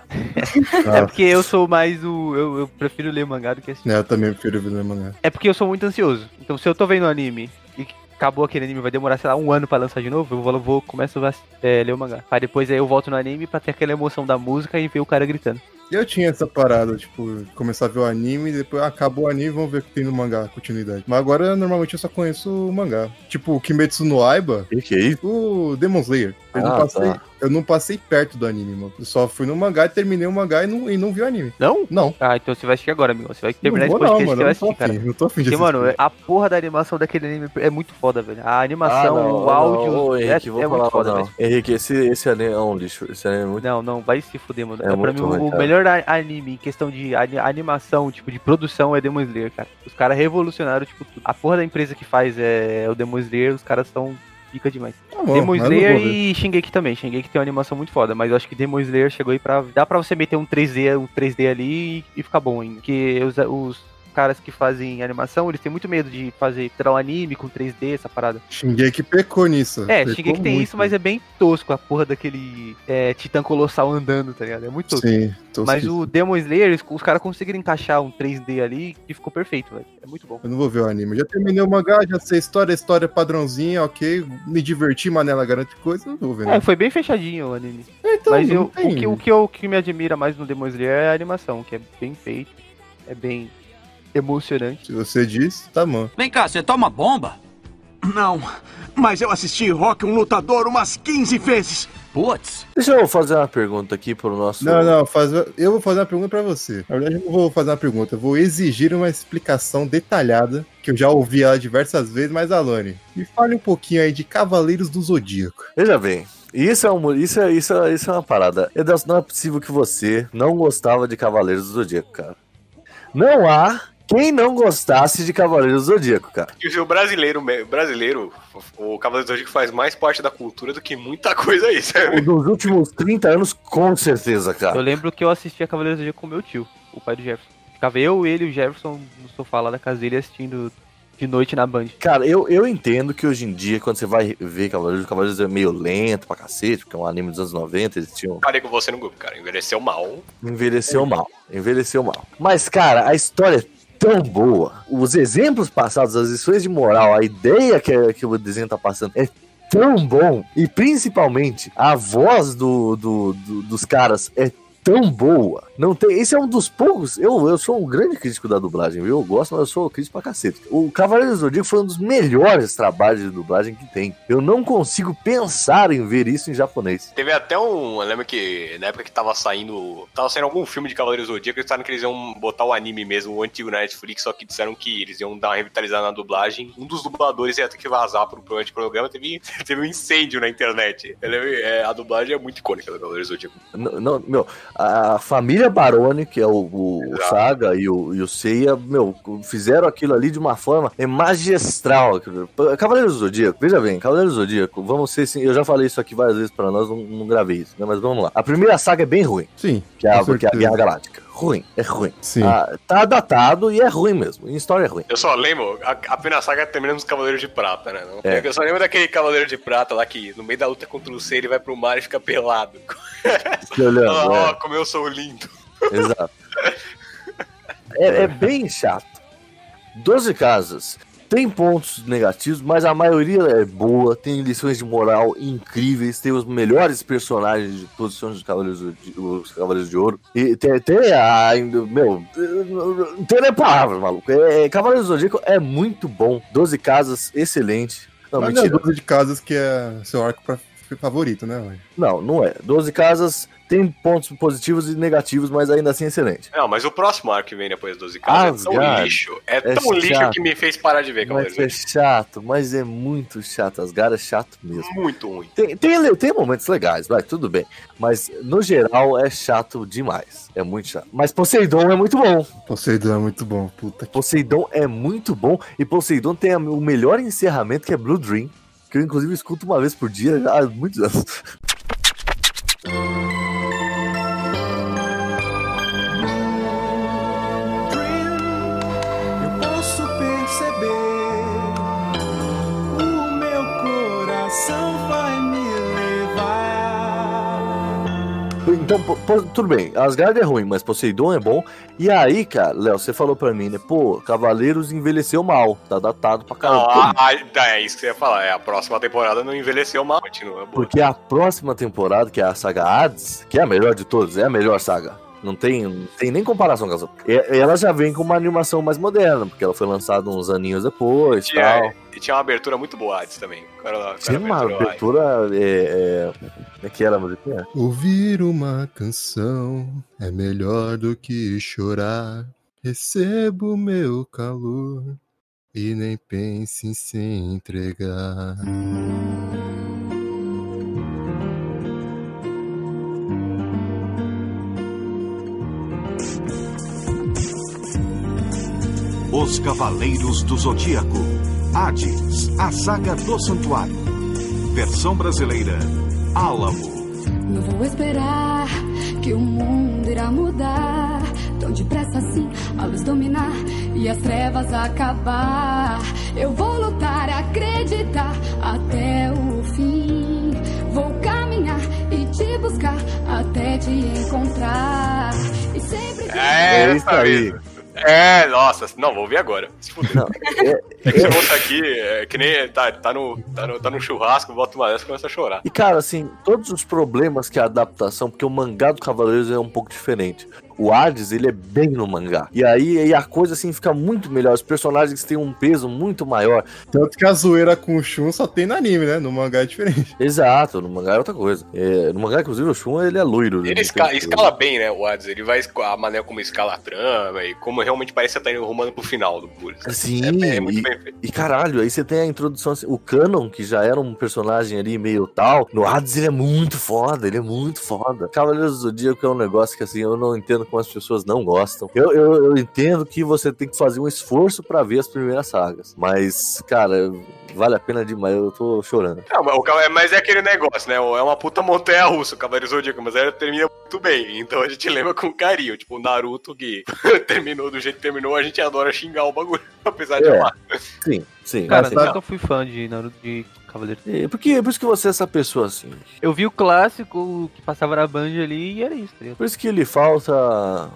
[SPEAKER 3] Ah.
[SPEAKER 6] É porque eu sou mais o. Eu, eu prefiro ler mangá do que assistir.
[SPEAKER 3] É, eu também prefiro ver mané.
[SPEAKER 6] É porque eu sou muito ansioso. Então se eu tô vendo um anime e que acabou aquele anime, vai demorar, sei lá, um ano pra lançar de novo, eu vou, vou começo a assi- é, ler o mangá. Aí depois aí eu volto no anime pra ter aquela emoção da música e ver o cara gritando.
[SPEAKER 3] Eu tinha essa parada, tipo, começar a ver o anime, depois acabou o anime, vamos ver o que tem no mangá, continuidade. Mas agora, normalmente, eu só conheço o mangá. Tipo, o Kimetsu no Aiba,
[SPEAKER 1] Que que é isso?
[SPEAKER 3] o Demon Slayer. Eu, não
[SPEAKER 1] Ah,
[SPEAKER 3] passei,
[SPEAKER 1] tá.
[SPEAKER 3] eu não passei perto do anime, mano. Eu só fui no mangá e terminei o mangá e não, e não vi o anime.
[SPEAKER 6] Não?
[SPEAKER 3] Não.
[SPEAKER 6] Ah, então você vai assistir agora, amigo. Você vai terminar
[SPEAKER 3] não
[SPEAKER 6] esse
[SPEAKER 3] vou não,
[SPEAKER 6] podcast
[SPEAKER 3] mano.
[SPEAKER 6] que
[SPEAKER 3] Eu não tô
[SPEAKER 6] vai assistir, cara.
[SPEAKER 3] afim. Não tô afim de
[SPEAKER 6] Porque,
[SPEAKER 3] assistir.
[SPEAKER 6] mano, a porra da animação daquele anime é muito foda, velho. A animação,
[SPEAKER 1] Ah, não,
[SPEAKER 6] o áudio,
[SPEAKER 1] não, ô,
[SPEAKER 6] é,
[SPEAKER 1] Henrique, vou
[SPEAKER 6] é
[SPEAKER 1] falar,
[SPEAKER 6] muito foda,
[SPEAKER 1] não.
[SPEAKER 6] velho.
[SPEAKER 1] Henrique, esse, esse anime é um lixo. Esse anime é muito.
[SPEAKER 6] Não, não, vai se fuder, mano.
[SPEAKER 1] É
[SPEAKER 6] É, pra
[SPEAKER 1] muito
[SPEAKER 6] mim
[SPEAKER 1] ruim,
[SPEAKER 6] o
[SPEAKER 1] cara.
[SPEAKER 6] melhor a- anime em questão de ani- animação, tipo, de produção é Demon Slayer, cara. Os caras revolucionaram, tipo, tudo. A porra da empresa que faz é, o Demon Slayer, os caras são pica demais.
[SPEAKER 3] Tá bom,
[SPEAKER 6] é Demon
[SPEAKER 3] mas eu não
[SPEAKER 6] Slayer
[SPEAKER 3] vou ver.
[SPEAKER 6] e Shingeki também. Shingeki tem uma animação muito foda, mas eu acho que Demon Slayer chegou aí pra... Dá pra você meter um 3D, um 3D ali e, e ficar bom ainda. Porque os... os caras que fazem animação, eles têm muito medo de fazer tirar um anime com 3D, essa parada.
[SPEAKER 3] Shingeki pecou nisso.
[SPEAKER 6] É,
[SPEAKER 3] Pecou
[SPEAKER 6] Shingeki tem
[SPEAKER 3] muito.
[SPEAKER 6] isso, mas é bem tosco a porra daquele é, titã colossal andando, tá ligado? É muito tosco.
[SPEAKER 3] Sim, tô
[SPEAKER 6] Mas
[SPEAKER 3] sim.
[SPEAKER 6] o Demon Slayer, eles- os caras conseguiram encaixar um 3D ali e ficou perfeito, velho. É muito bom.
[SPEAKER 3] Eu não vou ver o anime. Já terminei o mangá, já sei a história, a história é padrãozinha, ok. Me diverti, mas nela garante coisa, eu não vou ver.
[SPEAKER 6] É,
[SPEAKER 3] né?
[SPEAKER 6] foi bem fechadinho o anime.
[SPEAKER 3] então,
[SPEAKER 6] Mas
[SPEAKER 3] não
[SPEAKER 6] eu, o,
[SPEAKER 3] tem-
[SPEAKER 6] que, o, que eu, o que me admira mais no Demon Slayer é a animação, que é bem feito, é bem emocionante.
[SPEAKER 3] Se você diz, tá bom.
[SPEAKER 10] Vem cá, você toma bomba?
[SPEAKER 9] Não, mas eu assisti Rock um Lutador umas 15 vezes.
[SPEAKER 10] Putz.
[SPEAKER 1] Deixa eu fazer uma pergunta aqui pro nosso.
[SPEAKER 3] Não, não, faz... eu vou fazer uma pergunta pra você. Na verdade, eu não vou fazer uma pergunta, eu vou exigir uma explicação detalhada, que eu já ouvi ela diversas vezes, mas Alane, me fale um pouquinho aí de Cavaleiros do Zodíaco.
[SPEAKER 1] Veja bem. Isso é, um, isso, é, isso, é, isso é uma parada. Eu não- Não é possível que você não gostava de Cavaleiros do Zodíaco, cara. Não há quem não gostasse de Cavaleiros do Zodíaco, cara.
[SPEAKER 4] E o brasileiro, me- brasileiro, o Cavaleiro do Zodíaco faz mais parte da cultura do que muita coisa aí, sabe?
[SPEAKER 1] Dos últimos 30 anos, com certeza,
[SPEAKER 6] Eu
[SPEAKER 3] Tá.
[SPEAKER 1] cara.
[SPEAKER 6] lembro que eu assistia Cavaleiros do Zodíaco com meu tio, o pai do Jefferson. Ficava eu, ele e o Jefferson no sofá lá da casa dele assistindo de noite na Band.
[SPEAKER 1] Cara, eu, eu entendo que hoje em dia, quando você vai ver Cavaleiros, Cavaleiros é meio lento pra cacete, porque é um anime dos anos 90, eles tinham
[SPEAKER 4] Falei com você no grupo, cara. Envelheceu mal.
[SPEAKER 1] Envelheceu mal, envelheceu mal. Mas, cara, a história é tão boa. Os exemplos passados, as lições de moral, a ideia que, que o desenho tá passando é tão bom. E principalmente, a voz do, do, do- dos caras é tão boa. Não tem, esse é um dos poucos. Eu, eu sou um grande crítico da dublagem, viu? Eu gosto, mas eu sou crítico pra cacete. O Cavaleiro do Zodíaco foi um dos melhores trabalhos de dublagem que tem. Eu não consigo pensar em ver isso em japonês.
[SPEAKER 4] Teve até um. Eu lembro que na época que tava saindo. Tava saindo algum filme de Cavaleiros do Zodíaco, eles disseram que eles iam botar o anime mesmo, o antigo na Netflix, só que disseram que eles iam dar uma revitalizada na dublagem. Um dos dubladores ia ter que vazar pro pro programa, teve, <laughs> teve um incêndio na internet. Eu lembro, é, a dublagem é muito icônica do Cavaleiros do Zodíaco.
[SPEAKER 1] Não, não, meu, a família Barone, que é o, o Saga e o, e o Seiya, meu, fizeram aquilo ali de uma forma é magistral. aquilo. Cavaleiros do Zodíaco, veja bem, Cavaleiros do Zodíaco, vamos ser sim, eu já falei isso aqui várias vezes pra nós, não, não gravei isso, né? Mas vamos lá. A primeira saga é bem ruim.
[SPEAKER 3] Sim.
[SPEAKER 1] Que é a,
[SPEAKER 3] com
[SPEAKER 1] que é a
[SPEAKER 3] certeza.
[SPEAKER 1] Guerra Galáctica. Ruim, é ruim.
[SPEAKER 3] Sim.
[SPEAKER 1] Ah, tá datado e é ruim mesmo. Em história é ruim.
[SPEAKER 4] Eu só lembro, a- apenas a saga termina nos Cavaleiros de Prata, né? Não?
[SPEAKER 1] É.
[SPEAKER 4] Eu só lembro daquele Cavaleiro de Prata lá que no meio da luta contra o Lucei ele vai pro mar e fica pelado.
[SPEAKER 1] Que olhando,
[SPEAKER 4] <laughs> Ah,
[SPEAKER 1] é.
[SPEAKER 4] ó, como eu sou lindo.
[SPEAKER 1] Exato. É, é bem chato. 12 casas. Tem pontos negativos, mas a maioria é boa, tem lições de moral incríveis, tem os melhores personagens de todos os Cavaleiros de, os Cavaleiros de Ouro. E tem, tem a. Meu, não tem nem palavras, maluco. É, Cavaleiros do Zodíaco é muito bom. 12 casas, excelente. Não,
[SPEAKER 3] Mas não é
[SPEAKER 1] mentira.
[SPEAKER 3] 12 de casas que é seu arco pra- favorito, né, velho?
[SPEAKER 1] Não, não é. 12 casas tem pontos positivos e negativos, mas ainda assim excelente.
[SPEAKER 4] Não, mas o próximo arco que vem depois dos 12 casas é tão
[SPEAKER 1] Asgard.
[SPEAKER 4] lixo. É,
[SPEAKER 1] É
[SPEAKER 4] tão lixo
[SPEAKER 1] chato.
[SPEAKER 4] que me fez parar de ver
[SPEAKER 1] Mas
[SPEAKER 4] Cavaleiros do
[SPEAKER 1] é
[SPEAKER 4] Zodíaco.
[SPEAKER 1] chato, mas é muito chato. As garas é chato mesmo.
[SPEAKER 4] Muito ruim.
[SPEAKER 1] Tem, tem, le- tem momentos legais, vai, tudo bem. Mas no geral é chato demais. É muito chato. Mas Poseidon é muito bom.
[SPEAKER 3] Poseidon é muito bom, puta que.
[SPEAKER 1] Poseidon é muito bom. E Poseidon tem a- o melhor encerramento que é Blue Dream. Que eu inclusive escuto uma vez por dia há muitos anos. <laughs>
[SPEAKER 9] Eu posso perceber. O meu coração vai me levar.
[SPEAKER 1] Então, po- po- tudo bem, Asgard é ruim, mas Poseidon é bom. E aí, cara, Léo, você falou pra mim, né? Pô, Cavaleiros envelheceu mal, tá datado pra caramba.
[SPEAKER 4] Não, a- a- Ah, é isso que você ia falar. É, a próxima temporada não envelheceu mal. Continua boa.
[SPEAKER 1] Porque a próxima temporada, que é a saga Hades, que é a melhor de todas, é a melhor saga. Não tem, não tem nem comparação com as outras. E- Ela já vem com uma animação mais moderna, porque ela foi lançada uns aninhos depois e
[SPEAKER 4] Tinha-
[SPEAKER 1] tal.
[SPEAKER 4] E tinha uma abertura muito boa antes também. O cara lá- o cara
[SPEAKER 1] Tinha uma
[SPEAKER 4] abertura lá.
[SPEAKER 1] abertura. É, é, como é que era a musiquinha?
[SPEAKER 3] Ouvir uma canção é melhor do que chorar. Recebo meu calor e nem pense em se entregar.
[SPEAKER 12] Os Cavaleiros do Zodíaco. Hades, a saga do santuário. Versão brasileira. Álamo.
[SPEAKER 13] Não vou esperar que o mundo irá mudar tão depressa assim, a luz dominar e as trevas acabar. Eu vou lutar, acreditar até o fim. Vou caminhar e te buscar até te encontrar. E sempre que
[SPEAKER 4] É,
[SPEAKER 13] eu
[SPEAKER 4] isso aí. É, nossa, não, vou ver agora. Se fuder. É que você volta aqui, é que nem tá, tá, no, tá, no, tá no churrasco, bota uma dessa e começa a chorar.
[SPEAKER 1] E cara, assim, todos os problemas que a adaptação, porque o mangá do Cavaleiros é um pouco diferente. O Hades, ele é bem no mangá. E aí e a coisa, assim, fica muito melhor. Os personagens têm um peso muito maior.
[SPEAKER 3] Tanto que a zoeira com o Shun só tem no anime, né? No mangá é diferente.
[SPEAKER 1] Exato, no mangá é outra coisa. É, no mangá, inclusive, o Shun ele é loiro. né?
[SPEAKER 4] Ele
[SPEAKER 1] Não
[SPEAKER 4] esca-
[SPEAKER 1] tem-
[SPEAKER 4] escala bem, né, o Hades? Ele vai esco- a maneira como escala a trama e como realmente parece que você tá indo rumando pro final do Bulls.
[SPEAKER 1] Sim,
[SPEAKER 4] muito
[SPEAKER 1] e,
[SPEAKER 4] é bem feito.
[SPEAKER 1] e caralho, aí você tem a introdução, assim, o Canon, que já era um personagem ali meio tal, no Hades ele é muito foda, ele é muito foda. Cavaleiros do Zodíaco é um negócio que assim, eu não entendo como as pessoas não gostam. Eu, eu, eu entendo que você tem que fazer um esforço pra ver as primeiras sagas, mas, cara, vale a pena demais, eu tô chorando.
[SPEAKER 4] Não, mas, o Cavaleiro- mas é aquele negócio, né? É uma puta montanha russa o Cavaleiro Zodíaco, mas aí ele termina muito bem, então a gente lembra com carinho. Tipo, o Naruto que <laughs> terminou do jeito que terminou, a gente adora xingar o bagulho, <laughs> apesar de
[SPEAKER 1] É.
[SPEAKER 4] amar.
[SPEAKER 1] Sim, sim.
[SPEAKER 6] Cara, tá-
[SPEAKER 1] assim,
[SPEAKER 6] eu nunca fui fã de Naruto de Cavaleiro.
[SPEAKER 1] É, por, que, por isso que você é essa pessoa assim.
[SPEAKER 6] Eu vi o clássico que passava na Band ali e era isso, tá ligado?
[SPEAKER 1] Por isso que lhe falta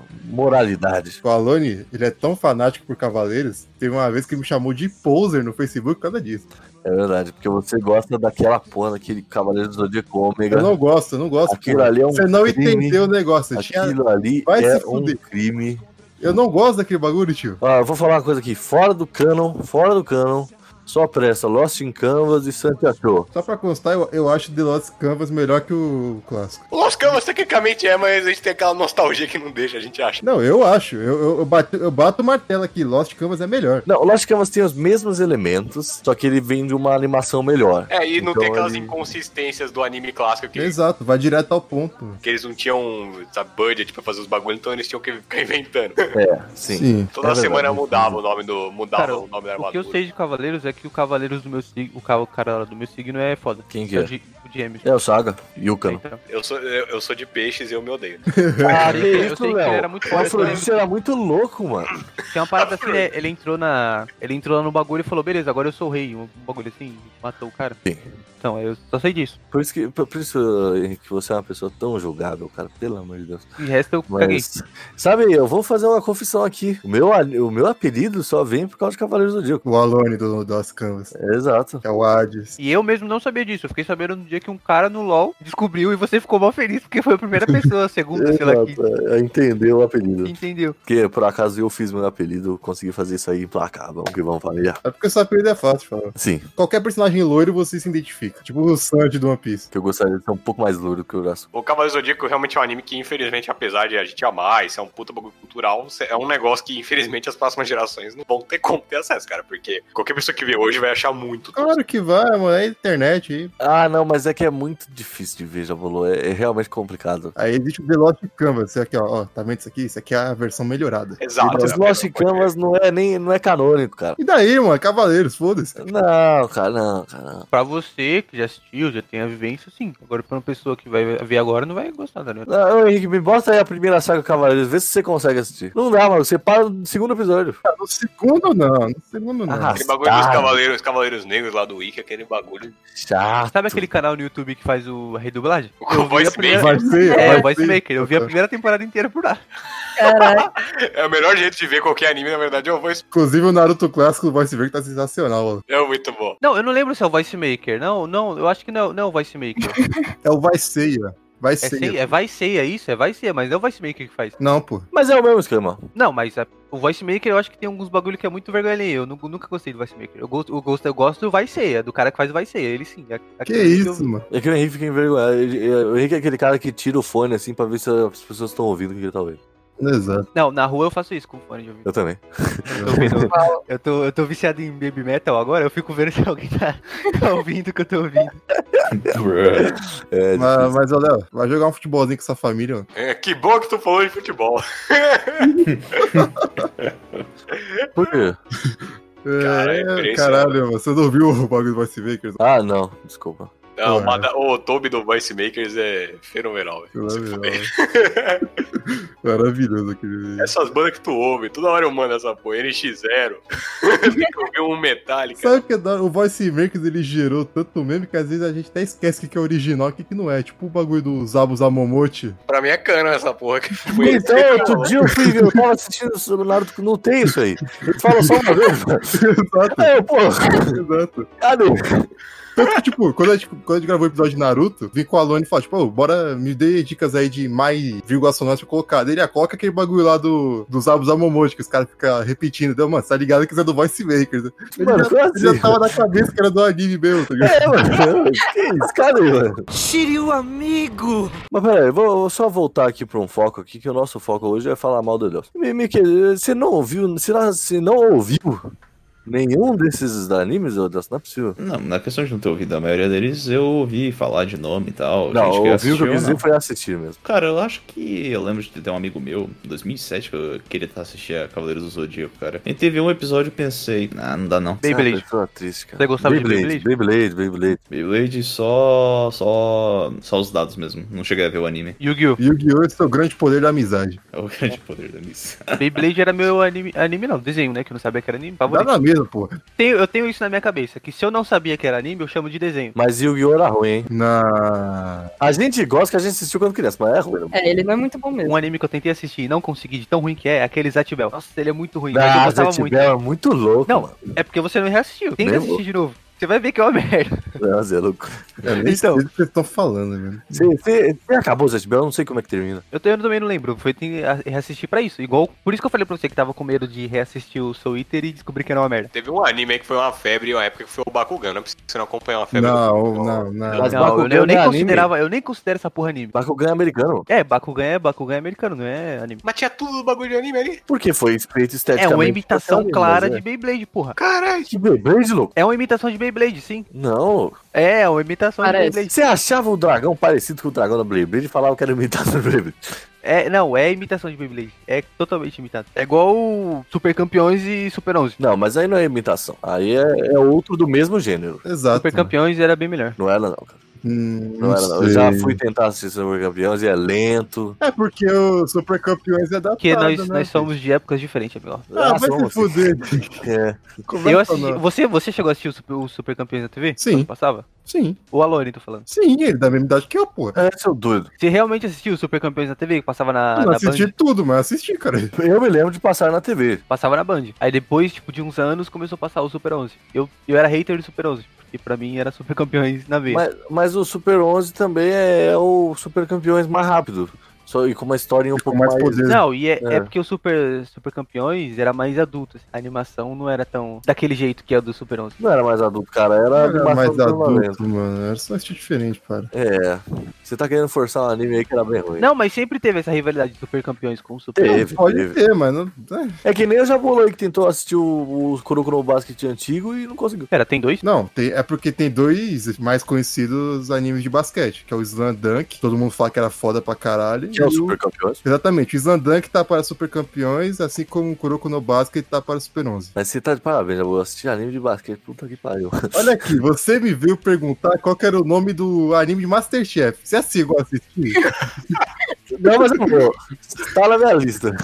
[SPEAKER 1] moralidade.
[SPEAKER 3] O Alone, ele é tão fanático por Cavaleiros, teve uma vez que ele me chamou de poser no Facebook por causa disso.
[SPEAKER 1] É verdade, porque você gosta daquela porra, daquele Cavaleiro do Zodíaco Ômega.
[SPEAKER 3] Eu não gosto, eu não gosto.
[SPEAKER 1] Aquilo
[SPEAKER 3] cara.
[SPEAKER 1] ali é um
[SPEAKER 3] Você não
[SPEAKER 1] crime.
[SPEAKER 3] entendeu o negócio. tinha-
[SPEAKER 1] Aquilo ali
[SPEAKER 3] Vai
[SPEAKER 1] é
[SPEAKER 3] se
[SPEAKER 1] um
[SPEAKER 3] fuder.
[SPEAKER 1] crime.
[SPEAKER 3] Eu não gosto daquele bagulho, tio.
[SPEAKER 1] Ah, eu vou falar uma coisa aqui, fora do canon, fora do canon, só pressa, Lost in Canvas e Santi Achou.
[SPEAKER 3] Só pra constar, eu, eu acho The Lost Canvas melhor que o clássico.
[SPEAKER 4] O Lost Canvas tecnicamente é, mas a gente tem aquela nostalgia que não deixa, a gente acha.
[SPEAKER 3] Não, eu acho. Eu, eu, eu bato, eu bato o martelo aqui. Lost Canvas é melhor.
[SPEAKER 1] Não, o Lost Canvas tem os mesmos elementos, só que ele vem de uma animação melhor.
[SPEAKER 4] É, e não
[SPEAKER 1] Então
[SPEAKER 4] tem aquelas
[SPEAKER 1] ele-
[SPEAKER 4] inconsistências do anime clássico que,
[SPEAKER 3] Exato, vai direto ao ponto.
[SPEAKER 4] que eles não tinham sabe, budget pra fazer os bagulhos, então eles tinham que ficar <laughs> inventando.
[SPEAKER 1] É, sim.
[SPEAKER 3] Sim.
[SPEAKER 4] Toda
[SPEAKER 6] É
[SPEAKER 4] semana
[SPEAKER 6] verdade.
[SPEAKER 4] mudava o nome do. mudava
[SPEAKER 6] Cara,
[SPEAKER 4] o nome da
[SPEAKER 6] O que
[SPEAKER 4] armadura.
[SPEAKER 6] eu sei de Cavaleiros é que o Cavaleiros do meu signo, o ca- o cara lá do meu signo é foda.
[SPEAKER 1] Quem que
[SPEAKER 6] é?
[SPEAKER 1] é?
[SPEAKER 6] O G- o James.
[SPEAKER 1] É o Saga e o Cano.
[SPEAKER 6] Então,
[SPEAKER 4] Eu sou, eu, eu sou de peixes e eu me odeio.
[SPEAKER 1] <laughs> Ah,
[SPEAKER 6] que
[SPEAKER 1] que
[SPEAKER 6] isso,
[SPEAKER 1] isso,
[SPEAKER 6] Léo.
[SPEAKER 1] Léo. O Afrodite era muito louco, mano.
[SPEAKER 6] tem uma parada assim, né? Ele entrou na. Ele entrou lá no bagulho e falou, beleza, agora eu sou o rei. Um bagulho assim, matou o cara.
[SPEAKER 1] Sim.
[SPEAKER 6] Então, eu só sei disso.
[SPEAKER 1] Por isso que, por por isso eh, que você é uma pessoa tão julgável, cara. Pelo amor de Deus.
[SPEAKER 6] De resto, eu caguei.
[SPEAKER 1] Mas, sabe, eu vou fazer uma confissão aqui. O meu, a- o meu apelido só vem por causa de Cavaleiros do Zodíaco.
[SPEAKER 3] O Alone do, do Lost Canvas.
[SPEAKER 1] Exato.
[SPEAKER 3] É o Hades.
[SPEAKER 6] E eu mesmo não sabia disso. Eu fiquei sabendo no dia que um cara no LoL descobriu e você ficou mal feliz porque foi a primeira pessoa, a segunda, sei lá, que
[SPEAKER 1] Exato, é, Entendeu o apelido.
[SPEAKER 6] entendeu.
[SPEAKER 1] Porque, por acaso, eu fiz meu apelido, consegui fazer isso aí implacável. Vamos que vamos, família.
[SPEAKER 3] É porque o seu apelido é fácil, fala.
[SPEAKER 1] Sim,
[SPEAKER 3] Qualquer personagem loiro você se identifica. Tipo o Sanji do One Piece.
[SPEAKER 1] que eu gostaria de ser um pouco mais louro do que o Urasu.
[SPEAKER 4] O Cavaleiro Zodíaco realmente é um anime que, infelizmente, apesar de a gente amar, isso é um puta bagulho cultural, é um negócio que, infelizmente, as próximas gerações não vão ter como ter acesso, cara, porque qualquer pessoa que vê hoje vai achar muito.
[SPEAKER 3] Claro que vai, mano. É internet aí.
[SPEAKER 1] Ah, não, mas é que é muito difícil de ver, já falou. É, é realmente complicado.
[SPEAKER 3] Aí existe o The Lost Canvas. Isso aqui, ó, ó. Tá vendo isso aqui? Isso aqui é a versão melhorada.
[SPEAKER 1] Mas
[SPEAKER 4] né?
[SPEAKER 1] Lost Canvas não é, nem, não é canônico, cara.
[SPEAKER 3] E daí, mano? Cavaleiros, foda-se.
[SPEAKER 1] Não, cara, não, cara. não.
[SPEAKER 6] Pra você que já assistiu, já tem a vivência, sim. Agora pra uma pessoa que vai ver agora não vai gostar, tá ligado?
[SPEAKER 1] Não, ô, Henrique, me bota aí a primeira saga Cavaleiros, vê se você consegue assistir. Não dá, mano, você para no segundo episódio.
[SPEAKER 3] Ah, No segundo, não. No segundo, não.
[SPEAKER 4] Aquele bagulho dos cavaleiros, cavaleiros negros lá do Wiki, aquele bagulho.
[SPEAKER 1] Chato.
[SPEAKER 6] Sabe aquele canal no YouTube que faz o a redublagem?
[SPEAKER 4] O Voice
[SPEAKER 3] Vai ser,
[SPEAKER 6] É,
[SPEAKER 3] vai
[SPEAKER 6] o Voice
[SPEAKER 3] ser.
[SPEAKER 6] Maker. Eu vi a primeira temporada inteira por lá.
[SPEAKER 4] É o melhor jeito de ver qualquer anime, na verdade, é o Voice.
[SPEAKER 3] Inclusive o Naruto clássico do Voice Ver que tá sensacional, mano.
[SPEAKER 4] É muito bom.
[SPEAKER 6] Não, eu não lembro se é o Voice Maker. Não, não, eu acho que não, não é o Voice <laughs> Maker.
[SPEAKER 3] É o Vai Seiya. Vai
[SPEAKER 6] É, sei,
[SPEAKER 3] Seiya.
[SPEAKER 6] é Vai Ser, é isso? É Vai Ser, mas não é o Voice Maker que faz.
[SPEAKER 3] Não, pô.
[SPEAKER 1] Mas é o mesmo esquema.
[SPEAKER 6] Não, mas a- o Voice Maker eu acho que tem alguns bagulho que é muito vergonha alheia. Eu nu- nunca gostei do Voice Maker. Eu gosto, eu gosto, eu gosto do Vai Ser, é do cara que faz o Vai Ser. Ele sim. é- é
[SPEAKER 3] Que
[SPEAKER 6] aquele eu-
[SPEAKER 3] isso, mano.
[SPEAKER 1] É que o Henrique fica envergonhado. ele- ele- O Henrique é aquele cara que tira o fone assim pra ver se as pessoas estão ouvindo o que ele tá ouvindo.
[SPEAKER 3] Exato.
[SPEAKER 6] Não, na rua eu faço isso com fone de ouvido.
[SPEAKER 1] Eu também.
[SPEAKER 6] Eu tô, ouvindo- eu tô, eu tô viciado em baby metal agora, eu fico vendo <laughs> se alguém tá, tá ouvindo o que eu tô ouvindo.
[SPEAKER 1] É,
[SPEAKER 3] Mas, mas ó, Léo, vai jogar um futebolzinho com sua família, mano.
[SPEAKER 4] É, que bom que tu falou de futebol.
[SPEAKER 1] por quê?
[SPEAKER 4] Cara, é
[SPEAKER 3] É,
[SPEAKER 4] impressionante.
[SPEAKER 3] caralho, mano. Você não viu o bagulho do Voice Maker?
[SPEAKER 1] Ah, não, desculpa.
[SPEAKER 4] Não,
[SPEAKER 3] Porra.
[SPEAKER 4] o mada- o Toby do Voice Makers é fenomenal, velho.
[SPEAKER 3] Maravilhoso. <laughs> Maravilhoso aquele.
[SPEAKER 4] Essas bandas que tu ouve, toda hora eu mando essa porra, NX0. <laughs> Tem que ouvir um Metallica.
[SPEAKER 3] Sabe o que é da hora? O Voice Makers ele gerou tanto meme que às vezes a gente até esquece o que que é original e o que que não é. Tipo o bagulho do Zabu Zamomote.
[SPEAKER 4] Pra mim é cana essa porra. Que foi
[SPEAKER 1] Então, outro
[SPEAKER 6] né?
[SPEAKER 1] dia eu fui ver, eu tava assistindo sobre o Naruto, não tem isso aí. Ele fala só uma vez. mano.
[SPEAKER 3] <laughs> Exato,
[SPEAKER 1] É, pô,
[SPEAKER 3] exato.
[SPEAKER 1] cadê?
[SPEAKER 3] Tanto que, tipo, quando a, gente, quando a gente gravou o episódio de Naruto, vim com o Alone e falou, tipo, "Ô, bora me dê dicas aí de mais vírgula sonora pra eu colocar. Daí Ele ah, coloca aquele bagulho lá do, do Zabu Zamomote, que os caras ficam repetindo. Deu, mano, tá ligado que isso é do Voice Makers. Ele
[SPEAKER 1] Mano,
[SPEAKER 3] já,
[SPEAKER 1] como
[SPEAKER 3] ele já
[SPEAKER 1] assim?
[SPEAKER 3] tava na cabeça que era do anime mesmo, tá ligado?
[SPEAKER 1] É, mano. Que isso, cadê, mano?
[SPEAKER 10] Shiryu amigo!
[SPEAKER 1] Mas peraí, vou, vou só voltar aqui pra um foco aqui, que o nosso foco hoje é falar mal do Deus. Me, me, que- você não ouviu, se não, se não ouviu Nenhum desses animes, Odas, não é possível.
[SPEAKER 2] Não, na questão de não ter ouvido a maioria deles, eu ouvi falar de nome e tal.
[SPEAKER 1] Não,
[SPEAKER 2] gente
[SPEAKER 1] eu
[SPEAKER 2] que
[SPEAKER 1] ouvi o que eu
[SPEAKER 2] assistiu,
[SPEAKER 1] quis
[SPEAKER 2] não.
[SPEAKER 1] dizer foi assistir mesmo.
[SPEAKER 2] Cara, eu acho que eu lembro de ter um amigo meu, em 2007, que eu queria estar assistindo a Cavaleiros do Zodíaco, cara. E teve um episódio e pensei, ah, não dá não.
[SPEAKER 1] Beyblade. Ah, foi uma triste, cara. Você
[SPEAKER 2] gostava de
[SPEAKER 1] Beyblade, Beyblade, Beyblade.
[SPEAKER 2] Beyblade só, só, só os dados mesmo, não cheguei a ver o anime.
[SPEAKER 6] Yu-Gi-Oh!
[SPEAKER 3] Yu-Gi-Oh! Esse é o grande poder da amizade.
[SPEAKER 2] É o grande <laughs> poder da missa.
[SPEAKER 6] Beyblade era meu anime, anime não, desenho, né? Que eu não sabia que era anime.
[SPEAKER 3] Dá
[SPEAKER 6] Favorito.
[SPEAKER 3] na mesma, pô.
[SPEAKER 6] Tenho- eu tenho isso na minha cabeça, que se eu não sabia que era anime, eu chamo de desenho.
[SPEAKER 1] Mas Yu-Gi-Oh! era ruim, hein?
[SPEAKER 3] Na...
[SPEAKER 1] A gente gosta que a gente assistiu quando criança, mas é ruim. né?
[SPEAKER 5] É, ele não é muito bom mesmo.
[SPEAKER 6] Um anime que eu tentei assistir e não consegui, de tão ruim que é, é aquele Zatibel. Nossa, ele é muito ruim, mas eu
[SPEAKER 1] Ah,
[SPEAKER 6] gostava
[SPEAKER 1] Zatibel
[SPEAKER 6] muito.
[SPEAKER 1] é muito louco.
[SPEAKER 6] Não,
[SPEAKER 1] mano.
[SPEAKER 6] é porque você não reassistiu. Tem que
[SPEAKER 1] Nem
[SPEAKER 6] assistir
[SPEAKER 1] vou.
[SPEAKER 6] de novo. Você vai ver que é uma <laughs> merda.
[SPEAKER 1] Nossa, é louco.
[SPEAKER 3] Eu nem
[SPEAKER 6] Então.
[SPEAKER 3] sei do que vocês estão falando, velho.
[SPEAKER 1] Você- Você você acabou o Zatibel, eu não sei como é que termina.
[SPEAKER 6] Eu, te- eu também não lembro, foi tem- a- reassistir pra isso. Igual, por isso que eu falei pra você que tava com medo de reassistir o Soul Eater e descobrir que era uma merda.
[SPEAKER 4] Teve um anime aí que foi uma febre, uma época que foi o Bakugan, não é possível que você não acompanhou a febre.
[SPEAKER 3] Não, não, não.
[SPEAKER 6] Não, eu, eu nem considerava, eu nem considero essa porra anime.
[SPEAKER 1] Bakugan é americano.
[SPEAKER 6] É, Bakugan é, Bakugan é americano, não é anime.
[SPEAKER 4] Mas tinha tudo do bagulho de anime ali.
[SPEAKER 1] Porque foi feito
[SPEAKER 6] É
[SPEAKER 1] esteticamente.
[SPEAKER 6] uma
[SPEAKER 1] pra
[SPEAKER 6] imitação
[SPEAKER 1] ser anime,
[SPEAKER 6] clara
[SPEAKER 3] é.
[SPEAKER 1] mas
[SPEAKER 6] de Beyblade, porra.
[SPEAKER 4] Caralho.
[SPEAKER 1] é. Que Beyblade, louco?
[SPEAKER 6] É uma imitação de Beyblade, sim.
[SPEAKER 1] Não.
[SPEAKER 6] É, é uma imitação de Beyblade.
[SPEAKER 1] Você achava o dragão parecido com o dragão da Beyblade e falava que era imitação da Beyblade.
[SPEAKER 6] É, não, é imitação de Beyblade. É totalmente imitado. É igual o Super Campeões e Super 11.
[SPEAKER 1] Não, mas aí não é imitação. Aí é, é outro do mesmo gênero.
[SPEAKER 3] Exato.
[SPEAKER 6] Super Campeões era bem melhor.
[SPEAKER 1] Não era, não, cara.
[SPEAKER 3] Hum,
[SPEAKER 1] Não,
[SPEAKER 3] não
[SPEAKER 1] era, não. Eu
[SPEAKER 3] sei.
[SPEAKER 1] já fui tentar assistir Super Campeões e é lento.
[SPEAKER 3] É porque o Super Campeões é da
[SPEAKER 6] Porque nós, nós somos de épocas diferentes, amigo.
[SPEAKER 3] Ah, vai
[SPEAKER 1] Nossa,
[SPEAKER 3] se
[SPEAKER 1] vamos assistir.
[SPEAKER 3] fuder.
[SPEAKER 1] <laughs> um É.
[SPEAKER 3] Como
[SPEAKER 6] Eu
[SPEAKER 3] é que tá,
[SPEAKER 6] assisti,
[SPEAKER 3] não?
[SPEAKER 6] você, você chegou a assistir o Super, o Super Campeões na TV?
[SPEAKER 3] Sim.
[SPEAKER 6] Quando Passava?
[SPEAKER 3] Sim,
[SPEAKER 6] O Alone, tô falando.
[SPEAKER 3] sim, ele da mesma idade que eu, pô.
[SPEAKER 1] É, seu doido.
[SPEAKER 6] Você realmente assistiu o Super Campeões na TV? Que passava na,
[SPEAKER 3] eu
[SPEAKER 6] na
[SPEAKER 3] assisti
[SPEAKER 6] Band?
[SPEAKER 3] tudo, mas assisti, cara.
[SPEAKER 1] Eu me lembro de passar na TV.
[SPEAKER 6] Passava na Band. Aí depois, tipo, de uns anos, começou a passar o Super 11. Eu, eu era hater do Super 11. Porque pra mim era Super Campeões na veia.
[SPEAKER 1] Mas, mas o Super 11 também é o Super Campeões mais rápido. Só, e com uma historinha um pouco mais.
[SPEAKER 3] mais poder.
[SPEAKER 6] Não, e é,
[SPEAKER 1] É.
[SPEAKER 6] é porque o Super, Super Campeões era mais adulto. assim. A animação não era tão daquele jeito que é a do Super 11.
[SPEAKER 1] Não era mais adulto, cara. Era,
[SPEAKER 3] Não era
[SPEAKER 1] animação
[SPEAKER 3] mais
[SPEAKER 1] dos anos 90.
[SPEAKER 3] adulto, mano. Era só assistir diferente, cara.
[SPEAKER 1] É. Você tá querendo forçar um anime aí que era bem ruim.
[SPEAKER 6] Não, mas sempre teve essa rivalidade de Super Campeões com o Super
[SPEAKER 1] Teve,
[SPEAKER 6] 11.
[SPEAKER 1] teve.
[SPEAKER 3] Pode ter, mas não. é.
[SPEAKER 1] É que nem o Jabolão aí que tentou assistir o, o Kuroko no Basket antigo e não conseguiu.
[SPEAKER 6] Pera, tem dois?
[SPEAKER 3] Não, tem- é porque tem dois mais conhecidos animes de basquete, que é o Slam Dunk, que todo mundo fala que era foda pra caralho.
[SPEAKER 1] Que é o
[SPEAKER 3] e o-
[SPEAKER 1] Super Campeões.
[SPEAKER 3] Exatamente, o Slam Dunk tá para Super Campeões, assim como o Kuroko no Basket tá para Super 11.
[SPEAKER 1] Mas você tá de parabéns, Jabolão. Assistir anime de basquete, puta que pariu.
[SPEAKER 3] Olha aqui, você me veio perguntar qual que era o nome do anime de Masterchef. Você assim igual assistir?
[SPEAKER 1] Não, mas é pô, <laughs> tá na minha lista.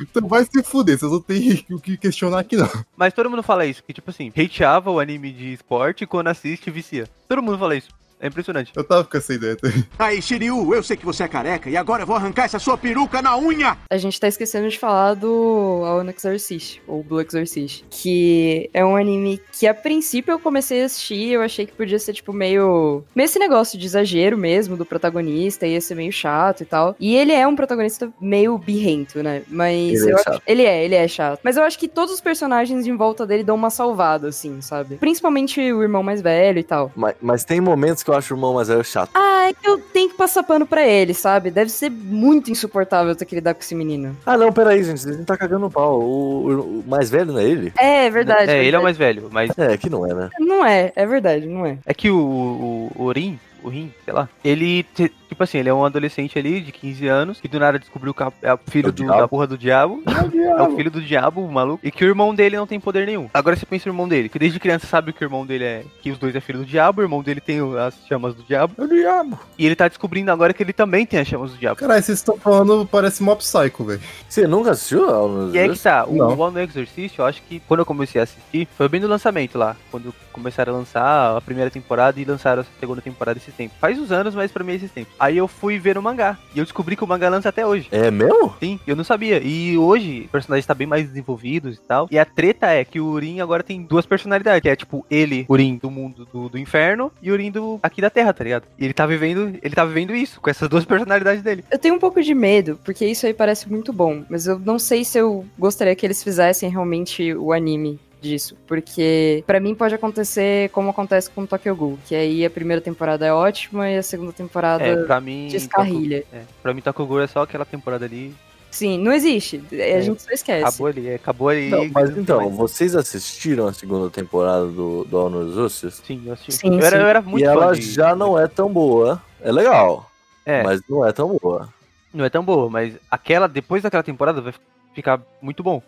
[SPEAKER 3] Então vai se fuder, vocês não tem o que questionar aqui não.
[SPEAKER 6] Mas todo mundo fala isso, que tipo assim, hateava o anime de esporte e quando assiste vicia. Todo mundo fala isso. É impressionante.
[SPEAKER 3] Eu tava com essa ideia também.
[SPEAKER 9] Aí, Shiryu, eu sei que você é careca e agora eu vou arrancar essa sua peruca na unha.
[SPEAKER 5] A gente tá esquecendo de falar do Aon Exorcist, ou Blue Exorcist, que é um anime que a princípio eu comecei a assistir e eu achei que podia ser, tipo, meio. meio esse negócio de exagero mesmo do protagonista, ia ser meio chato e tal. E ele é um protagonista meio birrento, né? Mas
[SPEAKER 1] Ele é
[SPEAKER 5] eu
[SPEAKER 1] chato.
[SPEAKER 5] acho. Ele é, ele é chato. Mas eu acho que todos os personagens em volta dele dão uma salvada, assim, sabe? Principalmente o irmão mais velho e tal.
[SPEAKER 1] Mas, mas tem momentos que eu acho o irmão mais velho chato.
[SPEAKER 5] Ah, é que eu tenho que passar pano pra ele, sabe? Deve ser muito insuportável ter que lidar com esse menino.
[SPEAKER 1] Ah, não, peraí, gente. A gente tá cagando no pau. O, o mais velho não é ele?
[SPEAKER 5] É, é verdade.
[SPEAKER 6] É, ele é o
[SPEAKER 5] verdade.
[SPEAKER 6] mais velho, mas
[SPEAKER 1] É, que não é, né?
[SPEAKER 5] Não é, é verdade, não é.
[SPEAKER 6] É que o, o, o Rin, o Rin, sei lá, ele, te- tipo assim, ele é um adolescente ali de 15 anos, que do nada descobriu que é o
[SPEAKER 1] É
[SPEAKER 6] filho
[SPEAKER 1] o
[SPEAKER 6] do-
[SPEAKER 1] diabo.
[SPEAKER 6] da porra do diabo. <laughs> É o filho do diabo, o maluco. E que o irmão dele não tem poder nenhum. Agora você pensa no irmão dele, que desde criança sabe que o irmão dele é. Que os dois é filho do diabo, o irmão dele tem o- as chamas do diabo.
[SPEAKER 1] É o diabo.
[SPEAKER 6] E ele tá descobrindo agora que ele também tem as chamas do diabo.
[SPEAKER 3] Caralho, vocês estão falando, parece Mob Psycho, velho.
[SPEAKER 1] Você nunca assistiu? Alan?
[SPEAKER 6] E é que tá, o
[SPEAKER 3] Não.
[SPEAKER 6] One Exorcist, eu acho que quando eu comecei a assistir, foi bem no lançamento lá. Quando começaram a lançar a primeira temporada e lançaram a segunda temporada esse tempo. Faz uns anos, mas pra mim é esse tempo. Aí eu fui ver o mangá. E eu descobri que o mangá lança até hoje.
[SPEAKER 1] É meu?
[SPEAKER 6] Sim, eu não sabia. E hoje, os personagens estão bem mais desenvolvidos e tal. E a treta é que o Urim agora tem duas personalidades. Que é tipo, ele, Urim do mundo do, do inferno e Urim do aqui da Terra, tá ligado? E ele tá vivendo, ele tá vivendo isso, com essas duas personalidades dele.
[SPEAKER 5] Eu tenho um pouco de medo, porque isso aí parece muito bom, mas eu não sei se eu gostaria que eles fizessem realmente o anime disso, porque pra mim pode acontecer como acontece com Tokyo Ghoul, que aí a primeira temporada é ótima e a segunda temporada
[SPEAKER 6] É, pra mim.
[SPEAKER 5] descarrilha.
[SPEAKER 6] Toku- é, pra mim, Tokugoro é só aquela temporada ali.
[SPEAKER 5] Sim, não existe. A gente só esquece.
[SPEAKER 6] É, Acabou ali, acabou ali.
[SPEAKER 1] Não, mas então, vocês assistiram a segunda temporada do, do Honor Justice?
[SPEAKER 6] Sim, assim, eu assisti.
[SPEAKER 5] Sim,
[SPEAKER 6] eu, Era,
[SPEAKER 5] sim.
[SPEAKER 6] eu era muito
[SPEAKER 1] E
[SPEAKER 6] fã
[SPEAKER 1] ela
[SPEAKER 6] de-
[SPEAKER 1] já não é tão boa. É legal,
[SPEAKER 6] É,
[SPEAKER 1] mas não é tão boa.
[SPEAKER 6] não é tão boa, mas aquela, depois daquela temporada vai ficar muito bom.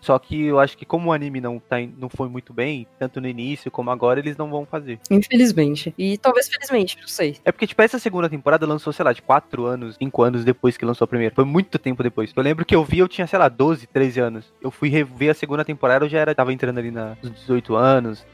[SPEAKER 6] Só que eu acho que como o anime não, tá, em- não foi muito bem, tanto no início como agora, eles não vão fazer.
[SPEAKER 5] Infelizmente. E talvez felizmente, não sei.
[SPEAKER 6] É porque, tipo, essa segunda temporada lançou, sei lá, de 4 anos, 5 anos depois que lançou a primeira. Foi muito tempo depois. Eu lembro que eu vi, eu tinha, sei lá, 12, 13 anos. Eu fui rever a segunda temporada, eu já era, tava entrando ali na, nos 18 anos.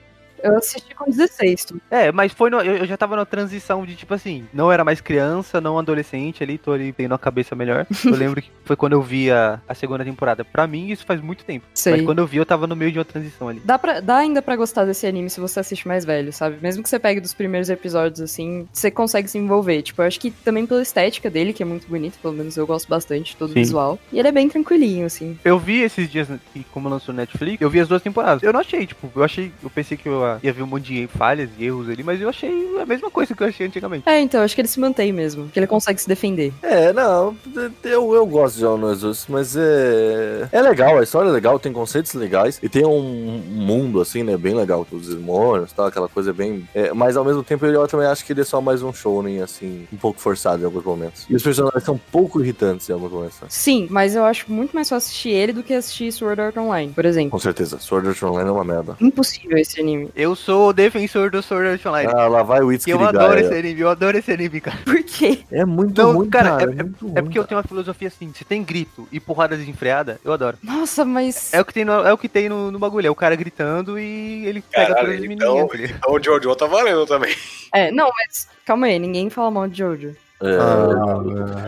[SPEAKER 5] Eu assisti com 16. tu.
[SPEAKER 6] É, mas foi no- eu, eu já tava na transição de, tipo assim, não era mais criança, não adolescente ali, tô ali tendo a cabeça melhor. Eu lembro que foi quando eu vi a, a segunda temporada. Pra mim, isso faz muito tempo.
[SPEAKER 5] Sei.
[SPEAKER 6] Mas quando eu vi, eu tava no meio de uma transição ali.
[SPEAKER 5] Dá, pra, dá ainda pra gostar desse anime se você assiste mais velho, sabe? Mesmo que você pegue dos primeiros episódios, assim, você consegue se envolver. Tipo, eu acho que também pela estética dele, que é muito bonito, pelo menos eu gosto bastante de todo o
[SPEAKER 6] Sim.
[SPEAKER 5] visual. E ele é bem tranquilinho, assim.
[SPEAKER 6] Eu vi esses dias, que como lançou no Netflix, eu vi as duas temporadas. Eu não achei, tipo, eu achei, eu pensei que eu ah, ia ver um monte de falhas e erros ali, mas eu achei a mesma coisa que eu achei antigamente.
[SPEAKER 5] É, então, acho que ele se mantém mesmo, que ele consegue se defender.
[SPEAKER 1] É, não, eu, eu gosto de Honor Justice, mas é. É legal, a história é legal, tem conceitos legais e tem um mundo, assim, né? Bem legal, com os demônios e tal, aquela coisa bem. é, mas ao mesmo tempo eu também acho que ele é só mais um shounen, assim, um pouco forçado em alguns momentos. E os personagens são um pouco irritantes em alguns momentos. né?
[SPEAKER 5] Sim, mas eu acho muito mais fácil assistir ele do que assistir Sword Art Online, por exemplo.
[SPEAKER 1] Com certeza, Sword Art Online é uma merda.
[SPEAKER 5] Impossível esse
[SPEAKER 6] <laughs>
[SPEAKER 5] anime.
[SPEAKER 6] Eu sou o defensor do Sword Art Online.
[SPEAKER 1] Ah, lá vai o
[SPEAKER 6] E eu
[SPEAKER 1] Itzkirigaya.
[SPEAKER 6] adoro esse anime, eu adoro esse anime, cara.
[SPEAKER 5] Por quê?
[SPEAKER 1] É muito
[SPEAKER 6] Não,
[SPEAKER 1] ruim,
[SPEAKER 6] cara,
[SPEAKER 1] cara.
[SPEAKER 6] é, é- é porque eu tenho uma filosofia assim, se tem grito e porrada desenfreada, eu adoro.
[SPEAKER 5] Nossa, mas.
[SPEAKER 6] É o que tem no, é o que tem no, no bagulho, é o cara gritando e ele pega todas as
[SPEAKER 4] Caralho, então,
[SPEAKER 6] menininhas. tá ligado?
[SPEAKER 4] então o Jojo tá valendo também.
[SPEAKER 5] É, não, mas calma aí, ninguém fala mal de Jojo.
[SPEAKER 1] É,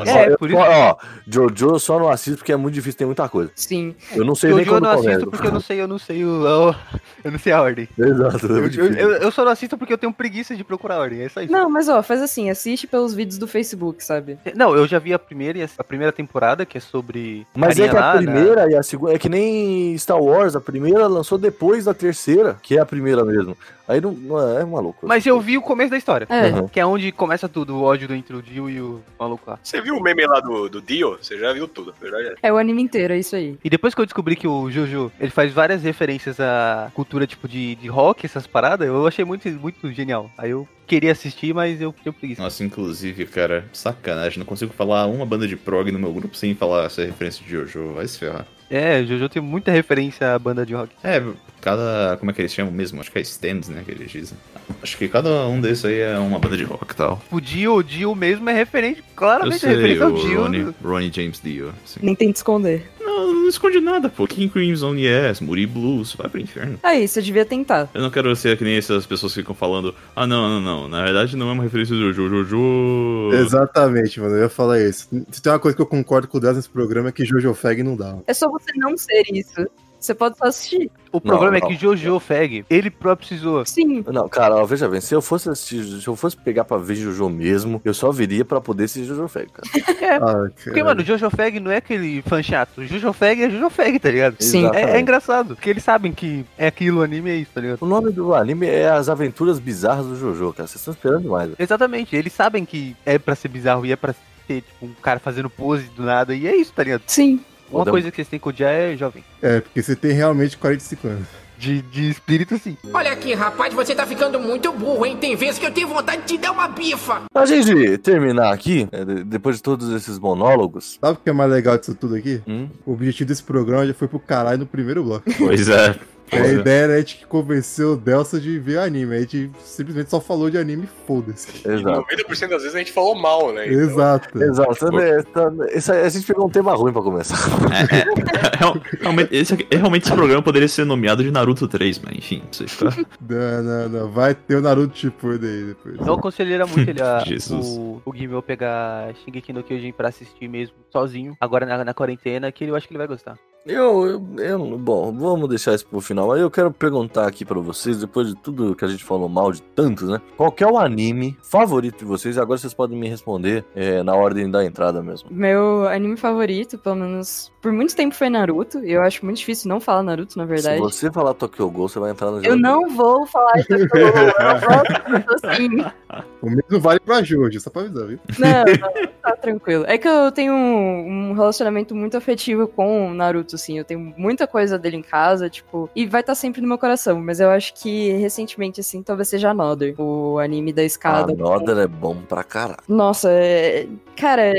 [SPEAKER 6] É,
[SPEAKER 1] Ah, eu-
[SPEAKER 6] por isso-
[SPEAKER 1] Ó, Jojo eu só não assisto porque é muito difícil, tem muita coisa.
[SPEAKER 5] Sim.
[SPEAKER 1] Eu não sei
[SPEAKER 6] Jojo
[SPEAKER 1] nem
[SPEAKER 6] eu
[SPEAKER 1] quando
[SPEAKER 6] não assisto
[SPEAKER 1] começa.
[SPEAKER 6] porque eu não sei, eu não sei o. Eu, eu não sei a ordem.
[SPEAKER 1] <laughs> Exato.
[SPEAKER 6] Eu,
[SPEAKER 1] é muito
[SPEAKER 6] eu-
[SPEAKER 1] difícil.
[SPEAKER 6] eu- eu só não assisto porque eu tenho preguiça de procurar a ordem, é só isso.
[SPEAKER 5] Não, mas ó, faz assim, assiste pelos vídeos do Facebook, sabe?
[SPEAKER 6] Não, eu já vi a primeira, e a- a primeira temporada, que é sobre.
[SPEAKER 1] Mas é
[SPEAKER 6] carinha
[SPEAKER 1] que a
[SPEAKER 6] lá, né?
[SPEAKER 1] primeira e a segunda. É que nem Star Wars, a primeira lançou depois da terceira, que é a primeira mesmo. Aí não, não é, é maluco.
[SPEAKER 6] Mas eu vi o começo da história.
[SPEAKER 5] É.
[SPEAKER 1] Uhum.
[SPEAKER 6] Que é onde começa tudo, o ódio do entre o Jill e o maluco lá.
[SPEAKER 4] Você viu o meme lá do, do Dio? Você já viu tudo, verdade?
[SPEAKER 5] É o anime inteiro, é isso aí.
[SPEAKER 6] E depois que eu descobri que o Jojo, ele faz várias referências à cultura, tipo, de, de rock, essas paradas, eu achei muito, muito genial. Aí eu queria assistir, mas eu tenho preguiça.
[SPEAKER 2] Nossa, inclusive, cara, sacanagem. Não consigo falar uma banda de prog no meu grupo sem falar essa referência de Jojo. Vai se ferrar.
[SPEAKER 6] É, o Jojo tem muita referência à banda de rock.
[SPEAKER 2] É, cada. Como é que eles chamam mesmo? Acho que é stands, né? Que eles dizem. Acho que cada um desses aí é uma banda de rock e tal.
[SPEAKER 6] O Tipo, Dio, o Dio mesmo é referente,
[SPEAKER 2] Eu
[SPEAKER 6] claramente é
[SPEAKER 2] sei,
[SPEAKER 6] referência ao
[SPEAKER 2] o
[SPEAKER 6] Dio.
[SPEAKER 2] Ronnie, Ronnie James Dio. Assim.
[SPEAKER 5] Nem tenta esconder.
[SPEAKER 2] Não, não esconde nada, pô. King Crimson, yes, Muri Blues, vai pro inferno.
[SPEAKER 5] Aí, você devia tentar.
[SPEAKER 2] Eu não quero ser que nem essas pessoas que ficam falando, ah, não, não, não, na verdade não é uma referência do Jojo, Jojo...
[SPEAKER 3] Exatamente, mano. Eu ia falar isso. Se tem uma coisa que eu concordo com o Deus nesse programa é que Jojo Fag não dá.
[SPEAKER 5] É só você não ser isso. Você pode só assistir.
[SPEAKER 6] O problema é
[SPEAKER 1] não.
[SPEAKER 6] que Jojo Feg, ele próprio precisou.
[SPEAKER 5] Sim.
[SPEAKER 1] Não, cara, ó, veja bem, se eu fosse assistir, se eu fosse pegar pra ver Jojo mesmo, eu só viria pra poder assistir Jojo Fag, cara.
[SPEAKER 6] É,
[SPEAKER 3] Ah,
[SPEAKER 6] porque, mano, o Jojo Feg não é aquele fã chato. O Jojo Feg é Jojo Feg, tá ligado?
[SPEAKER 1] Sim.
[SPEAKER 6] É, é engraçado, porque eles sabem que é aquilo, o anime é isso, tá ligado?
[SPEAKER 1] O nome do anime é As Aventuras Bizarras do Jojo, cara. Vocês estão esperando demais. né?
[SPEAKER 6] Exatamente, eles sabem que é pra ser bizarro e é pra ter, tipo, um cara fazendo pose do nada, e é isso, tá ligado?
[SPEAKER 5] Sim.
[SPEAKER 6] Uma
[SPEAKER 1] Podemos-
[SPEAKER 6] coisa que vocês têm que odiar é jovem.
[SPEAKER 3] É, porque você tem realmente 45 anos.
[SPEAKER 6] De, de espírito, sim.
[SPEAKER 14] Olha aqui, rapaz, você tá ficando muito burro, hein? Tem vezes que eu tenho vontade de te dar uma bifa.
[SPEAKER 1] Pra gente terminar aqui, é, de- depois de todos esses monólogos.
[SPEAKER 3] Sabe o que é mais legal disso tudo aqui?
[SPEAKER 1] Hum?
[SPEAKER 3] O objetivo desse programa já foi pro caralho no primeiro bloco.
[SPEAKER 2] Pois é.
[SPEAKER 3] A ideia era a gente convencer o Delson de ver anime. A gente simplesmente só falou de anime e foda-se.
[SPEAKER 1] Exato.
[SPEAKER 4] 90% das vezes a gente falou mal, né? Então,
[SPEAKER 6] Hum.
[SPEAKER 3] Exato.
[SPEAKER 1] Exato. né, tá- esse- a gente pegou um tema ruim pra começar.
[SPEAKER 2] É, Real- é, realmente, esse, aqui- realmente esse programa poderia ser nomeado de Naruto 3, mas enfim, tá. não sei ficar...
[SPEAKER 3] Não, não, não. Vai ter o Naruto Shippuden aí depois.
[SPEAKER 6] Eu aconselharia muito ele a,
[SPEAKER 2] Jesus.
[SPEAKER 6] o, o Guimel pegar Shingeki no Kyojin pra assistir mesmo, sozinho, agora na, na quarentena, que eu acho que ele vai gostar.
[SPEAKER 1] Eu, eu, eu não- bom, vamos deixar isso pro final. Mas eu quero perguntar aqui pra vocês, depois de tudo que a gente falou mal de tantos, né? Qual que é o anime favorito de vocês? E Agora vocês podem me responder é, na ordem da entrada mesmo.
[SPEAKER 5] Meu anime favorito, pelo menos por muito tempo, foi Naruto. E eu acho muito difícil não falar Naruto, na
[SPEAKER 1] Se
[SPEAKER 5] verdade.
[SPEAKER 1] você falar Tokyo Ghoul, você vai entrar no
[SPEAKER 5] Eu não vou falar isso assim.
[SPEAKER 3] O mesmo vale pra Jojo, só pra avisar, viu?
[SPEAKER 5] Não, não, tá tranquilo. É que eu tenho um, um relacionamento muito afetivo com o Naruto, assim. Eu tenho muita coisa dele em casa, tipo. E vai estar sempre no meu coração. Mas eu acho que recentemente, assim, talvez seja Another, o anime da
[SPEAKER 1] A
[SPEAKER 5] escada.
[SPEAKER 1] Another é bom pra caralho.
[SPEAKER 5] Nossa, é- cara,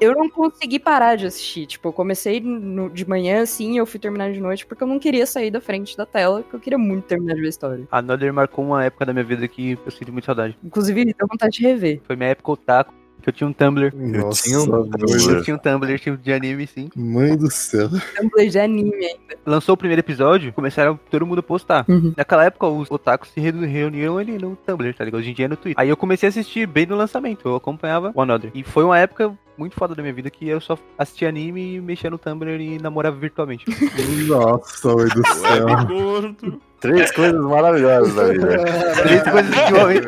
[SPEAKER 5] eu não consegui parar de assistir. Tipo, eu comecei no- de manhã, assim, e eu fui terminar de noite porque eu não queria sair da frente da tela, porque eu queria muito terminar de ver a história.
[SPEAKER 6] A Another marcou uma época da minha vida que eu sinto muita saudade.
[SPEAKER 5] Inclusive, deu vontade de rever.
[SPEAKER 6] Foi minha época otaku, que eu tinha um Tumblr.
[SPEAKER 3] Eu tinha um Tumblr.
[SPEAKER 6] Eu tinha um Tumblr tipo, de anime, sim.
[SPEAKER 3] Mãe do céu.
[SPEAKER 5] Tumblr um de anime ainda.
[SPEAKER 6] Lançou o primeiro episódio, começaram todo mundo a postar. Naquela época, os otakus se reu- reuniram ali no Tumblr, tá ligado? Hoje em dia é no Twitter. Aí eu comecei a assistir bem no lançamento, eu acompanhava One Another. E foi uma época muito foda da minha vida que eu só assistia anime e mexia no Tumblr e namorava virtualmente.
[SPEAKER 3] Nossa, mãe do céu.
[SPEAKER 2] <laughs>
[SPEAKER 1] Três coisas maravilhosas da
[SPEAKER 3] <laughs>
[SPEAKER 1] vida.
[SPEAKER 6] Três coisas que o homem.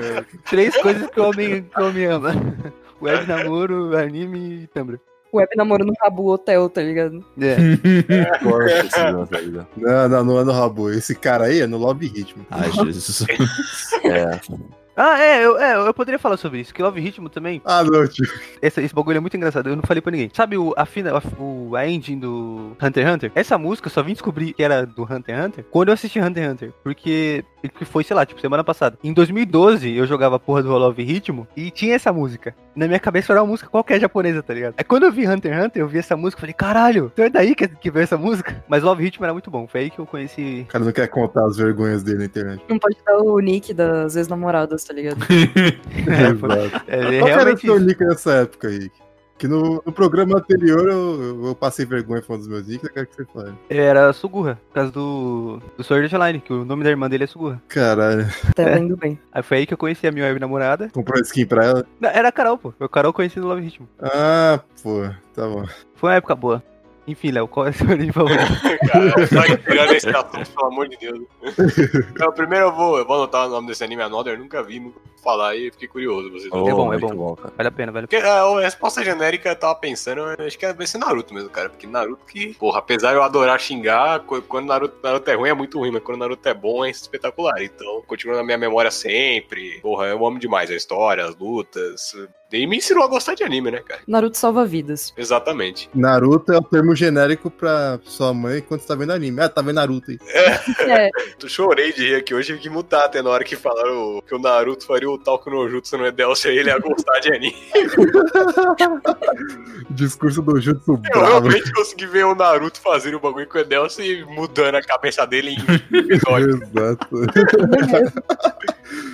[SPEAKER 6] Três coisas que o homem, que o homem ama. <laughs> Web namoro, anime e Tumblr.
[SPEAKER 5] Web namoro no Rabu Hotel, tá ligado?
[SPEAKER 6] É.
[SPEAKER 1] né?
[SPEAKER 3] Não, não, não é no Rabu. Esse cara aí é no Love Ritmo.
[SPEAKER 2] Ai, Jesus.
[SPEAKER 1] é.
[SPEAKER 6] Ah, é eu, é, eu poderia falar sobre isso, que Love Ritmo também.
[SPEAKER 3] Ah, não, tio.
[SPEAKER 6] Esse, esse bagulho é muito engraçado, eu não falei pra ninguém. Sabe o, a, fina, a- o, a ending do Hunter x Hunter? Essa música eu só vim descobrir que era do Hunter x Hunter quando eu assisti Hunter x Hunter. Porque porque foi, sei lá, tipo, semana passada. Em 2012, eu jogava a porra do Love Ritmo e tinha essa música. Na minha cabeça era uma música qualquer japonesa, tá ligado? Aí quando eu vi Hunter x Hunter, eu vi essa música e falei, caralho, então é daí que, que veio essa música? Mas Love Ritmo era muito bom, foi aí que
[SPEAKER 3] <laughs>
[SPEAKER 6] eu conheci. <laughs>
[SPEAKER 3] O cara não quer contar as vergonhas dele na internet.
[SPEAKER 5] Não pode dar o nick das ex-namoradas, tá ligado?
[SPEAKER 3] Exato. Qual que
[SPEAKER 6] É, é
[SPEAKER 3] era o
[SPEAKER 6] realmente
[SPEAKER 3] seu nick nessa época, Rick? Que no, no programa anterior eu, eu- eu passei vergonha falando dos meus nicks, eu quero que você fale.
[SPEAKER 6] Era Sugurra, por causa do, do Sword Art Online, que o nome da irmã dele é Sugurra.
[SPEAKER 3] Caralho. <laughs>
[SPEAKER 5] Tá vendo bem.
[SPEAKER 6] Aí foi aí que eu conheci a minha web namorada.
[SPEAKER 3] Comprou skin pra ela?
[SPEAKER 6] Não, era a Carol, pô. Foi a Carol conheci no Love Ritmo.
[SPEAKER 3] Ah, pô, tá bom.
[SPEAKER 6] Foi uma época boa. Enfim, Léo, qual é o seu anime <laughs> favorito?
[SPEAKER 4] <laughs> Cara, só tirando esse assunto, pelo amor de
[SPEAKER 1] <laughs>
[SPEAKER 4] Deus. Não, primeiro eu vou, eu vou anotar o nome desse anime, Another, eu nunca vi, nunca ouvi falar e fiquei curioso. Vocês
[SPEAKER 6] é bom, é
[SPEAKER 1] Oh, muito
[SPEAKER 6] bom.
[SPEAKER 1] bom, cara.
[SPEAKER 6] Vale a pena, vale a
[SPEAKER 4] Porque é, a, a resposta genérica eu tava pensando, eu acho que era esse Naruto mesmo, cara. Porque Naruto que, porra, apesar de eu adorar xingar, co- quando Naruto, Naruto é ruim é muito ruim, mas quando Naruto é bom é espetacular. Então, continua na minha memória sempre. Porra, eu amo demais a história, as lutas. E me ensinou a gostar de anime, né, cara?
[SPEAKER 5] Naruto salva vidas.
[SPEAKER 4] Exatamente.
[SPEAKER 3] Naruto é o termo genérico pra sua mãe quando você tá vendo anime. Ah, tá vendo Naruto aí.
[SPEAKER 5] É.
[SPEAKER 4] Eu chorei de rir aqui hoje, tive que mutar até na hora que falaram que o Naruto faria o tal que o Nojutsu não é Delcia e ele ia gostar de anime.
[SPEAKER 3] Discurso do Jutsu
[SPEAKER 4] <laughs> Eu
[SPEAKER 3] Bravo.
[SPEAKER 4] realmente consegui ver o Naruto fazendo o bagulho com o Edelcio e mudando a cabeça dele <laughs> em episódio.
[SPEAKER 3] <laughs> Exato.
[SPEAKER 5] é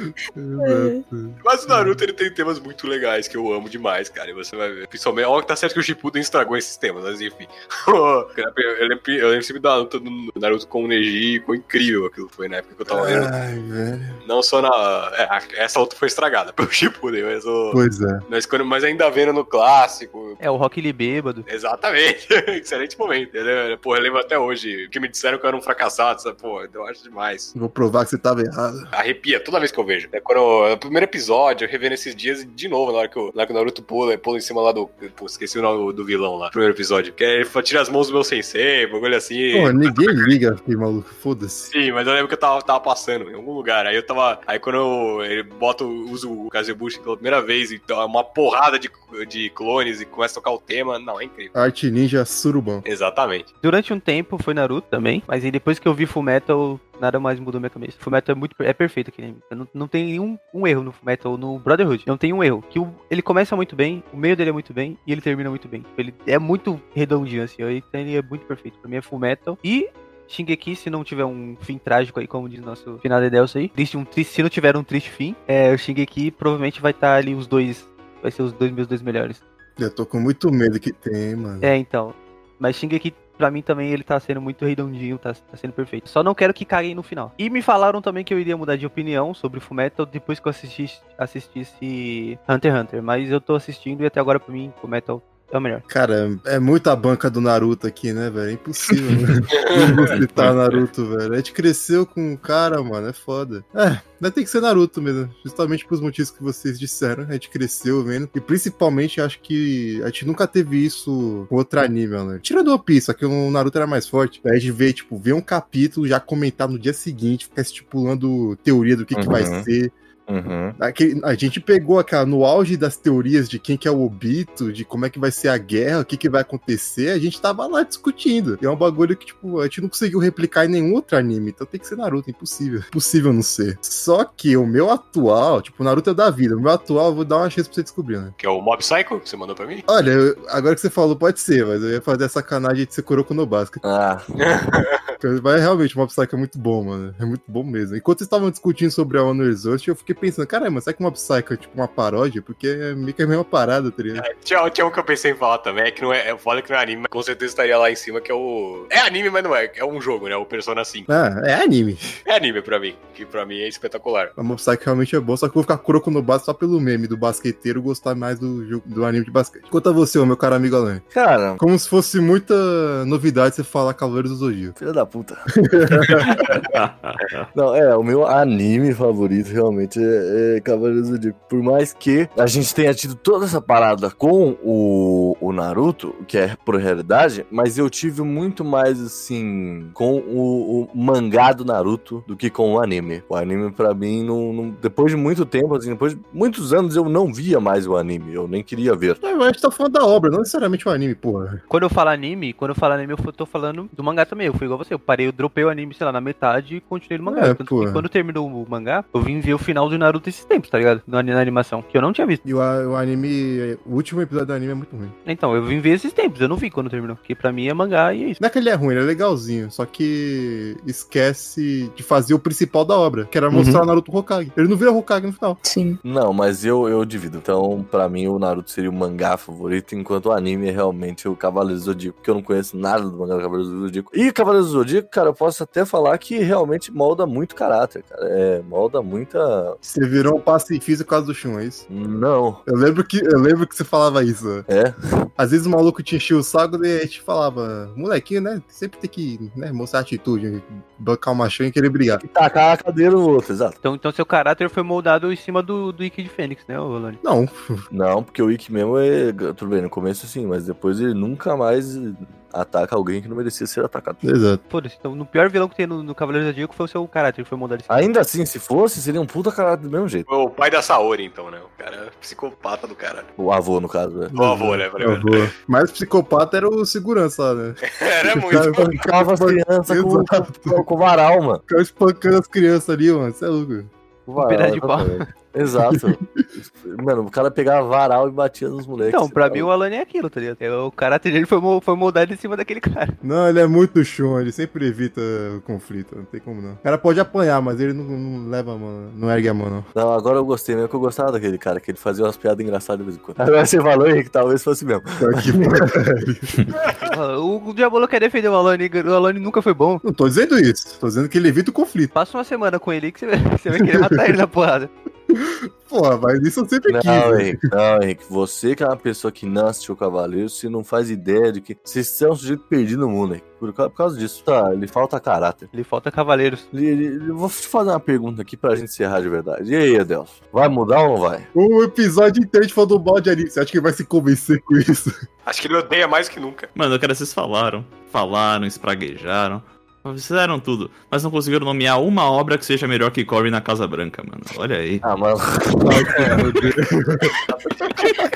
[SPEAKER 3] Exato.
[SPEAKER 4] Mas o Naruto ele tem temas muito legais que eu amo demais, cara. E você vai ver. Principalmente, ó, tá certo que o Shippuden estragou esses temas, mas enfim. <laughs> eu, lembro, eu lembro sempre da luta do Naruto com o Neji, ficou incrível aquilo que foi na época que Então, eu tava vendo.
[SPEAKER 3] Ai, velho.
[SPEAKER 4] Não só na. é, a- essa outra foi estragada <laughs> pelo Shippuden, mas o.
[SPEAKER 3] Pois é.
[SPEAKER 4] Mas, quando- mas ainda vendo no clássico.
[SPEAKER 6] É o Rock Lee bêbado.
[SPEAKER 4] Exatamente. <laughs> Excelente momento. Eu, pô, eu lembro até hoje. Que me disseram que eu era um fracassado, sabe? Pô, eu acho demais.
[SPEAKER 3] Vou provar que você tava errado.
[SPEAKER 4] Arrepia toda vez que eu vejo. É quando eu- o primeiro episódio, eu revendo esses dias e de novo, na hora que, eu, na hora que o Naruto pula, pula em cima lá do. Pô, esqueci o nome do vilão lá. Primeiro episódio. Que é, ele fa- tira as mãos do meu sensei, bagulho assim.
[SPEAKER 3] Pô, ninguém liga aqui, maluco. Foda-se.
[SPEAKER 4] Sim, mas eu lembro que eu tava, tava passando em algum lugar. Aí eu tava. Aí quando eu, ele bota, o- usa o Kazebushi pela primeira vez, então é uma porrada de, de clones e começa a tocar o tema. Não, é incrível.
[SPEAKER 3] Arte Ninja Surubão.
[SPEAKER 4] Exatamente.
[SPEAKER 6] Durante um tempo foi Naruto também, mas aí depois que eu vi Fullmetal, nada mais mudou minha cabeça. Fullmetal é muito é perfeito aquele anime. Não, não tem nenhum um erro no Fullmetal, no Brotherhood. Não tem um erro. Que o- ele começa muito bem, o meio dele é muito bem e ele termina muito bem. Ele é muito redondinho assim, ó, então ele é muito perfeito. Pra mim é Fullmetal e Shingeki, se não tiver um fim trágico aí, como diz nosso final de Delcio aí, triste, um triste, se não tiver um triste fim, é, o Shingeki provavelmente vai estar ali os dois, vai ser os dois meus dois melhores.
[SPEAKER 3] Eu tô com muito medo que tem, mano.
[SPEAKER 6] É, então. Mas Shingeki, pra mim também, ele tá sendo muito redondinho, tá, tá sendo perfeito. Só não quero que caguem no final. E me falaram também que eu iria mudar de opinião sobre Fullmetal depois que eu assistisse, assistisse Hunter x Hunter. Mas eu tô assistindo e até agora, pra mim, Fullmetal é o melhor.
[SPEAKER 3] Cara, é muita banca do Naruto aqui, né, velho? É impossível né? não citar Naruto, velho. A gente cresceu com o cara, mano, é foda. É, vai ter que ser Naruto mesmo, justamente pelos motivos que vocês disseram. A gente cresceu vendo. E principalmente, acho que a gente nunca teve isso com outro anime, né? Tirando One Piece, só que o Naruto era mais forte. A gente vê, tipo, ver um capítulo, já comentar no dia seguinte, ficar estipulando teoria do que, que vai
[SPEAKER 15] Uhum.
[SPEAKER 3] ser.
[SPEAKER 15] Uhum.
[SPEAKER 3] Aquele- a gente pegou aquela, no auge das teorias de quem que é o Obito, de como é que vai ser a guerra, o que, que vai acontecer, a gente tava lá discutindo. E é um bagulho que, tipo, a gente não conseguiu replicar em nenhum outro anime. Então tem que ser Naruto, impossível. <laughs> Impossível não ser. Só que o meu atual, tipo, o Naruto é da vida. O meu atual, eu vou dar uma chance pra você descobrir, né?
[SPEAKER 4] Que é o Mob Psycho que você mandou pra mim?
[SPEAKER 3] Olha, eu- agora que você falou, pode ser, mas eu ia fazer a sacanagem de ser Kuroko no Basket.
[SPEAKER 1] Ah.
[SPEAKER 3] mas realmente, o Mob Psycho é muito bom, mano. É muito bom mesmo. Enquanto vocês estavam discutindo sobre a Honor Exhaust, eu fiquei pensando, caramba, será que o Mob Psycho é tipo uma paródia? Porque é meio que a mesma parada, tá ligado?
[SPEAKER 4] Tinha, tinha um que eu pensei em falar também, é que não é. Eu falo que não é anime, mas com certeza estaria lá em cima, que é o. É anime, mas não é. É um jogo, né? O Persona 5.
[SPEAKER 3] Ah, é anime.
[SPEAKER 4] É anime pra mim, que pra mim é espetacular.
[SPEAKER 3] O Mob Psycho realmente é bom, só que eu vou ficar Kuroko no Basket só pelo meme do basqueteiro gostar mais do, jogo- do anime de basquete. Quanto a você, ô, meu caro amigo Alan.
[SPEAKER 1] Cara.
[SPEAKER 3] Como se fosse muita novidade você falar Cavaleiros do Zodíaco.
[SPEAKER 1] Filha da puta. <laughs> Não, é, o meu anime favorito realmente é, é Cavaleiros do Zodíaco. Por mais que a gente tenha tido toda essa parada com o, o Naruto, que é por realidade, mas eu tive muito mais, assim, com o, o mangá do Naruto do que com o anime. O anime, pra mim, não, não- depois de muito tempo, assim, depois de muitos anos, eu não via mais o anime. Eu nem queria ver.
[SPEAKER 3] Mas a gente tá falando da obra, não necessariamente o anime, porra.
[SPEAKER 6] Quando eu falo anime, quando eu falo anime, eu f- tô falando do mangá também. Eu fui igual você. Eu parei, eu dropei o anime, sei lá, na metade e continuei no mangá.
[SPEAKER 3] É,
[SPEAKER 6] Tanto
[SPEAKER 3] pô.
[SPEAKER 6] que quando terminou o mangá, eu vim ver o final do Naruto esses tempos, tá ligado? Na, na animação. Que eu não tinha visto.
[SPEAKER 3] E o, a- o anime, o último episódio do anime é muito ruim.
[SPEAKER 6] Então, eu vim ver esses tempos, eu não vi quando terminou. Porque pra mim é mangá e é isso.
[SPEAKER 3] Não é que ele é ruim, ele é legalzinho, só que esquece de fazer o principal da obra, que era mostrar
[SPEAKER 1] Uhum.
[SPEAKER 3] o Naruto Hokage. Ele não vira Hokage no final.
[SPEAKER 5] Sim.
[SPEAKER 1] Não, mas eu, eu divido. Então, pra mim, o Naruto seria o mangá favorito, enquanto o anime é realmente o Cavaleiros do Zodíaco, porque eu não conheço nada do mangá do Cavaleiros do Zodíaco. E Cavaleiros do Zodíaco, cara, eu posso até falar que realmente molda muito caráter, cara. É, molda muita.
[SPEAKER 3] Você virou um pacifista por causa do Shun, é isso?
[SPEAKER 1] Não.
[SPEAKER 3] Eu lembro que, eu lembro que você falava isso. né?
[SPEAKER 1] É?
[SPEAKER 3] Às vezes o maluco te enchia o saco e a gente falava, molequinho, né? Sempre tem que né, mostrar atitude, bancar uma chão e querer brigar.
[SPEAKER 1] Tacar a cadeira no outro, exato.
[SPEAKER 6] Então, então seu caráter foi moldado em cima do, do Ikki de Fênix, né, Rolani?
[SPEAKER 3] Não.
[SPEAKER 1] Não, porque o Ikki mesmo é. Tudo bem, no começo sim, mas depois ele nunca mais ataca alguém que não merecia ser atacado.
[SPEAKER 3] Exato.
[SPEAKER 6] Foda-se, então no pior vilão que tem no, no Cavaleiro do Zodíaco foi o seu caráter que foi moldado em cima.
[SPEAKER 1] Ainda assim, se fosse, seria um puta caráter do mesmo jeito.
[SPEAKER 4] O pai da Saori, então, né? O cara é psicopata do cara.
[SPEAKER 1] O avô, no caso, né?
[SPEAKER 4] O avô, né? Pra
[SPEAKER 3] Avô. Mas o psicopata era o segurança lá, né?
[SPEAKER 4] <laughs>
[SPEAKER 3] <laughs>
[SPEAKER 4] Era
[SPEAKER 1] muito. Ficava as crianças com, com, com varal, mano.
[SPEAKER 3] Ficava espancando as crianças ali, mano. Você é louco.
[SPEAKER 1] Varal,
[SPEAKER 6] pedaço de pau.
[SPEAKER 1] exatamente. Exato. <laughs> Mano, o cara pegava varal e batia nos moleques.
[SPEAKER 6] Então, pra mim o Alan é aquilo, tá ligado? É, O caráter dele foi, mo- foi moldado em cima daquele cara.
[SPEAKER 3] Não, ele é muito chum, ele sempre evita o conflito, não tem como não. O cara pode apanhar, mas ele não, não leva a mão, não ergue a mão, não.
[SPEAKER 1] Não, agora eu gostei mesmo que eu gostava daquele cara, que ele fazia umas piadas engraçadas de vez em quando. Agora você falou, Henrique, talvez fosse mesmo.
[SPEAKER 6] Ah, <laughs> o o Diabolo quer defender o Alan, e o Alan nunca foi bom.
[SPEAKER 3] Não tô dizendo isso, tô dizendo que ele evita o conflito.
[SPEAKER 6] Passa uma semana com ele que você vai, <laughs> você vai querer matar ele na porrada.
[SPEAKER 3] Porra, mas isso eu sempre quis.
[SPEAKER 1] Não,
[SPEAKER 3] né?
[SPEAKER 1] Henrique, não, Henrique. Você que é uma pessoa que não assistiu Cavaleiros, você não faz ideia de que. Você é um sujeito perdido no mundo, Henrique. Por, ca- por causa disso, tá? Ele falta caráter.
[SPEAKER 6] Ele falta Cavaleiros.
[SPEAKER 1] Eu vou te fazer uma pergunta aqui pra gente encerrar de verdade. E aí, Adelso? Vai mudar ou não vai?
[SPEAKER 3] O episódio inteiro de falando mal de anime, você acha que ele vai se convencer com isso?
[SPEAKER 4] Acho que ele odeia mais que nunca.
[SPEAKER 2] Mano, eu quero vocês falaram. Falaram, espraguejaram. Fizeram tudo, mas não conseguiram nomear uma obra que seja melhor que Corey na Casa Branca, mano. Olha aí.
[SPEAKER 1] Ah, mano.
[SPEAKER 6] Corey.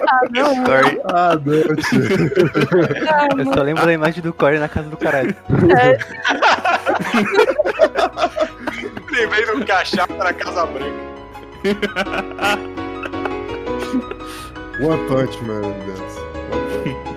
[SPEAKER 3] Ah, não, tio.
[SPEAKER 5] Ah,
[SPEAKER 6] Eu só lembro da imagem do Corey na casa do caralho.
[SPEAKER 4] Lembrei do cachaça na Casa Branca.
[SPEAKER 3] One Punch Man, meu Deus. One Punch.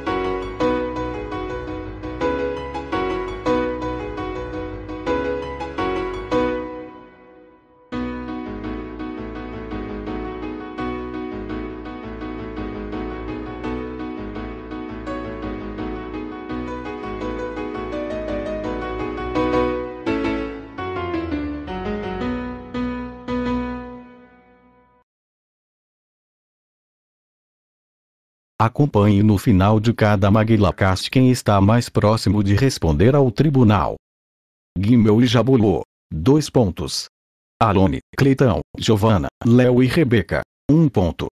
[SPEAKER 11] Acompanhe no final de cada Maguilacast quem está mais próximo de responder ao tribunal. Guimel e Jabulô. Dois pontos. Alone, Cleitão, Giovana, Léo e Rebeca. Um ponto.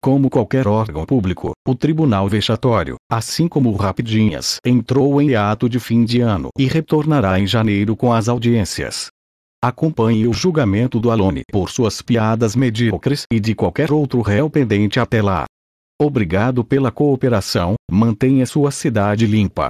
[SPEAKER 11] Como qualquer órgão público, o Tribunal Vexatório, assim como o Rapidinhas, entrou em ato de fim de ano e retornará em janeiro com as audiências. Acompanhe o julgamento do Alone por suas piadas medíocres e de qualquer outro réu pendente até lá. Obrigado pela cooperação, mantenha sua cidade limpa.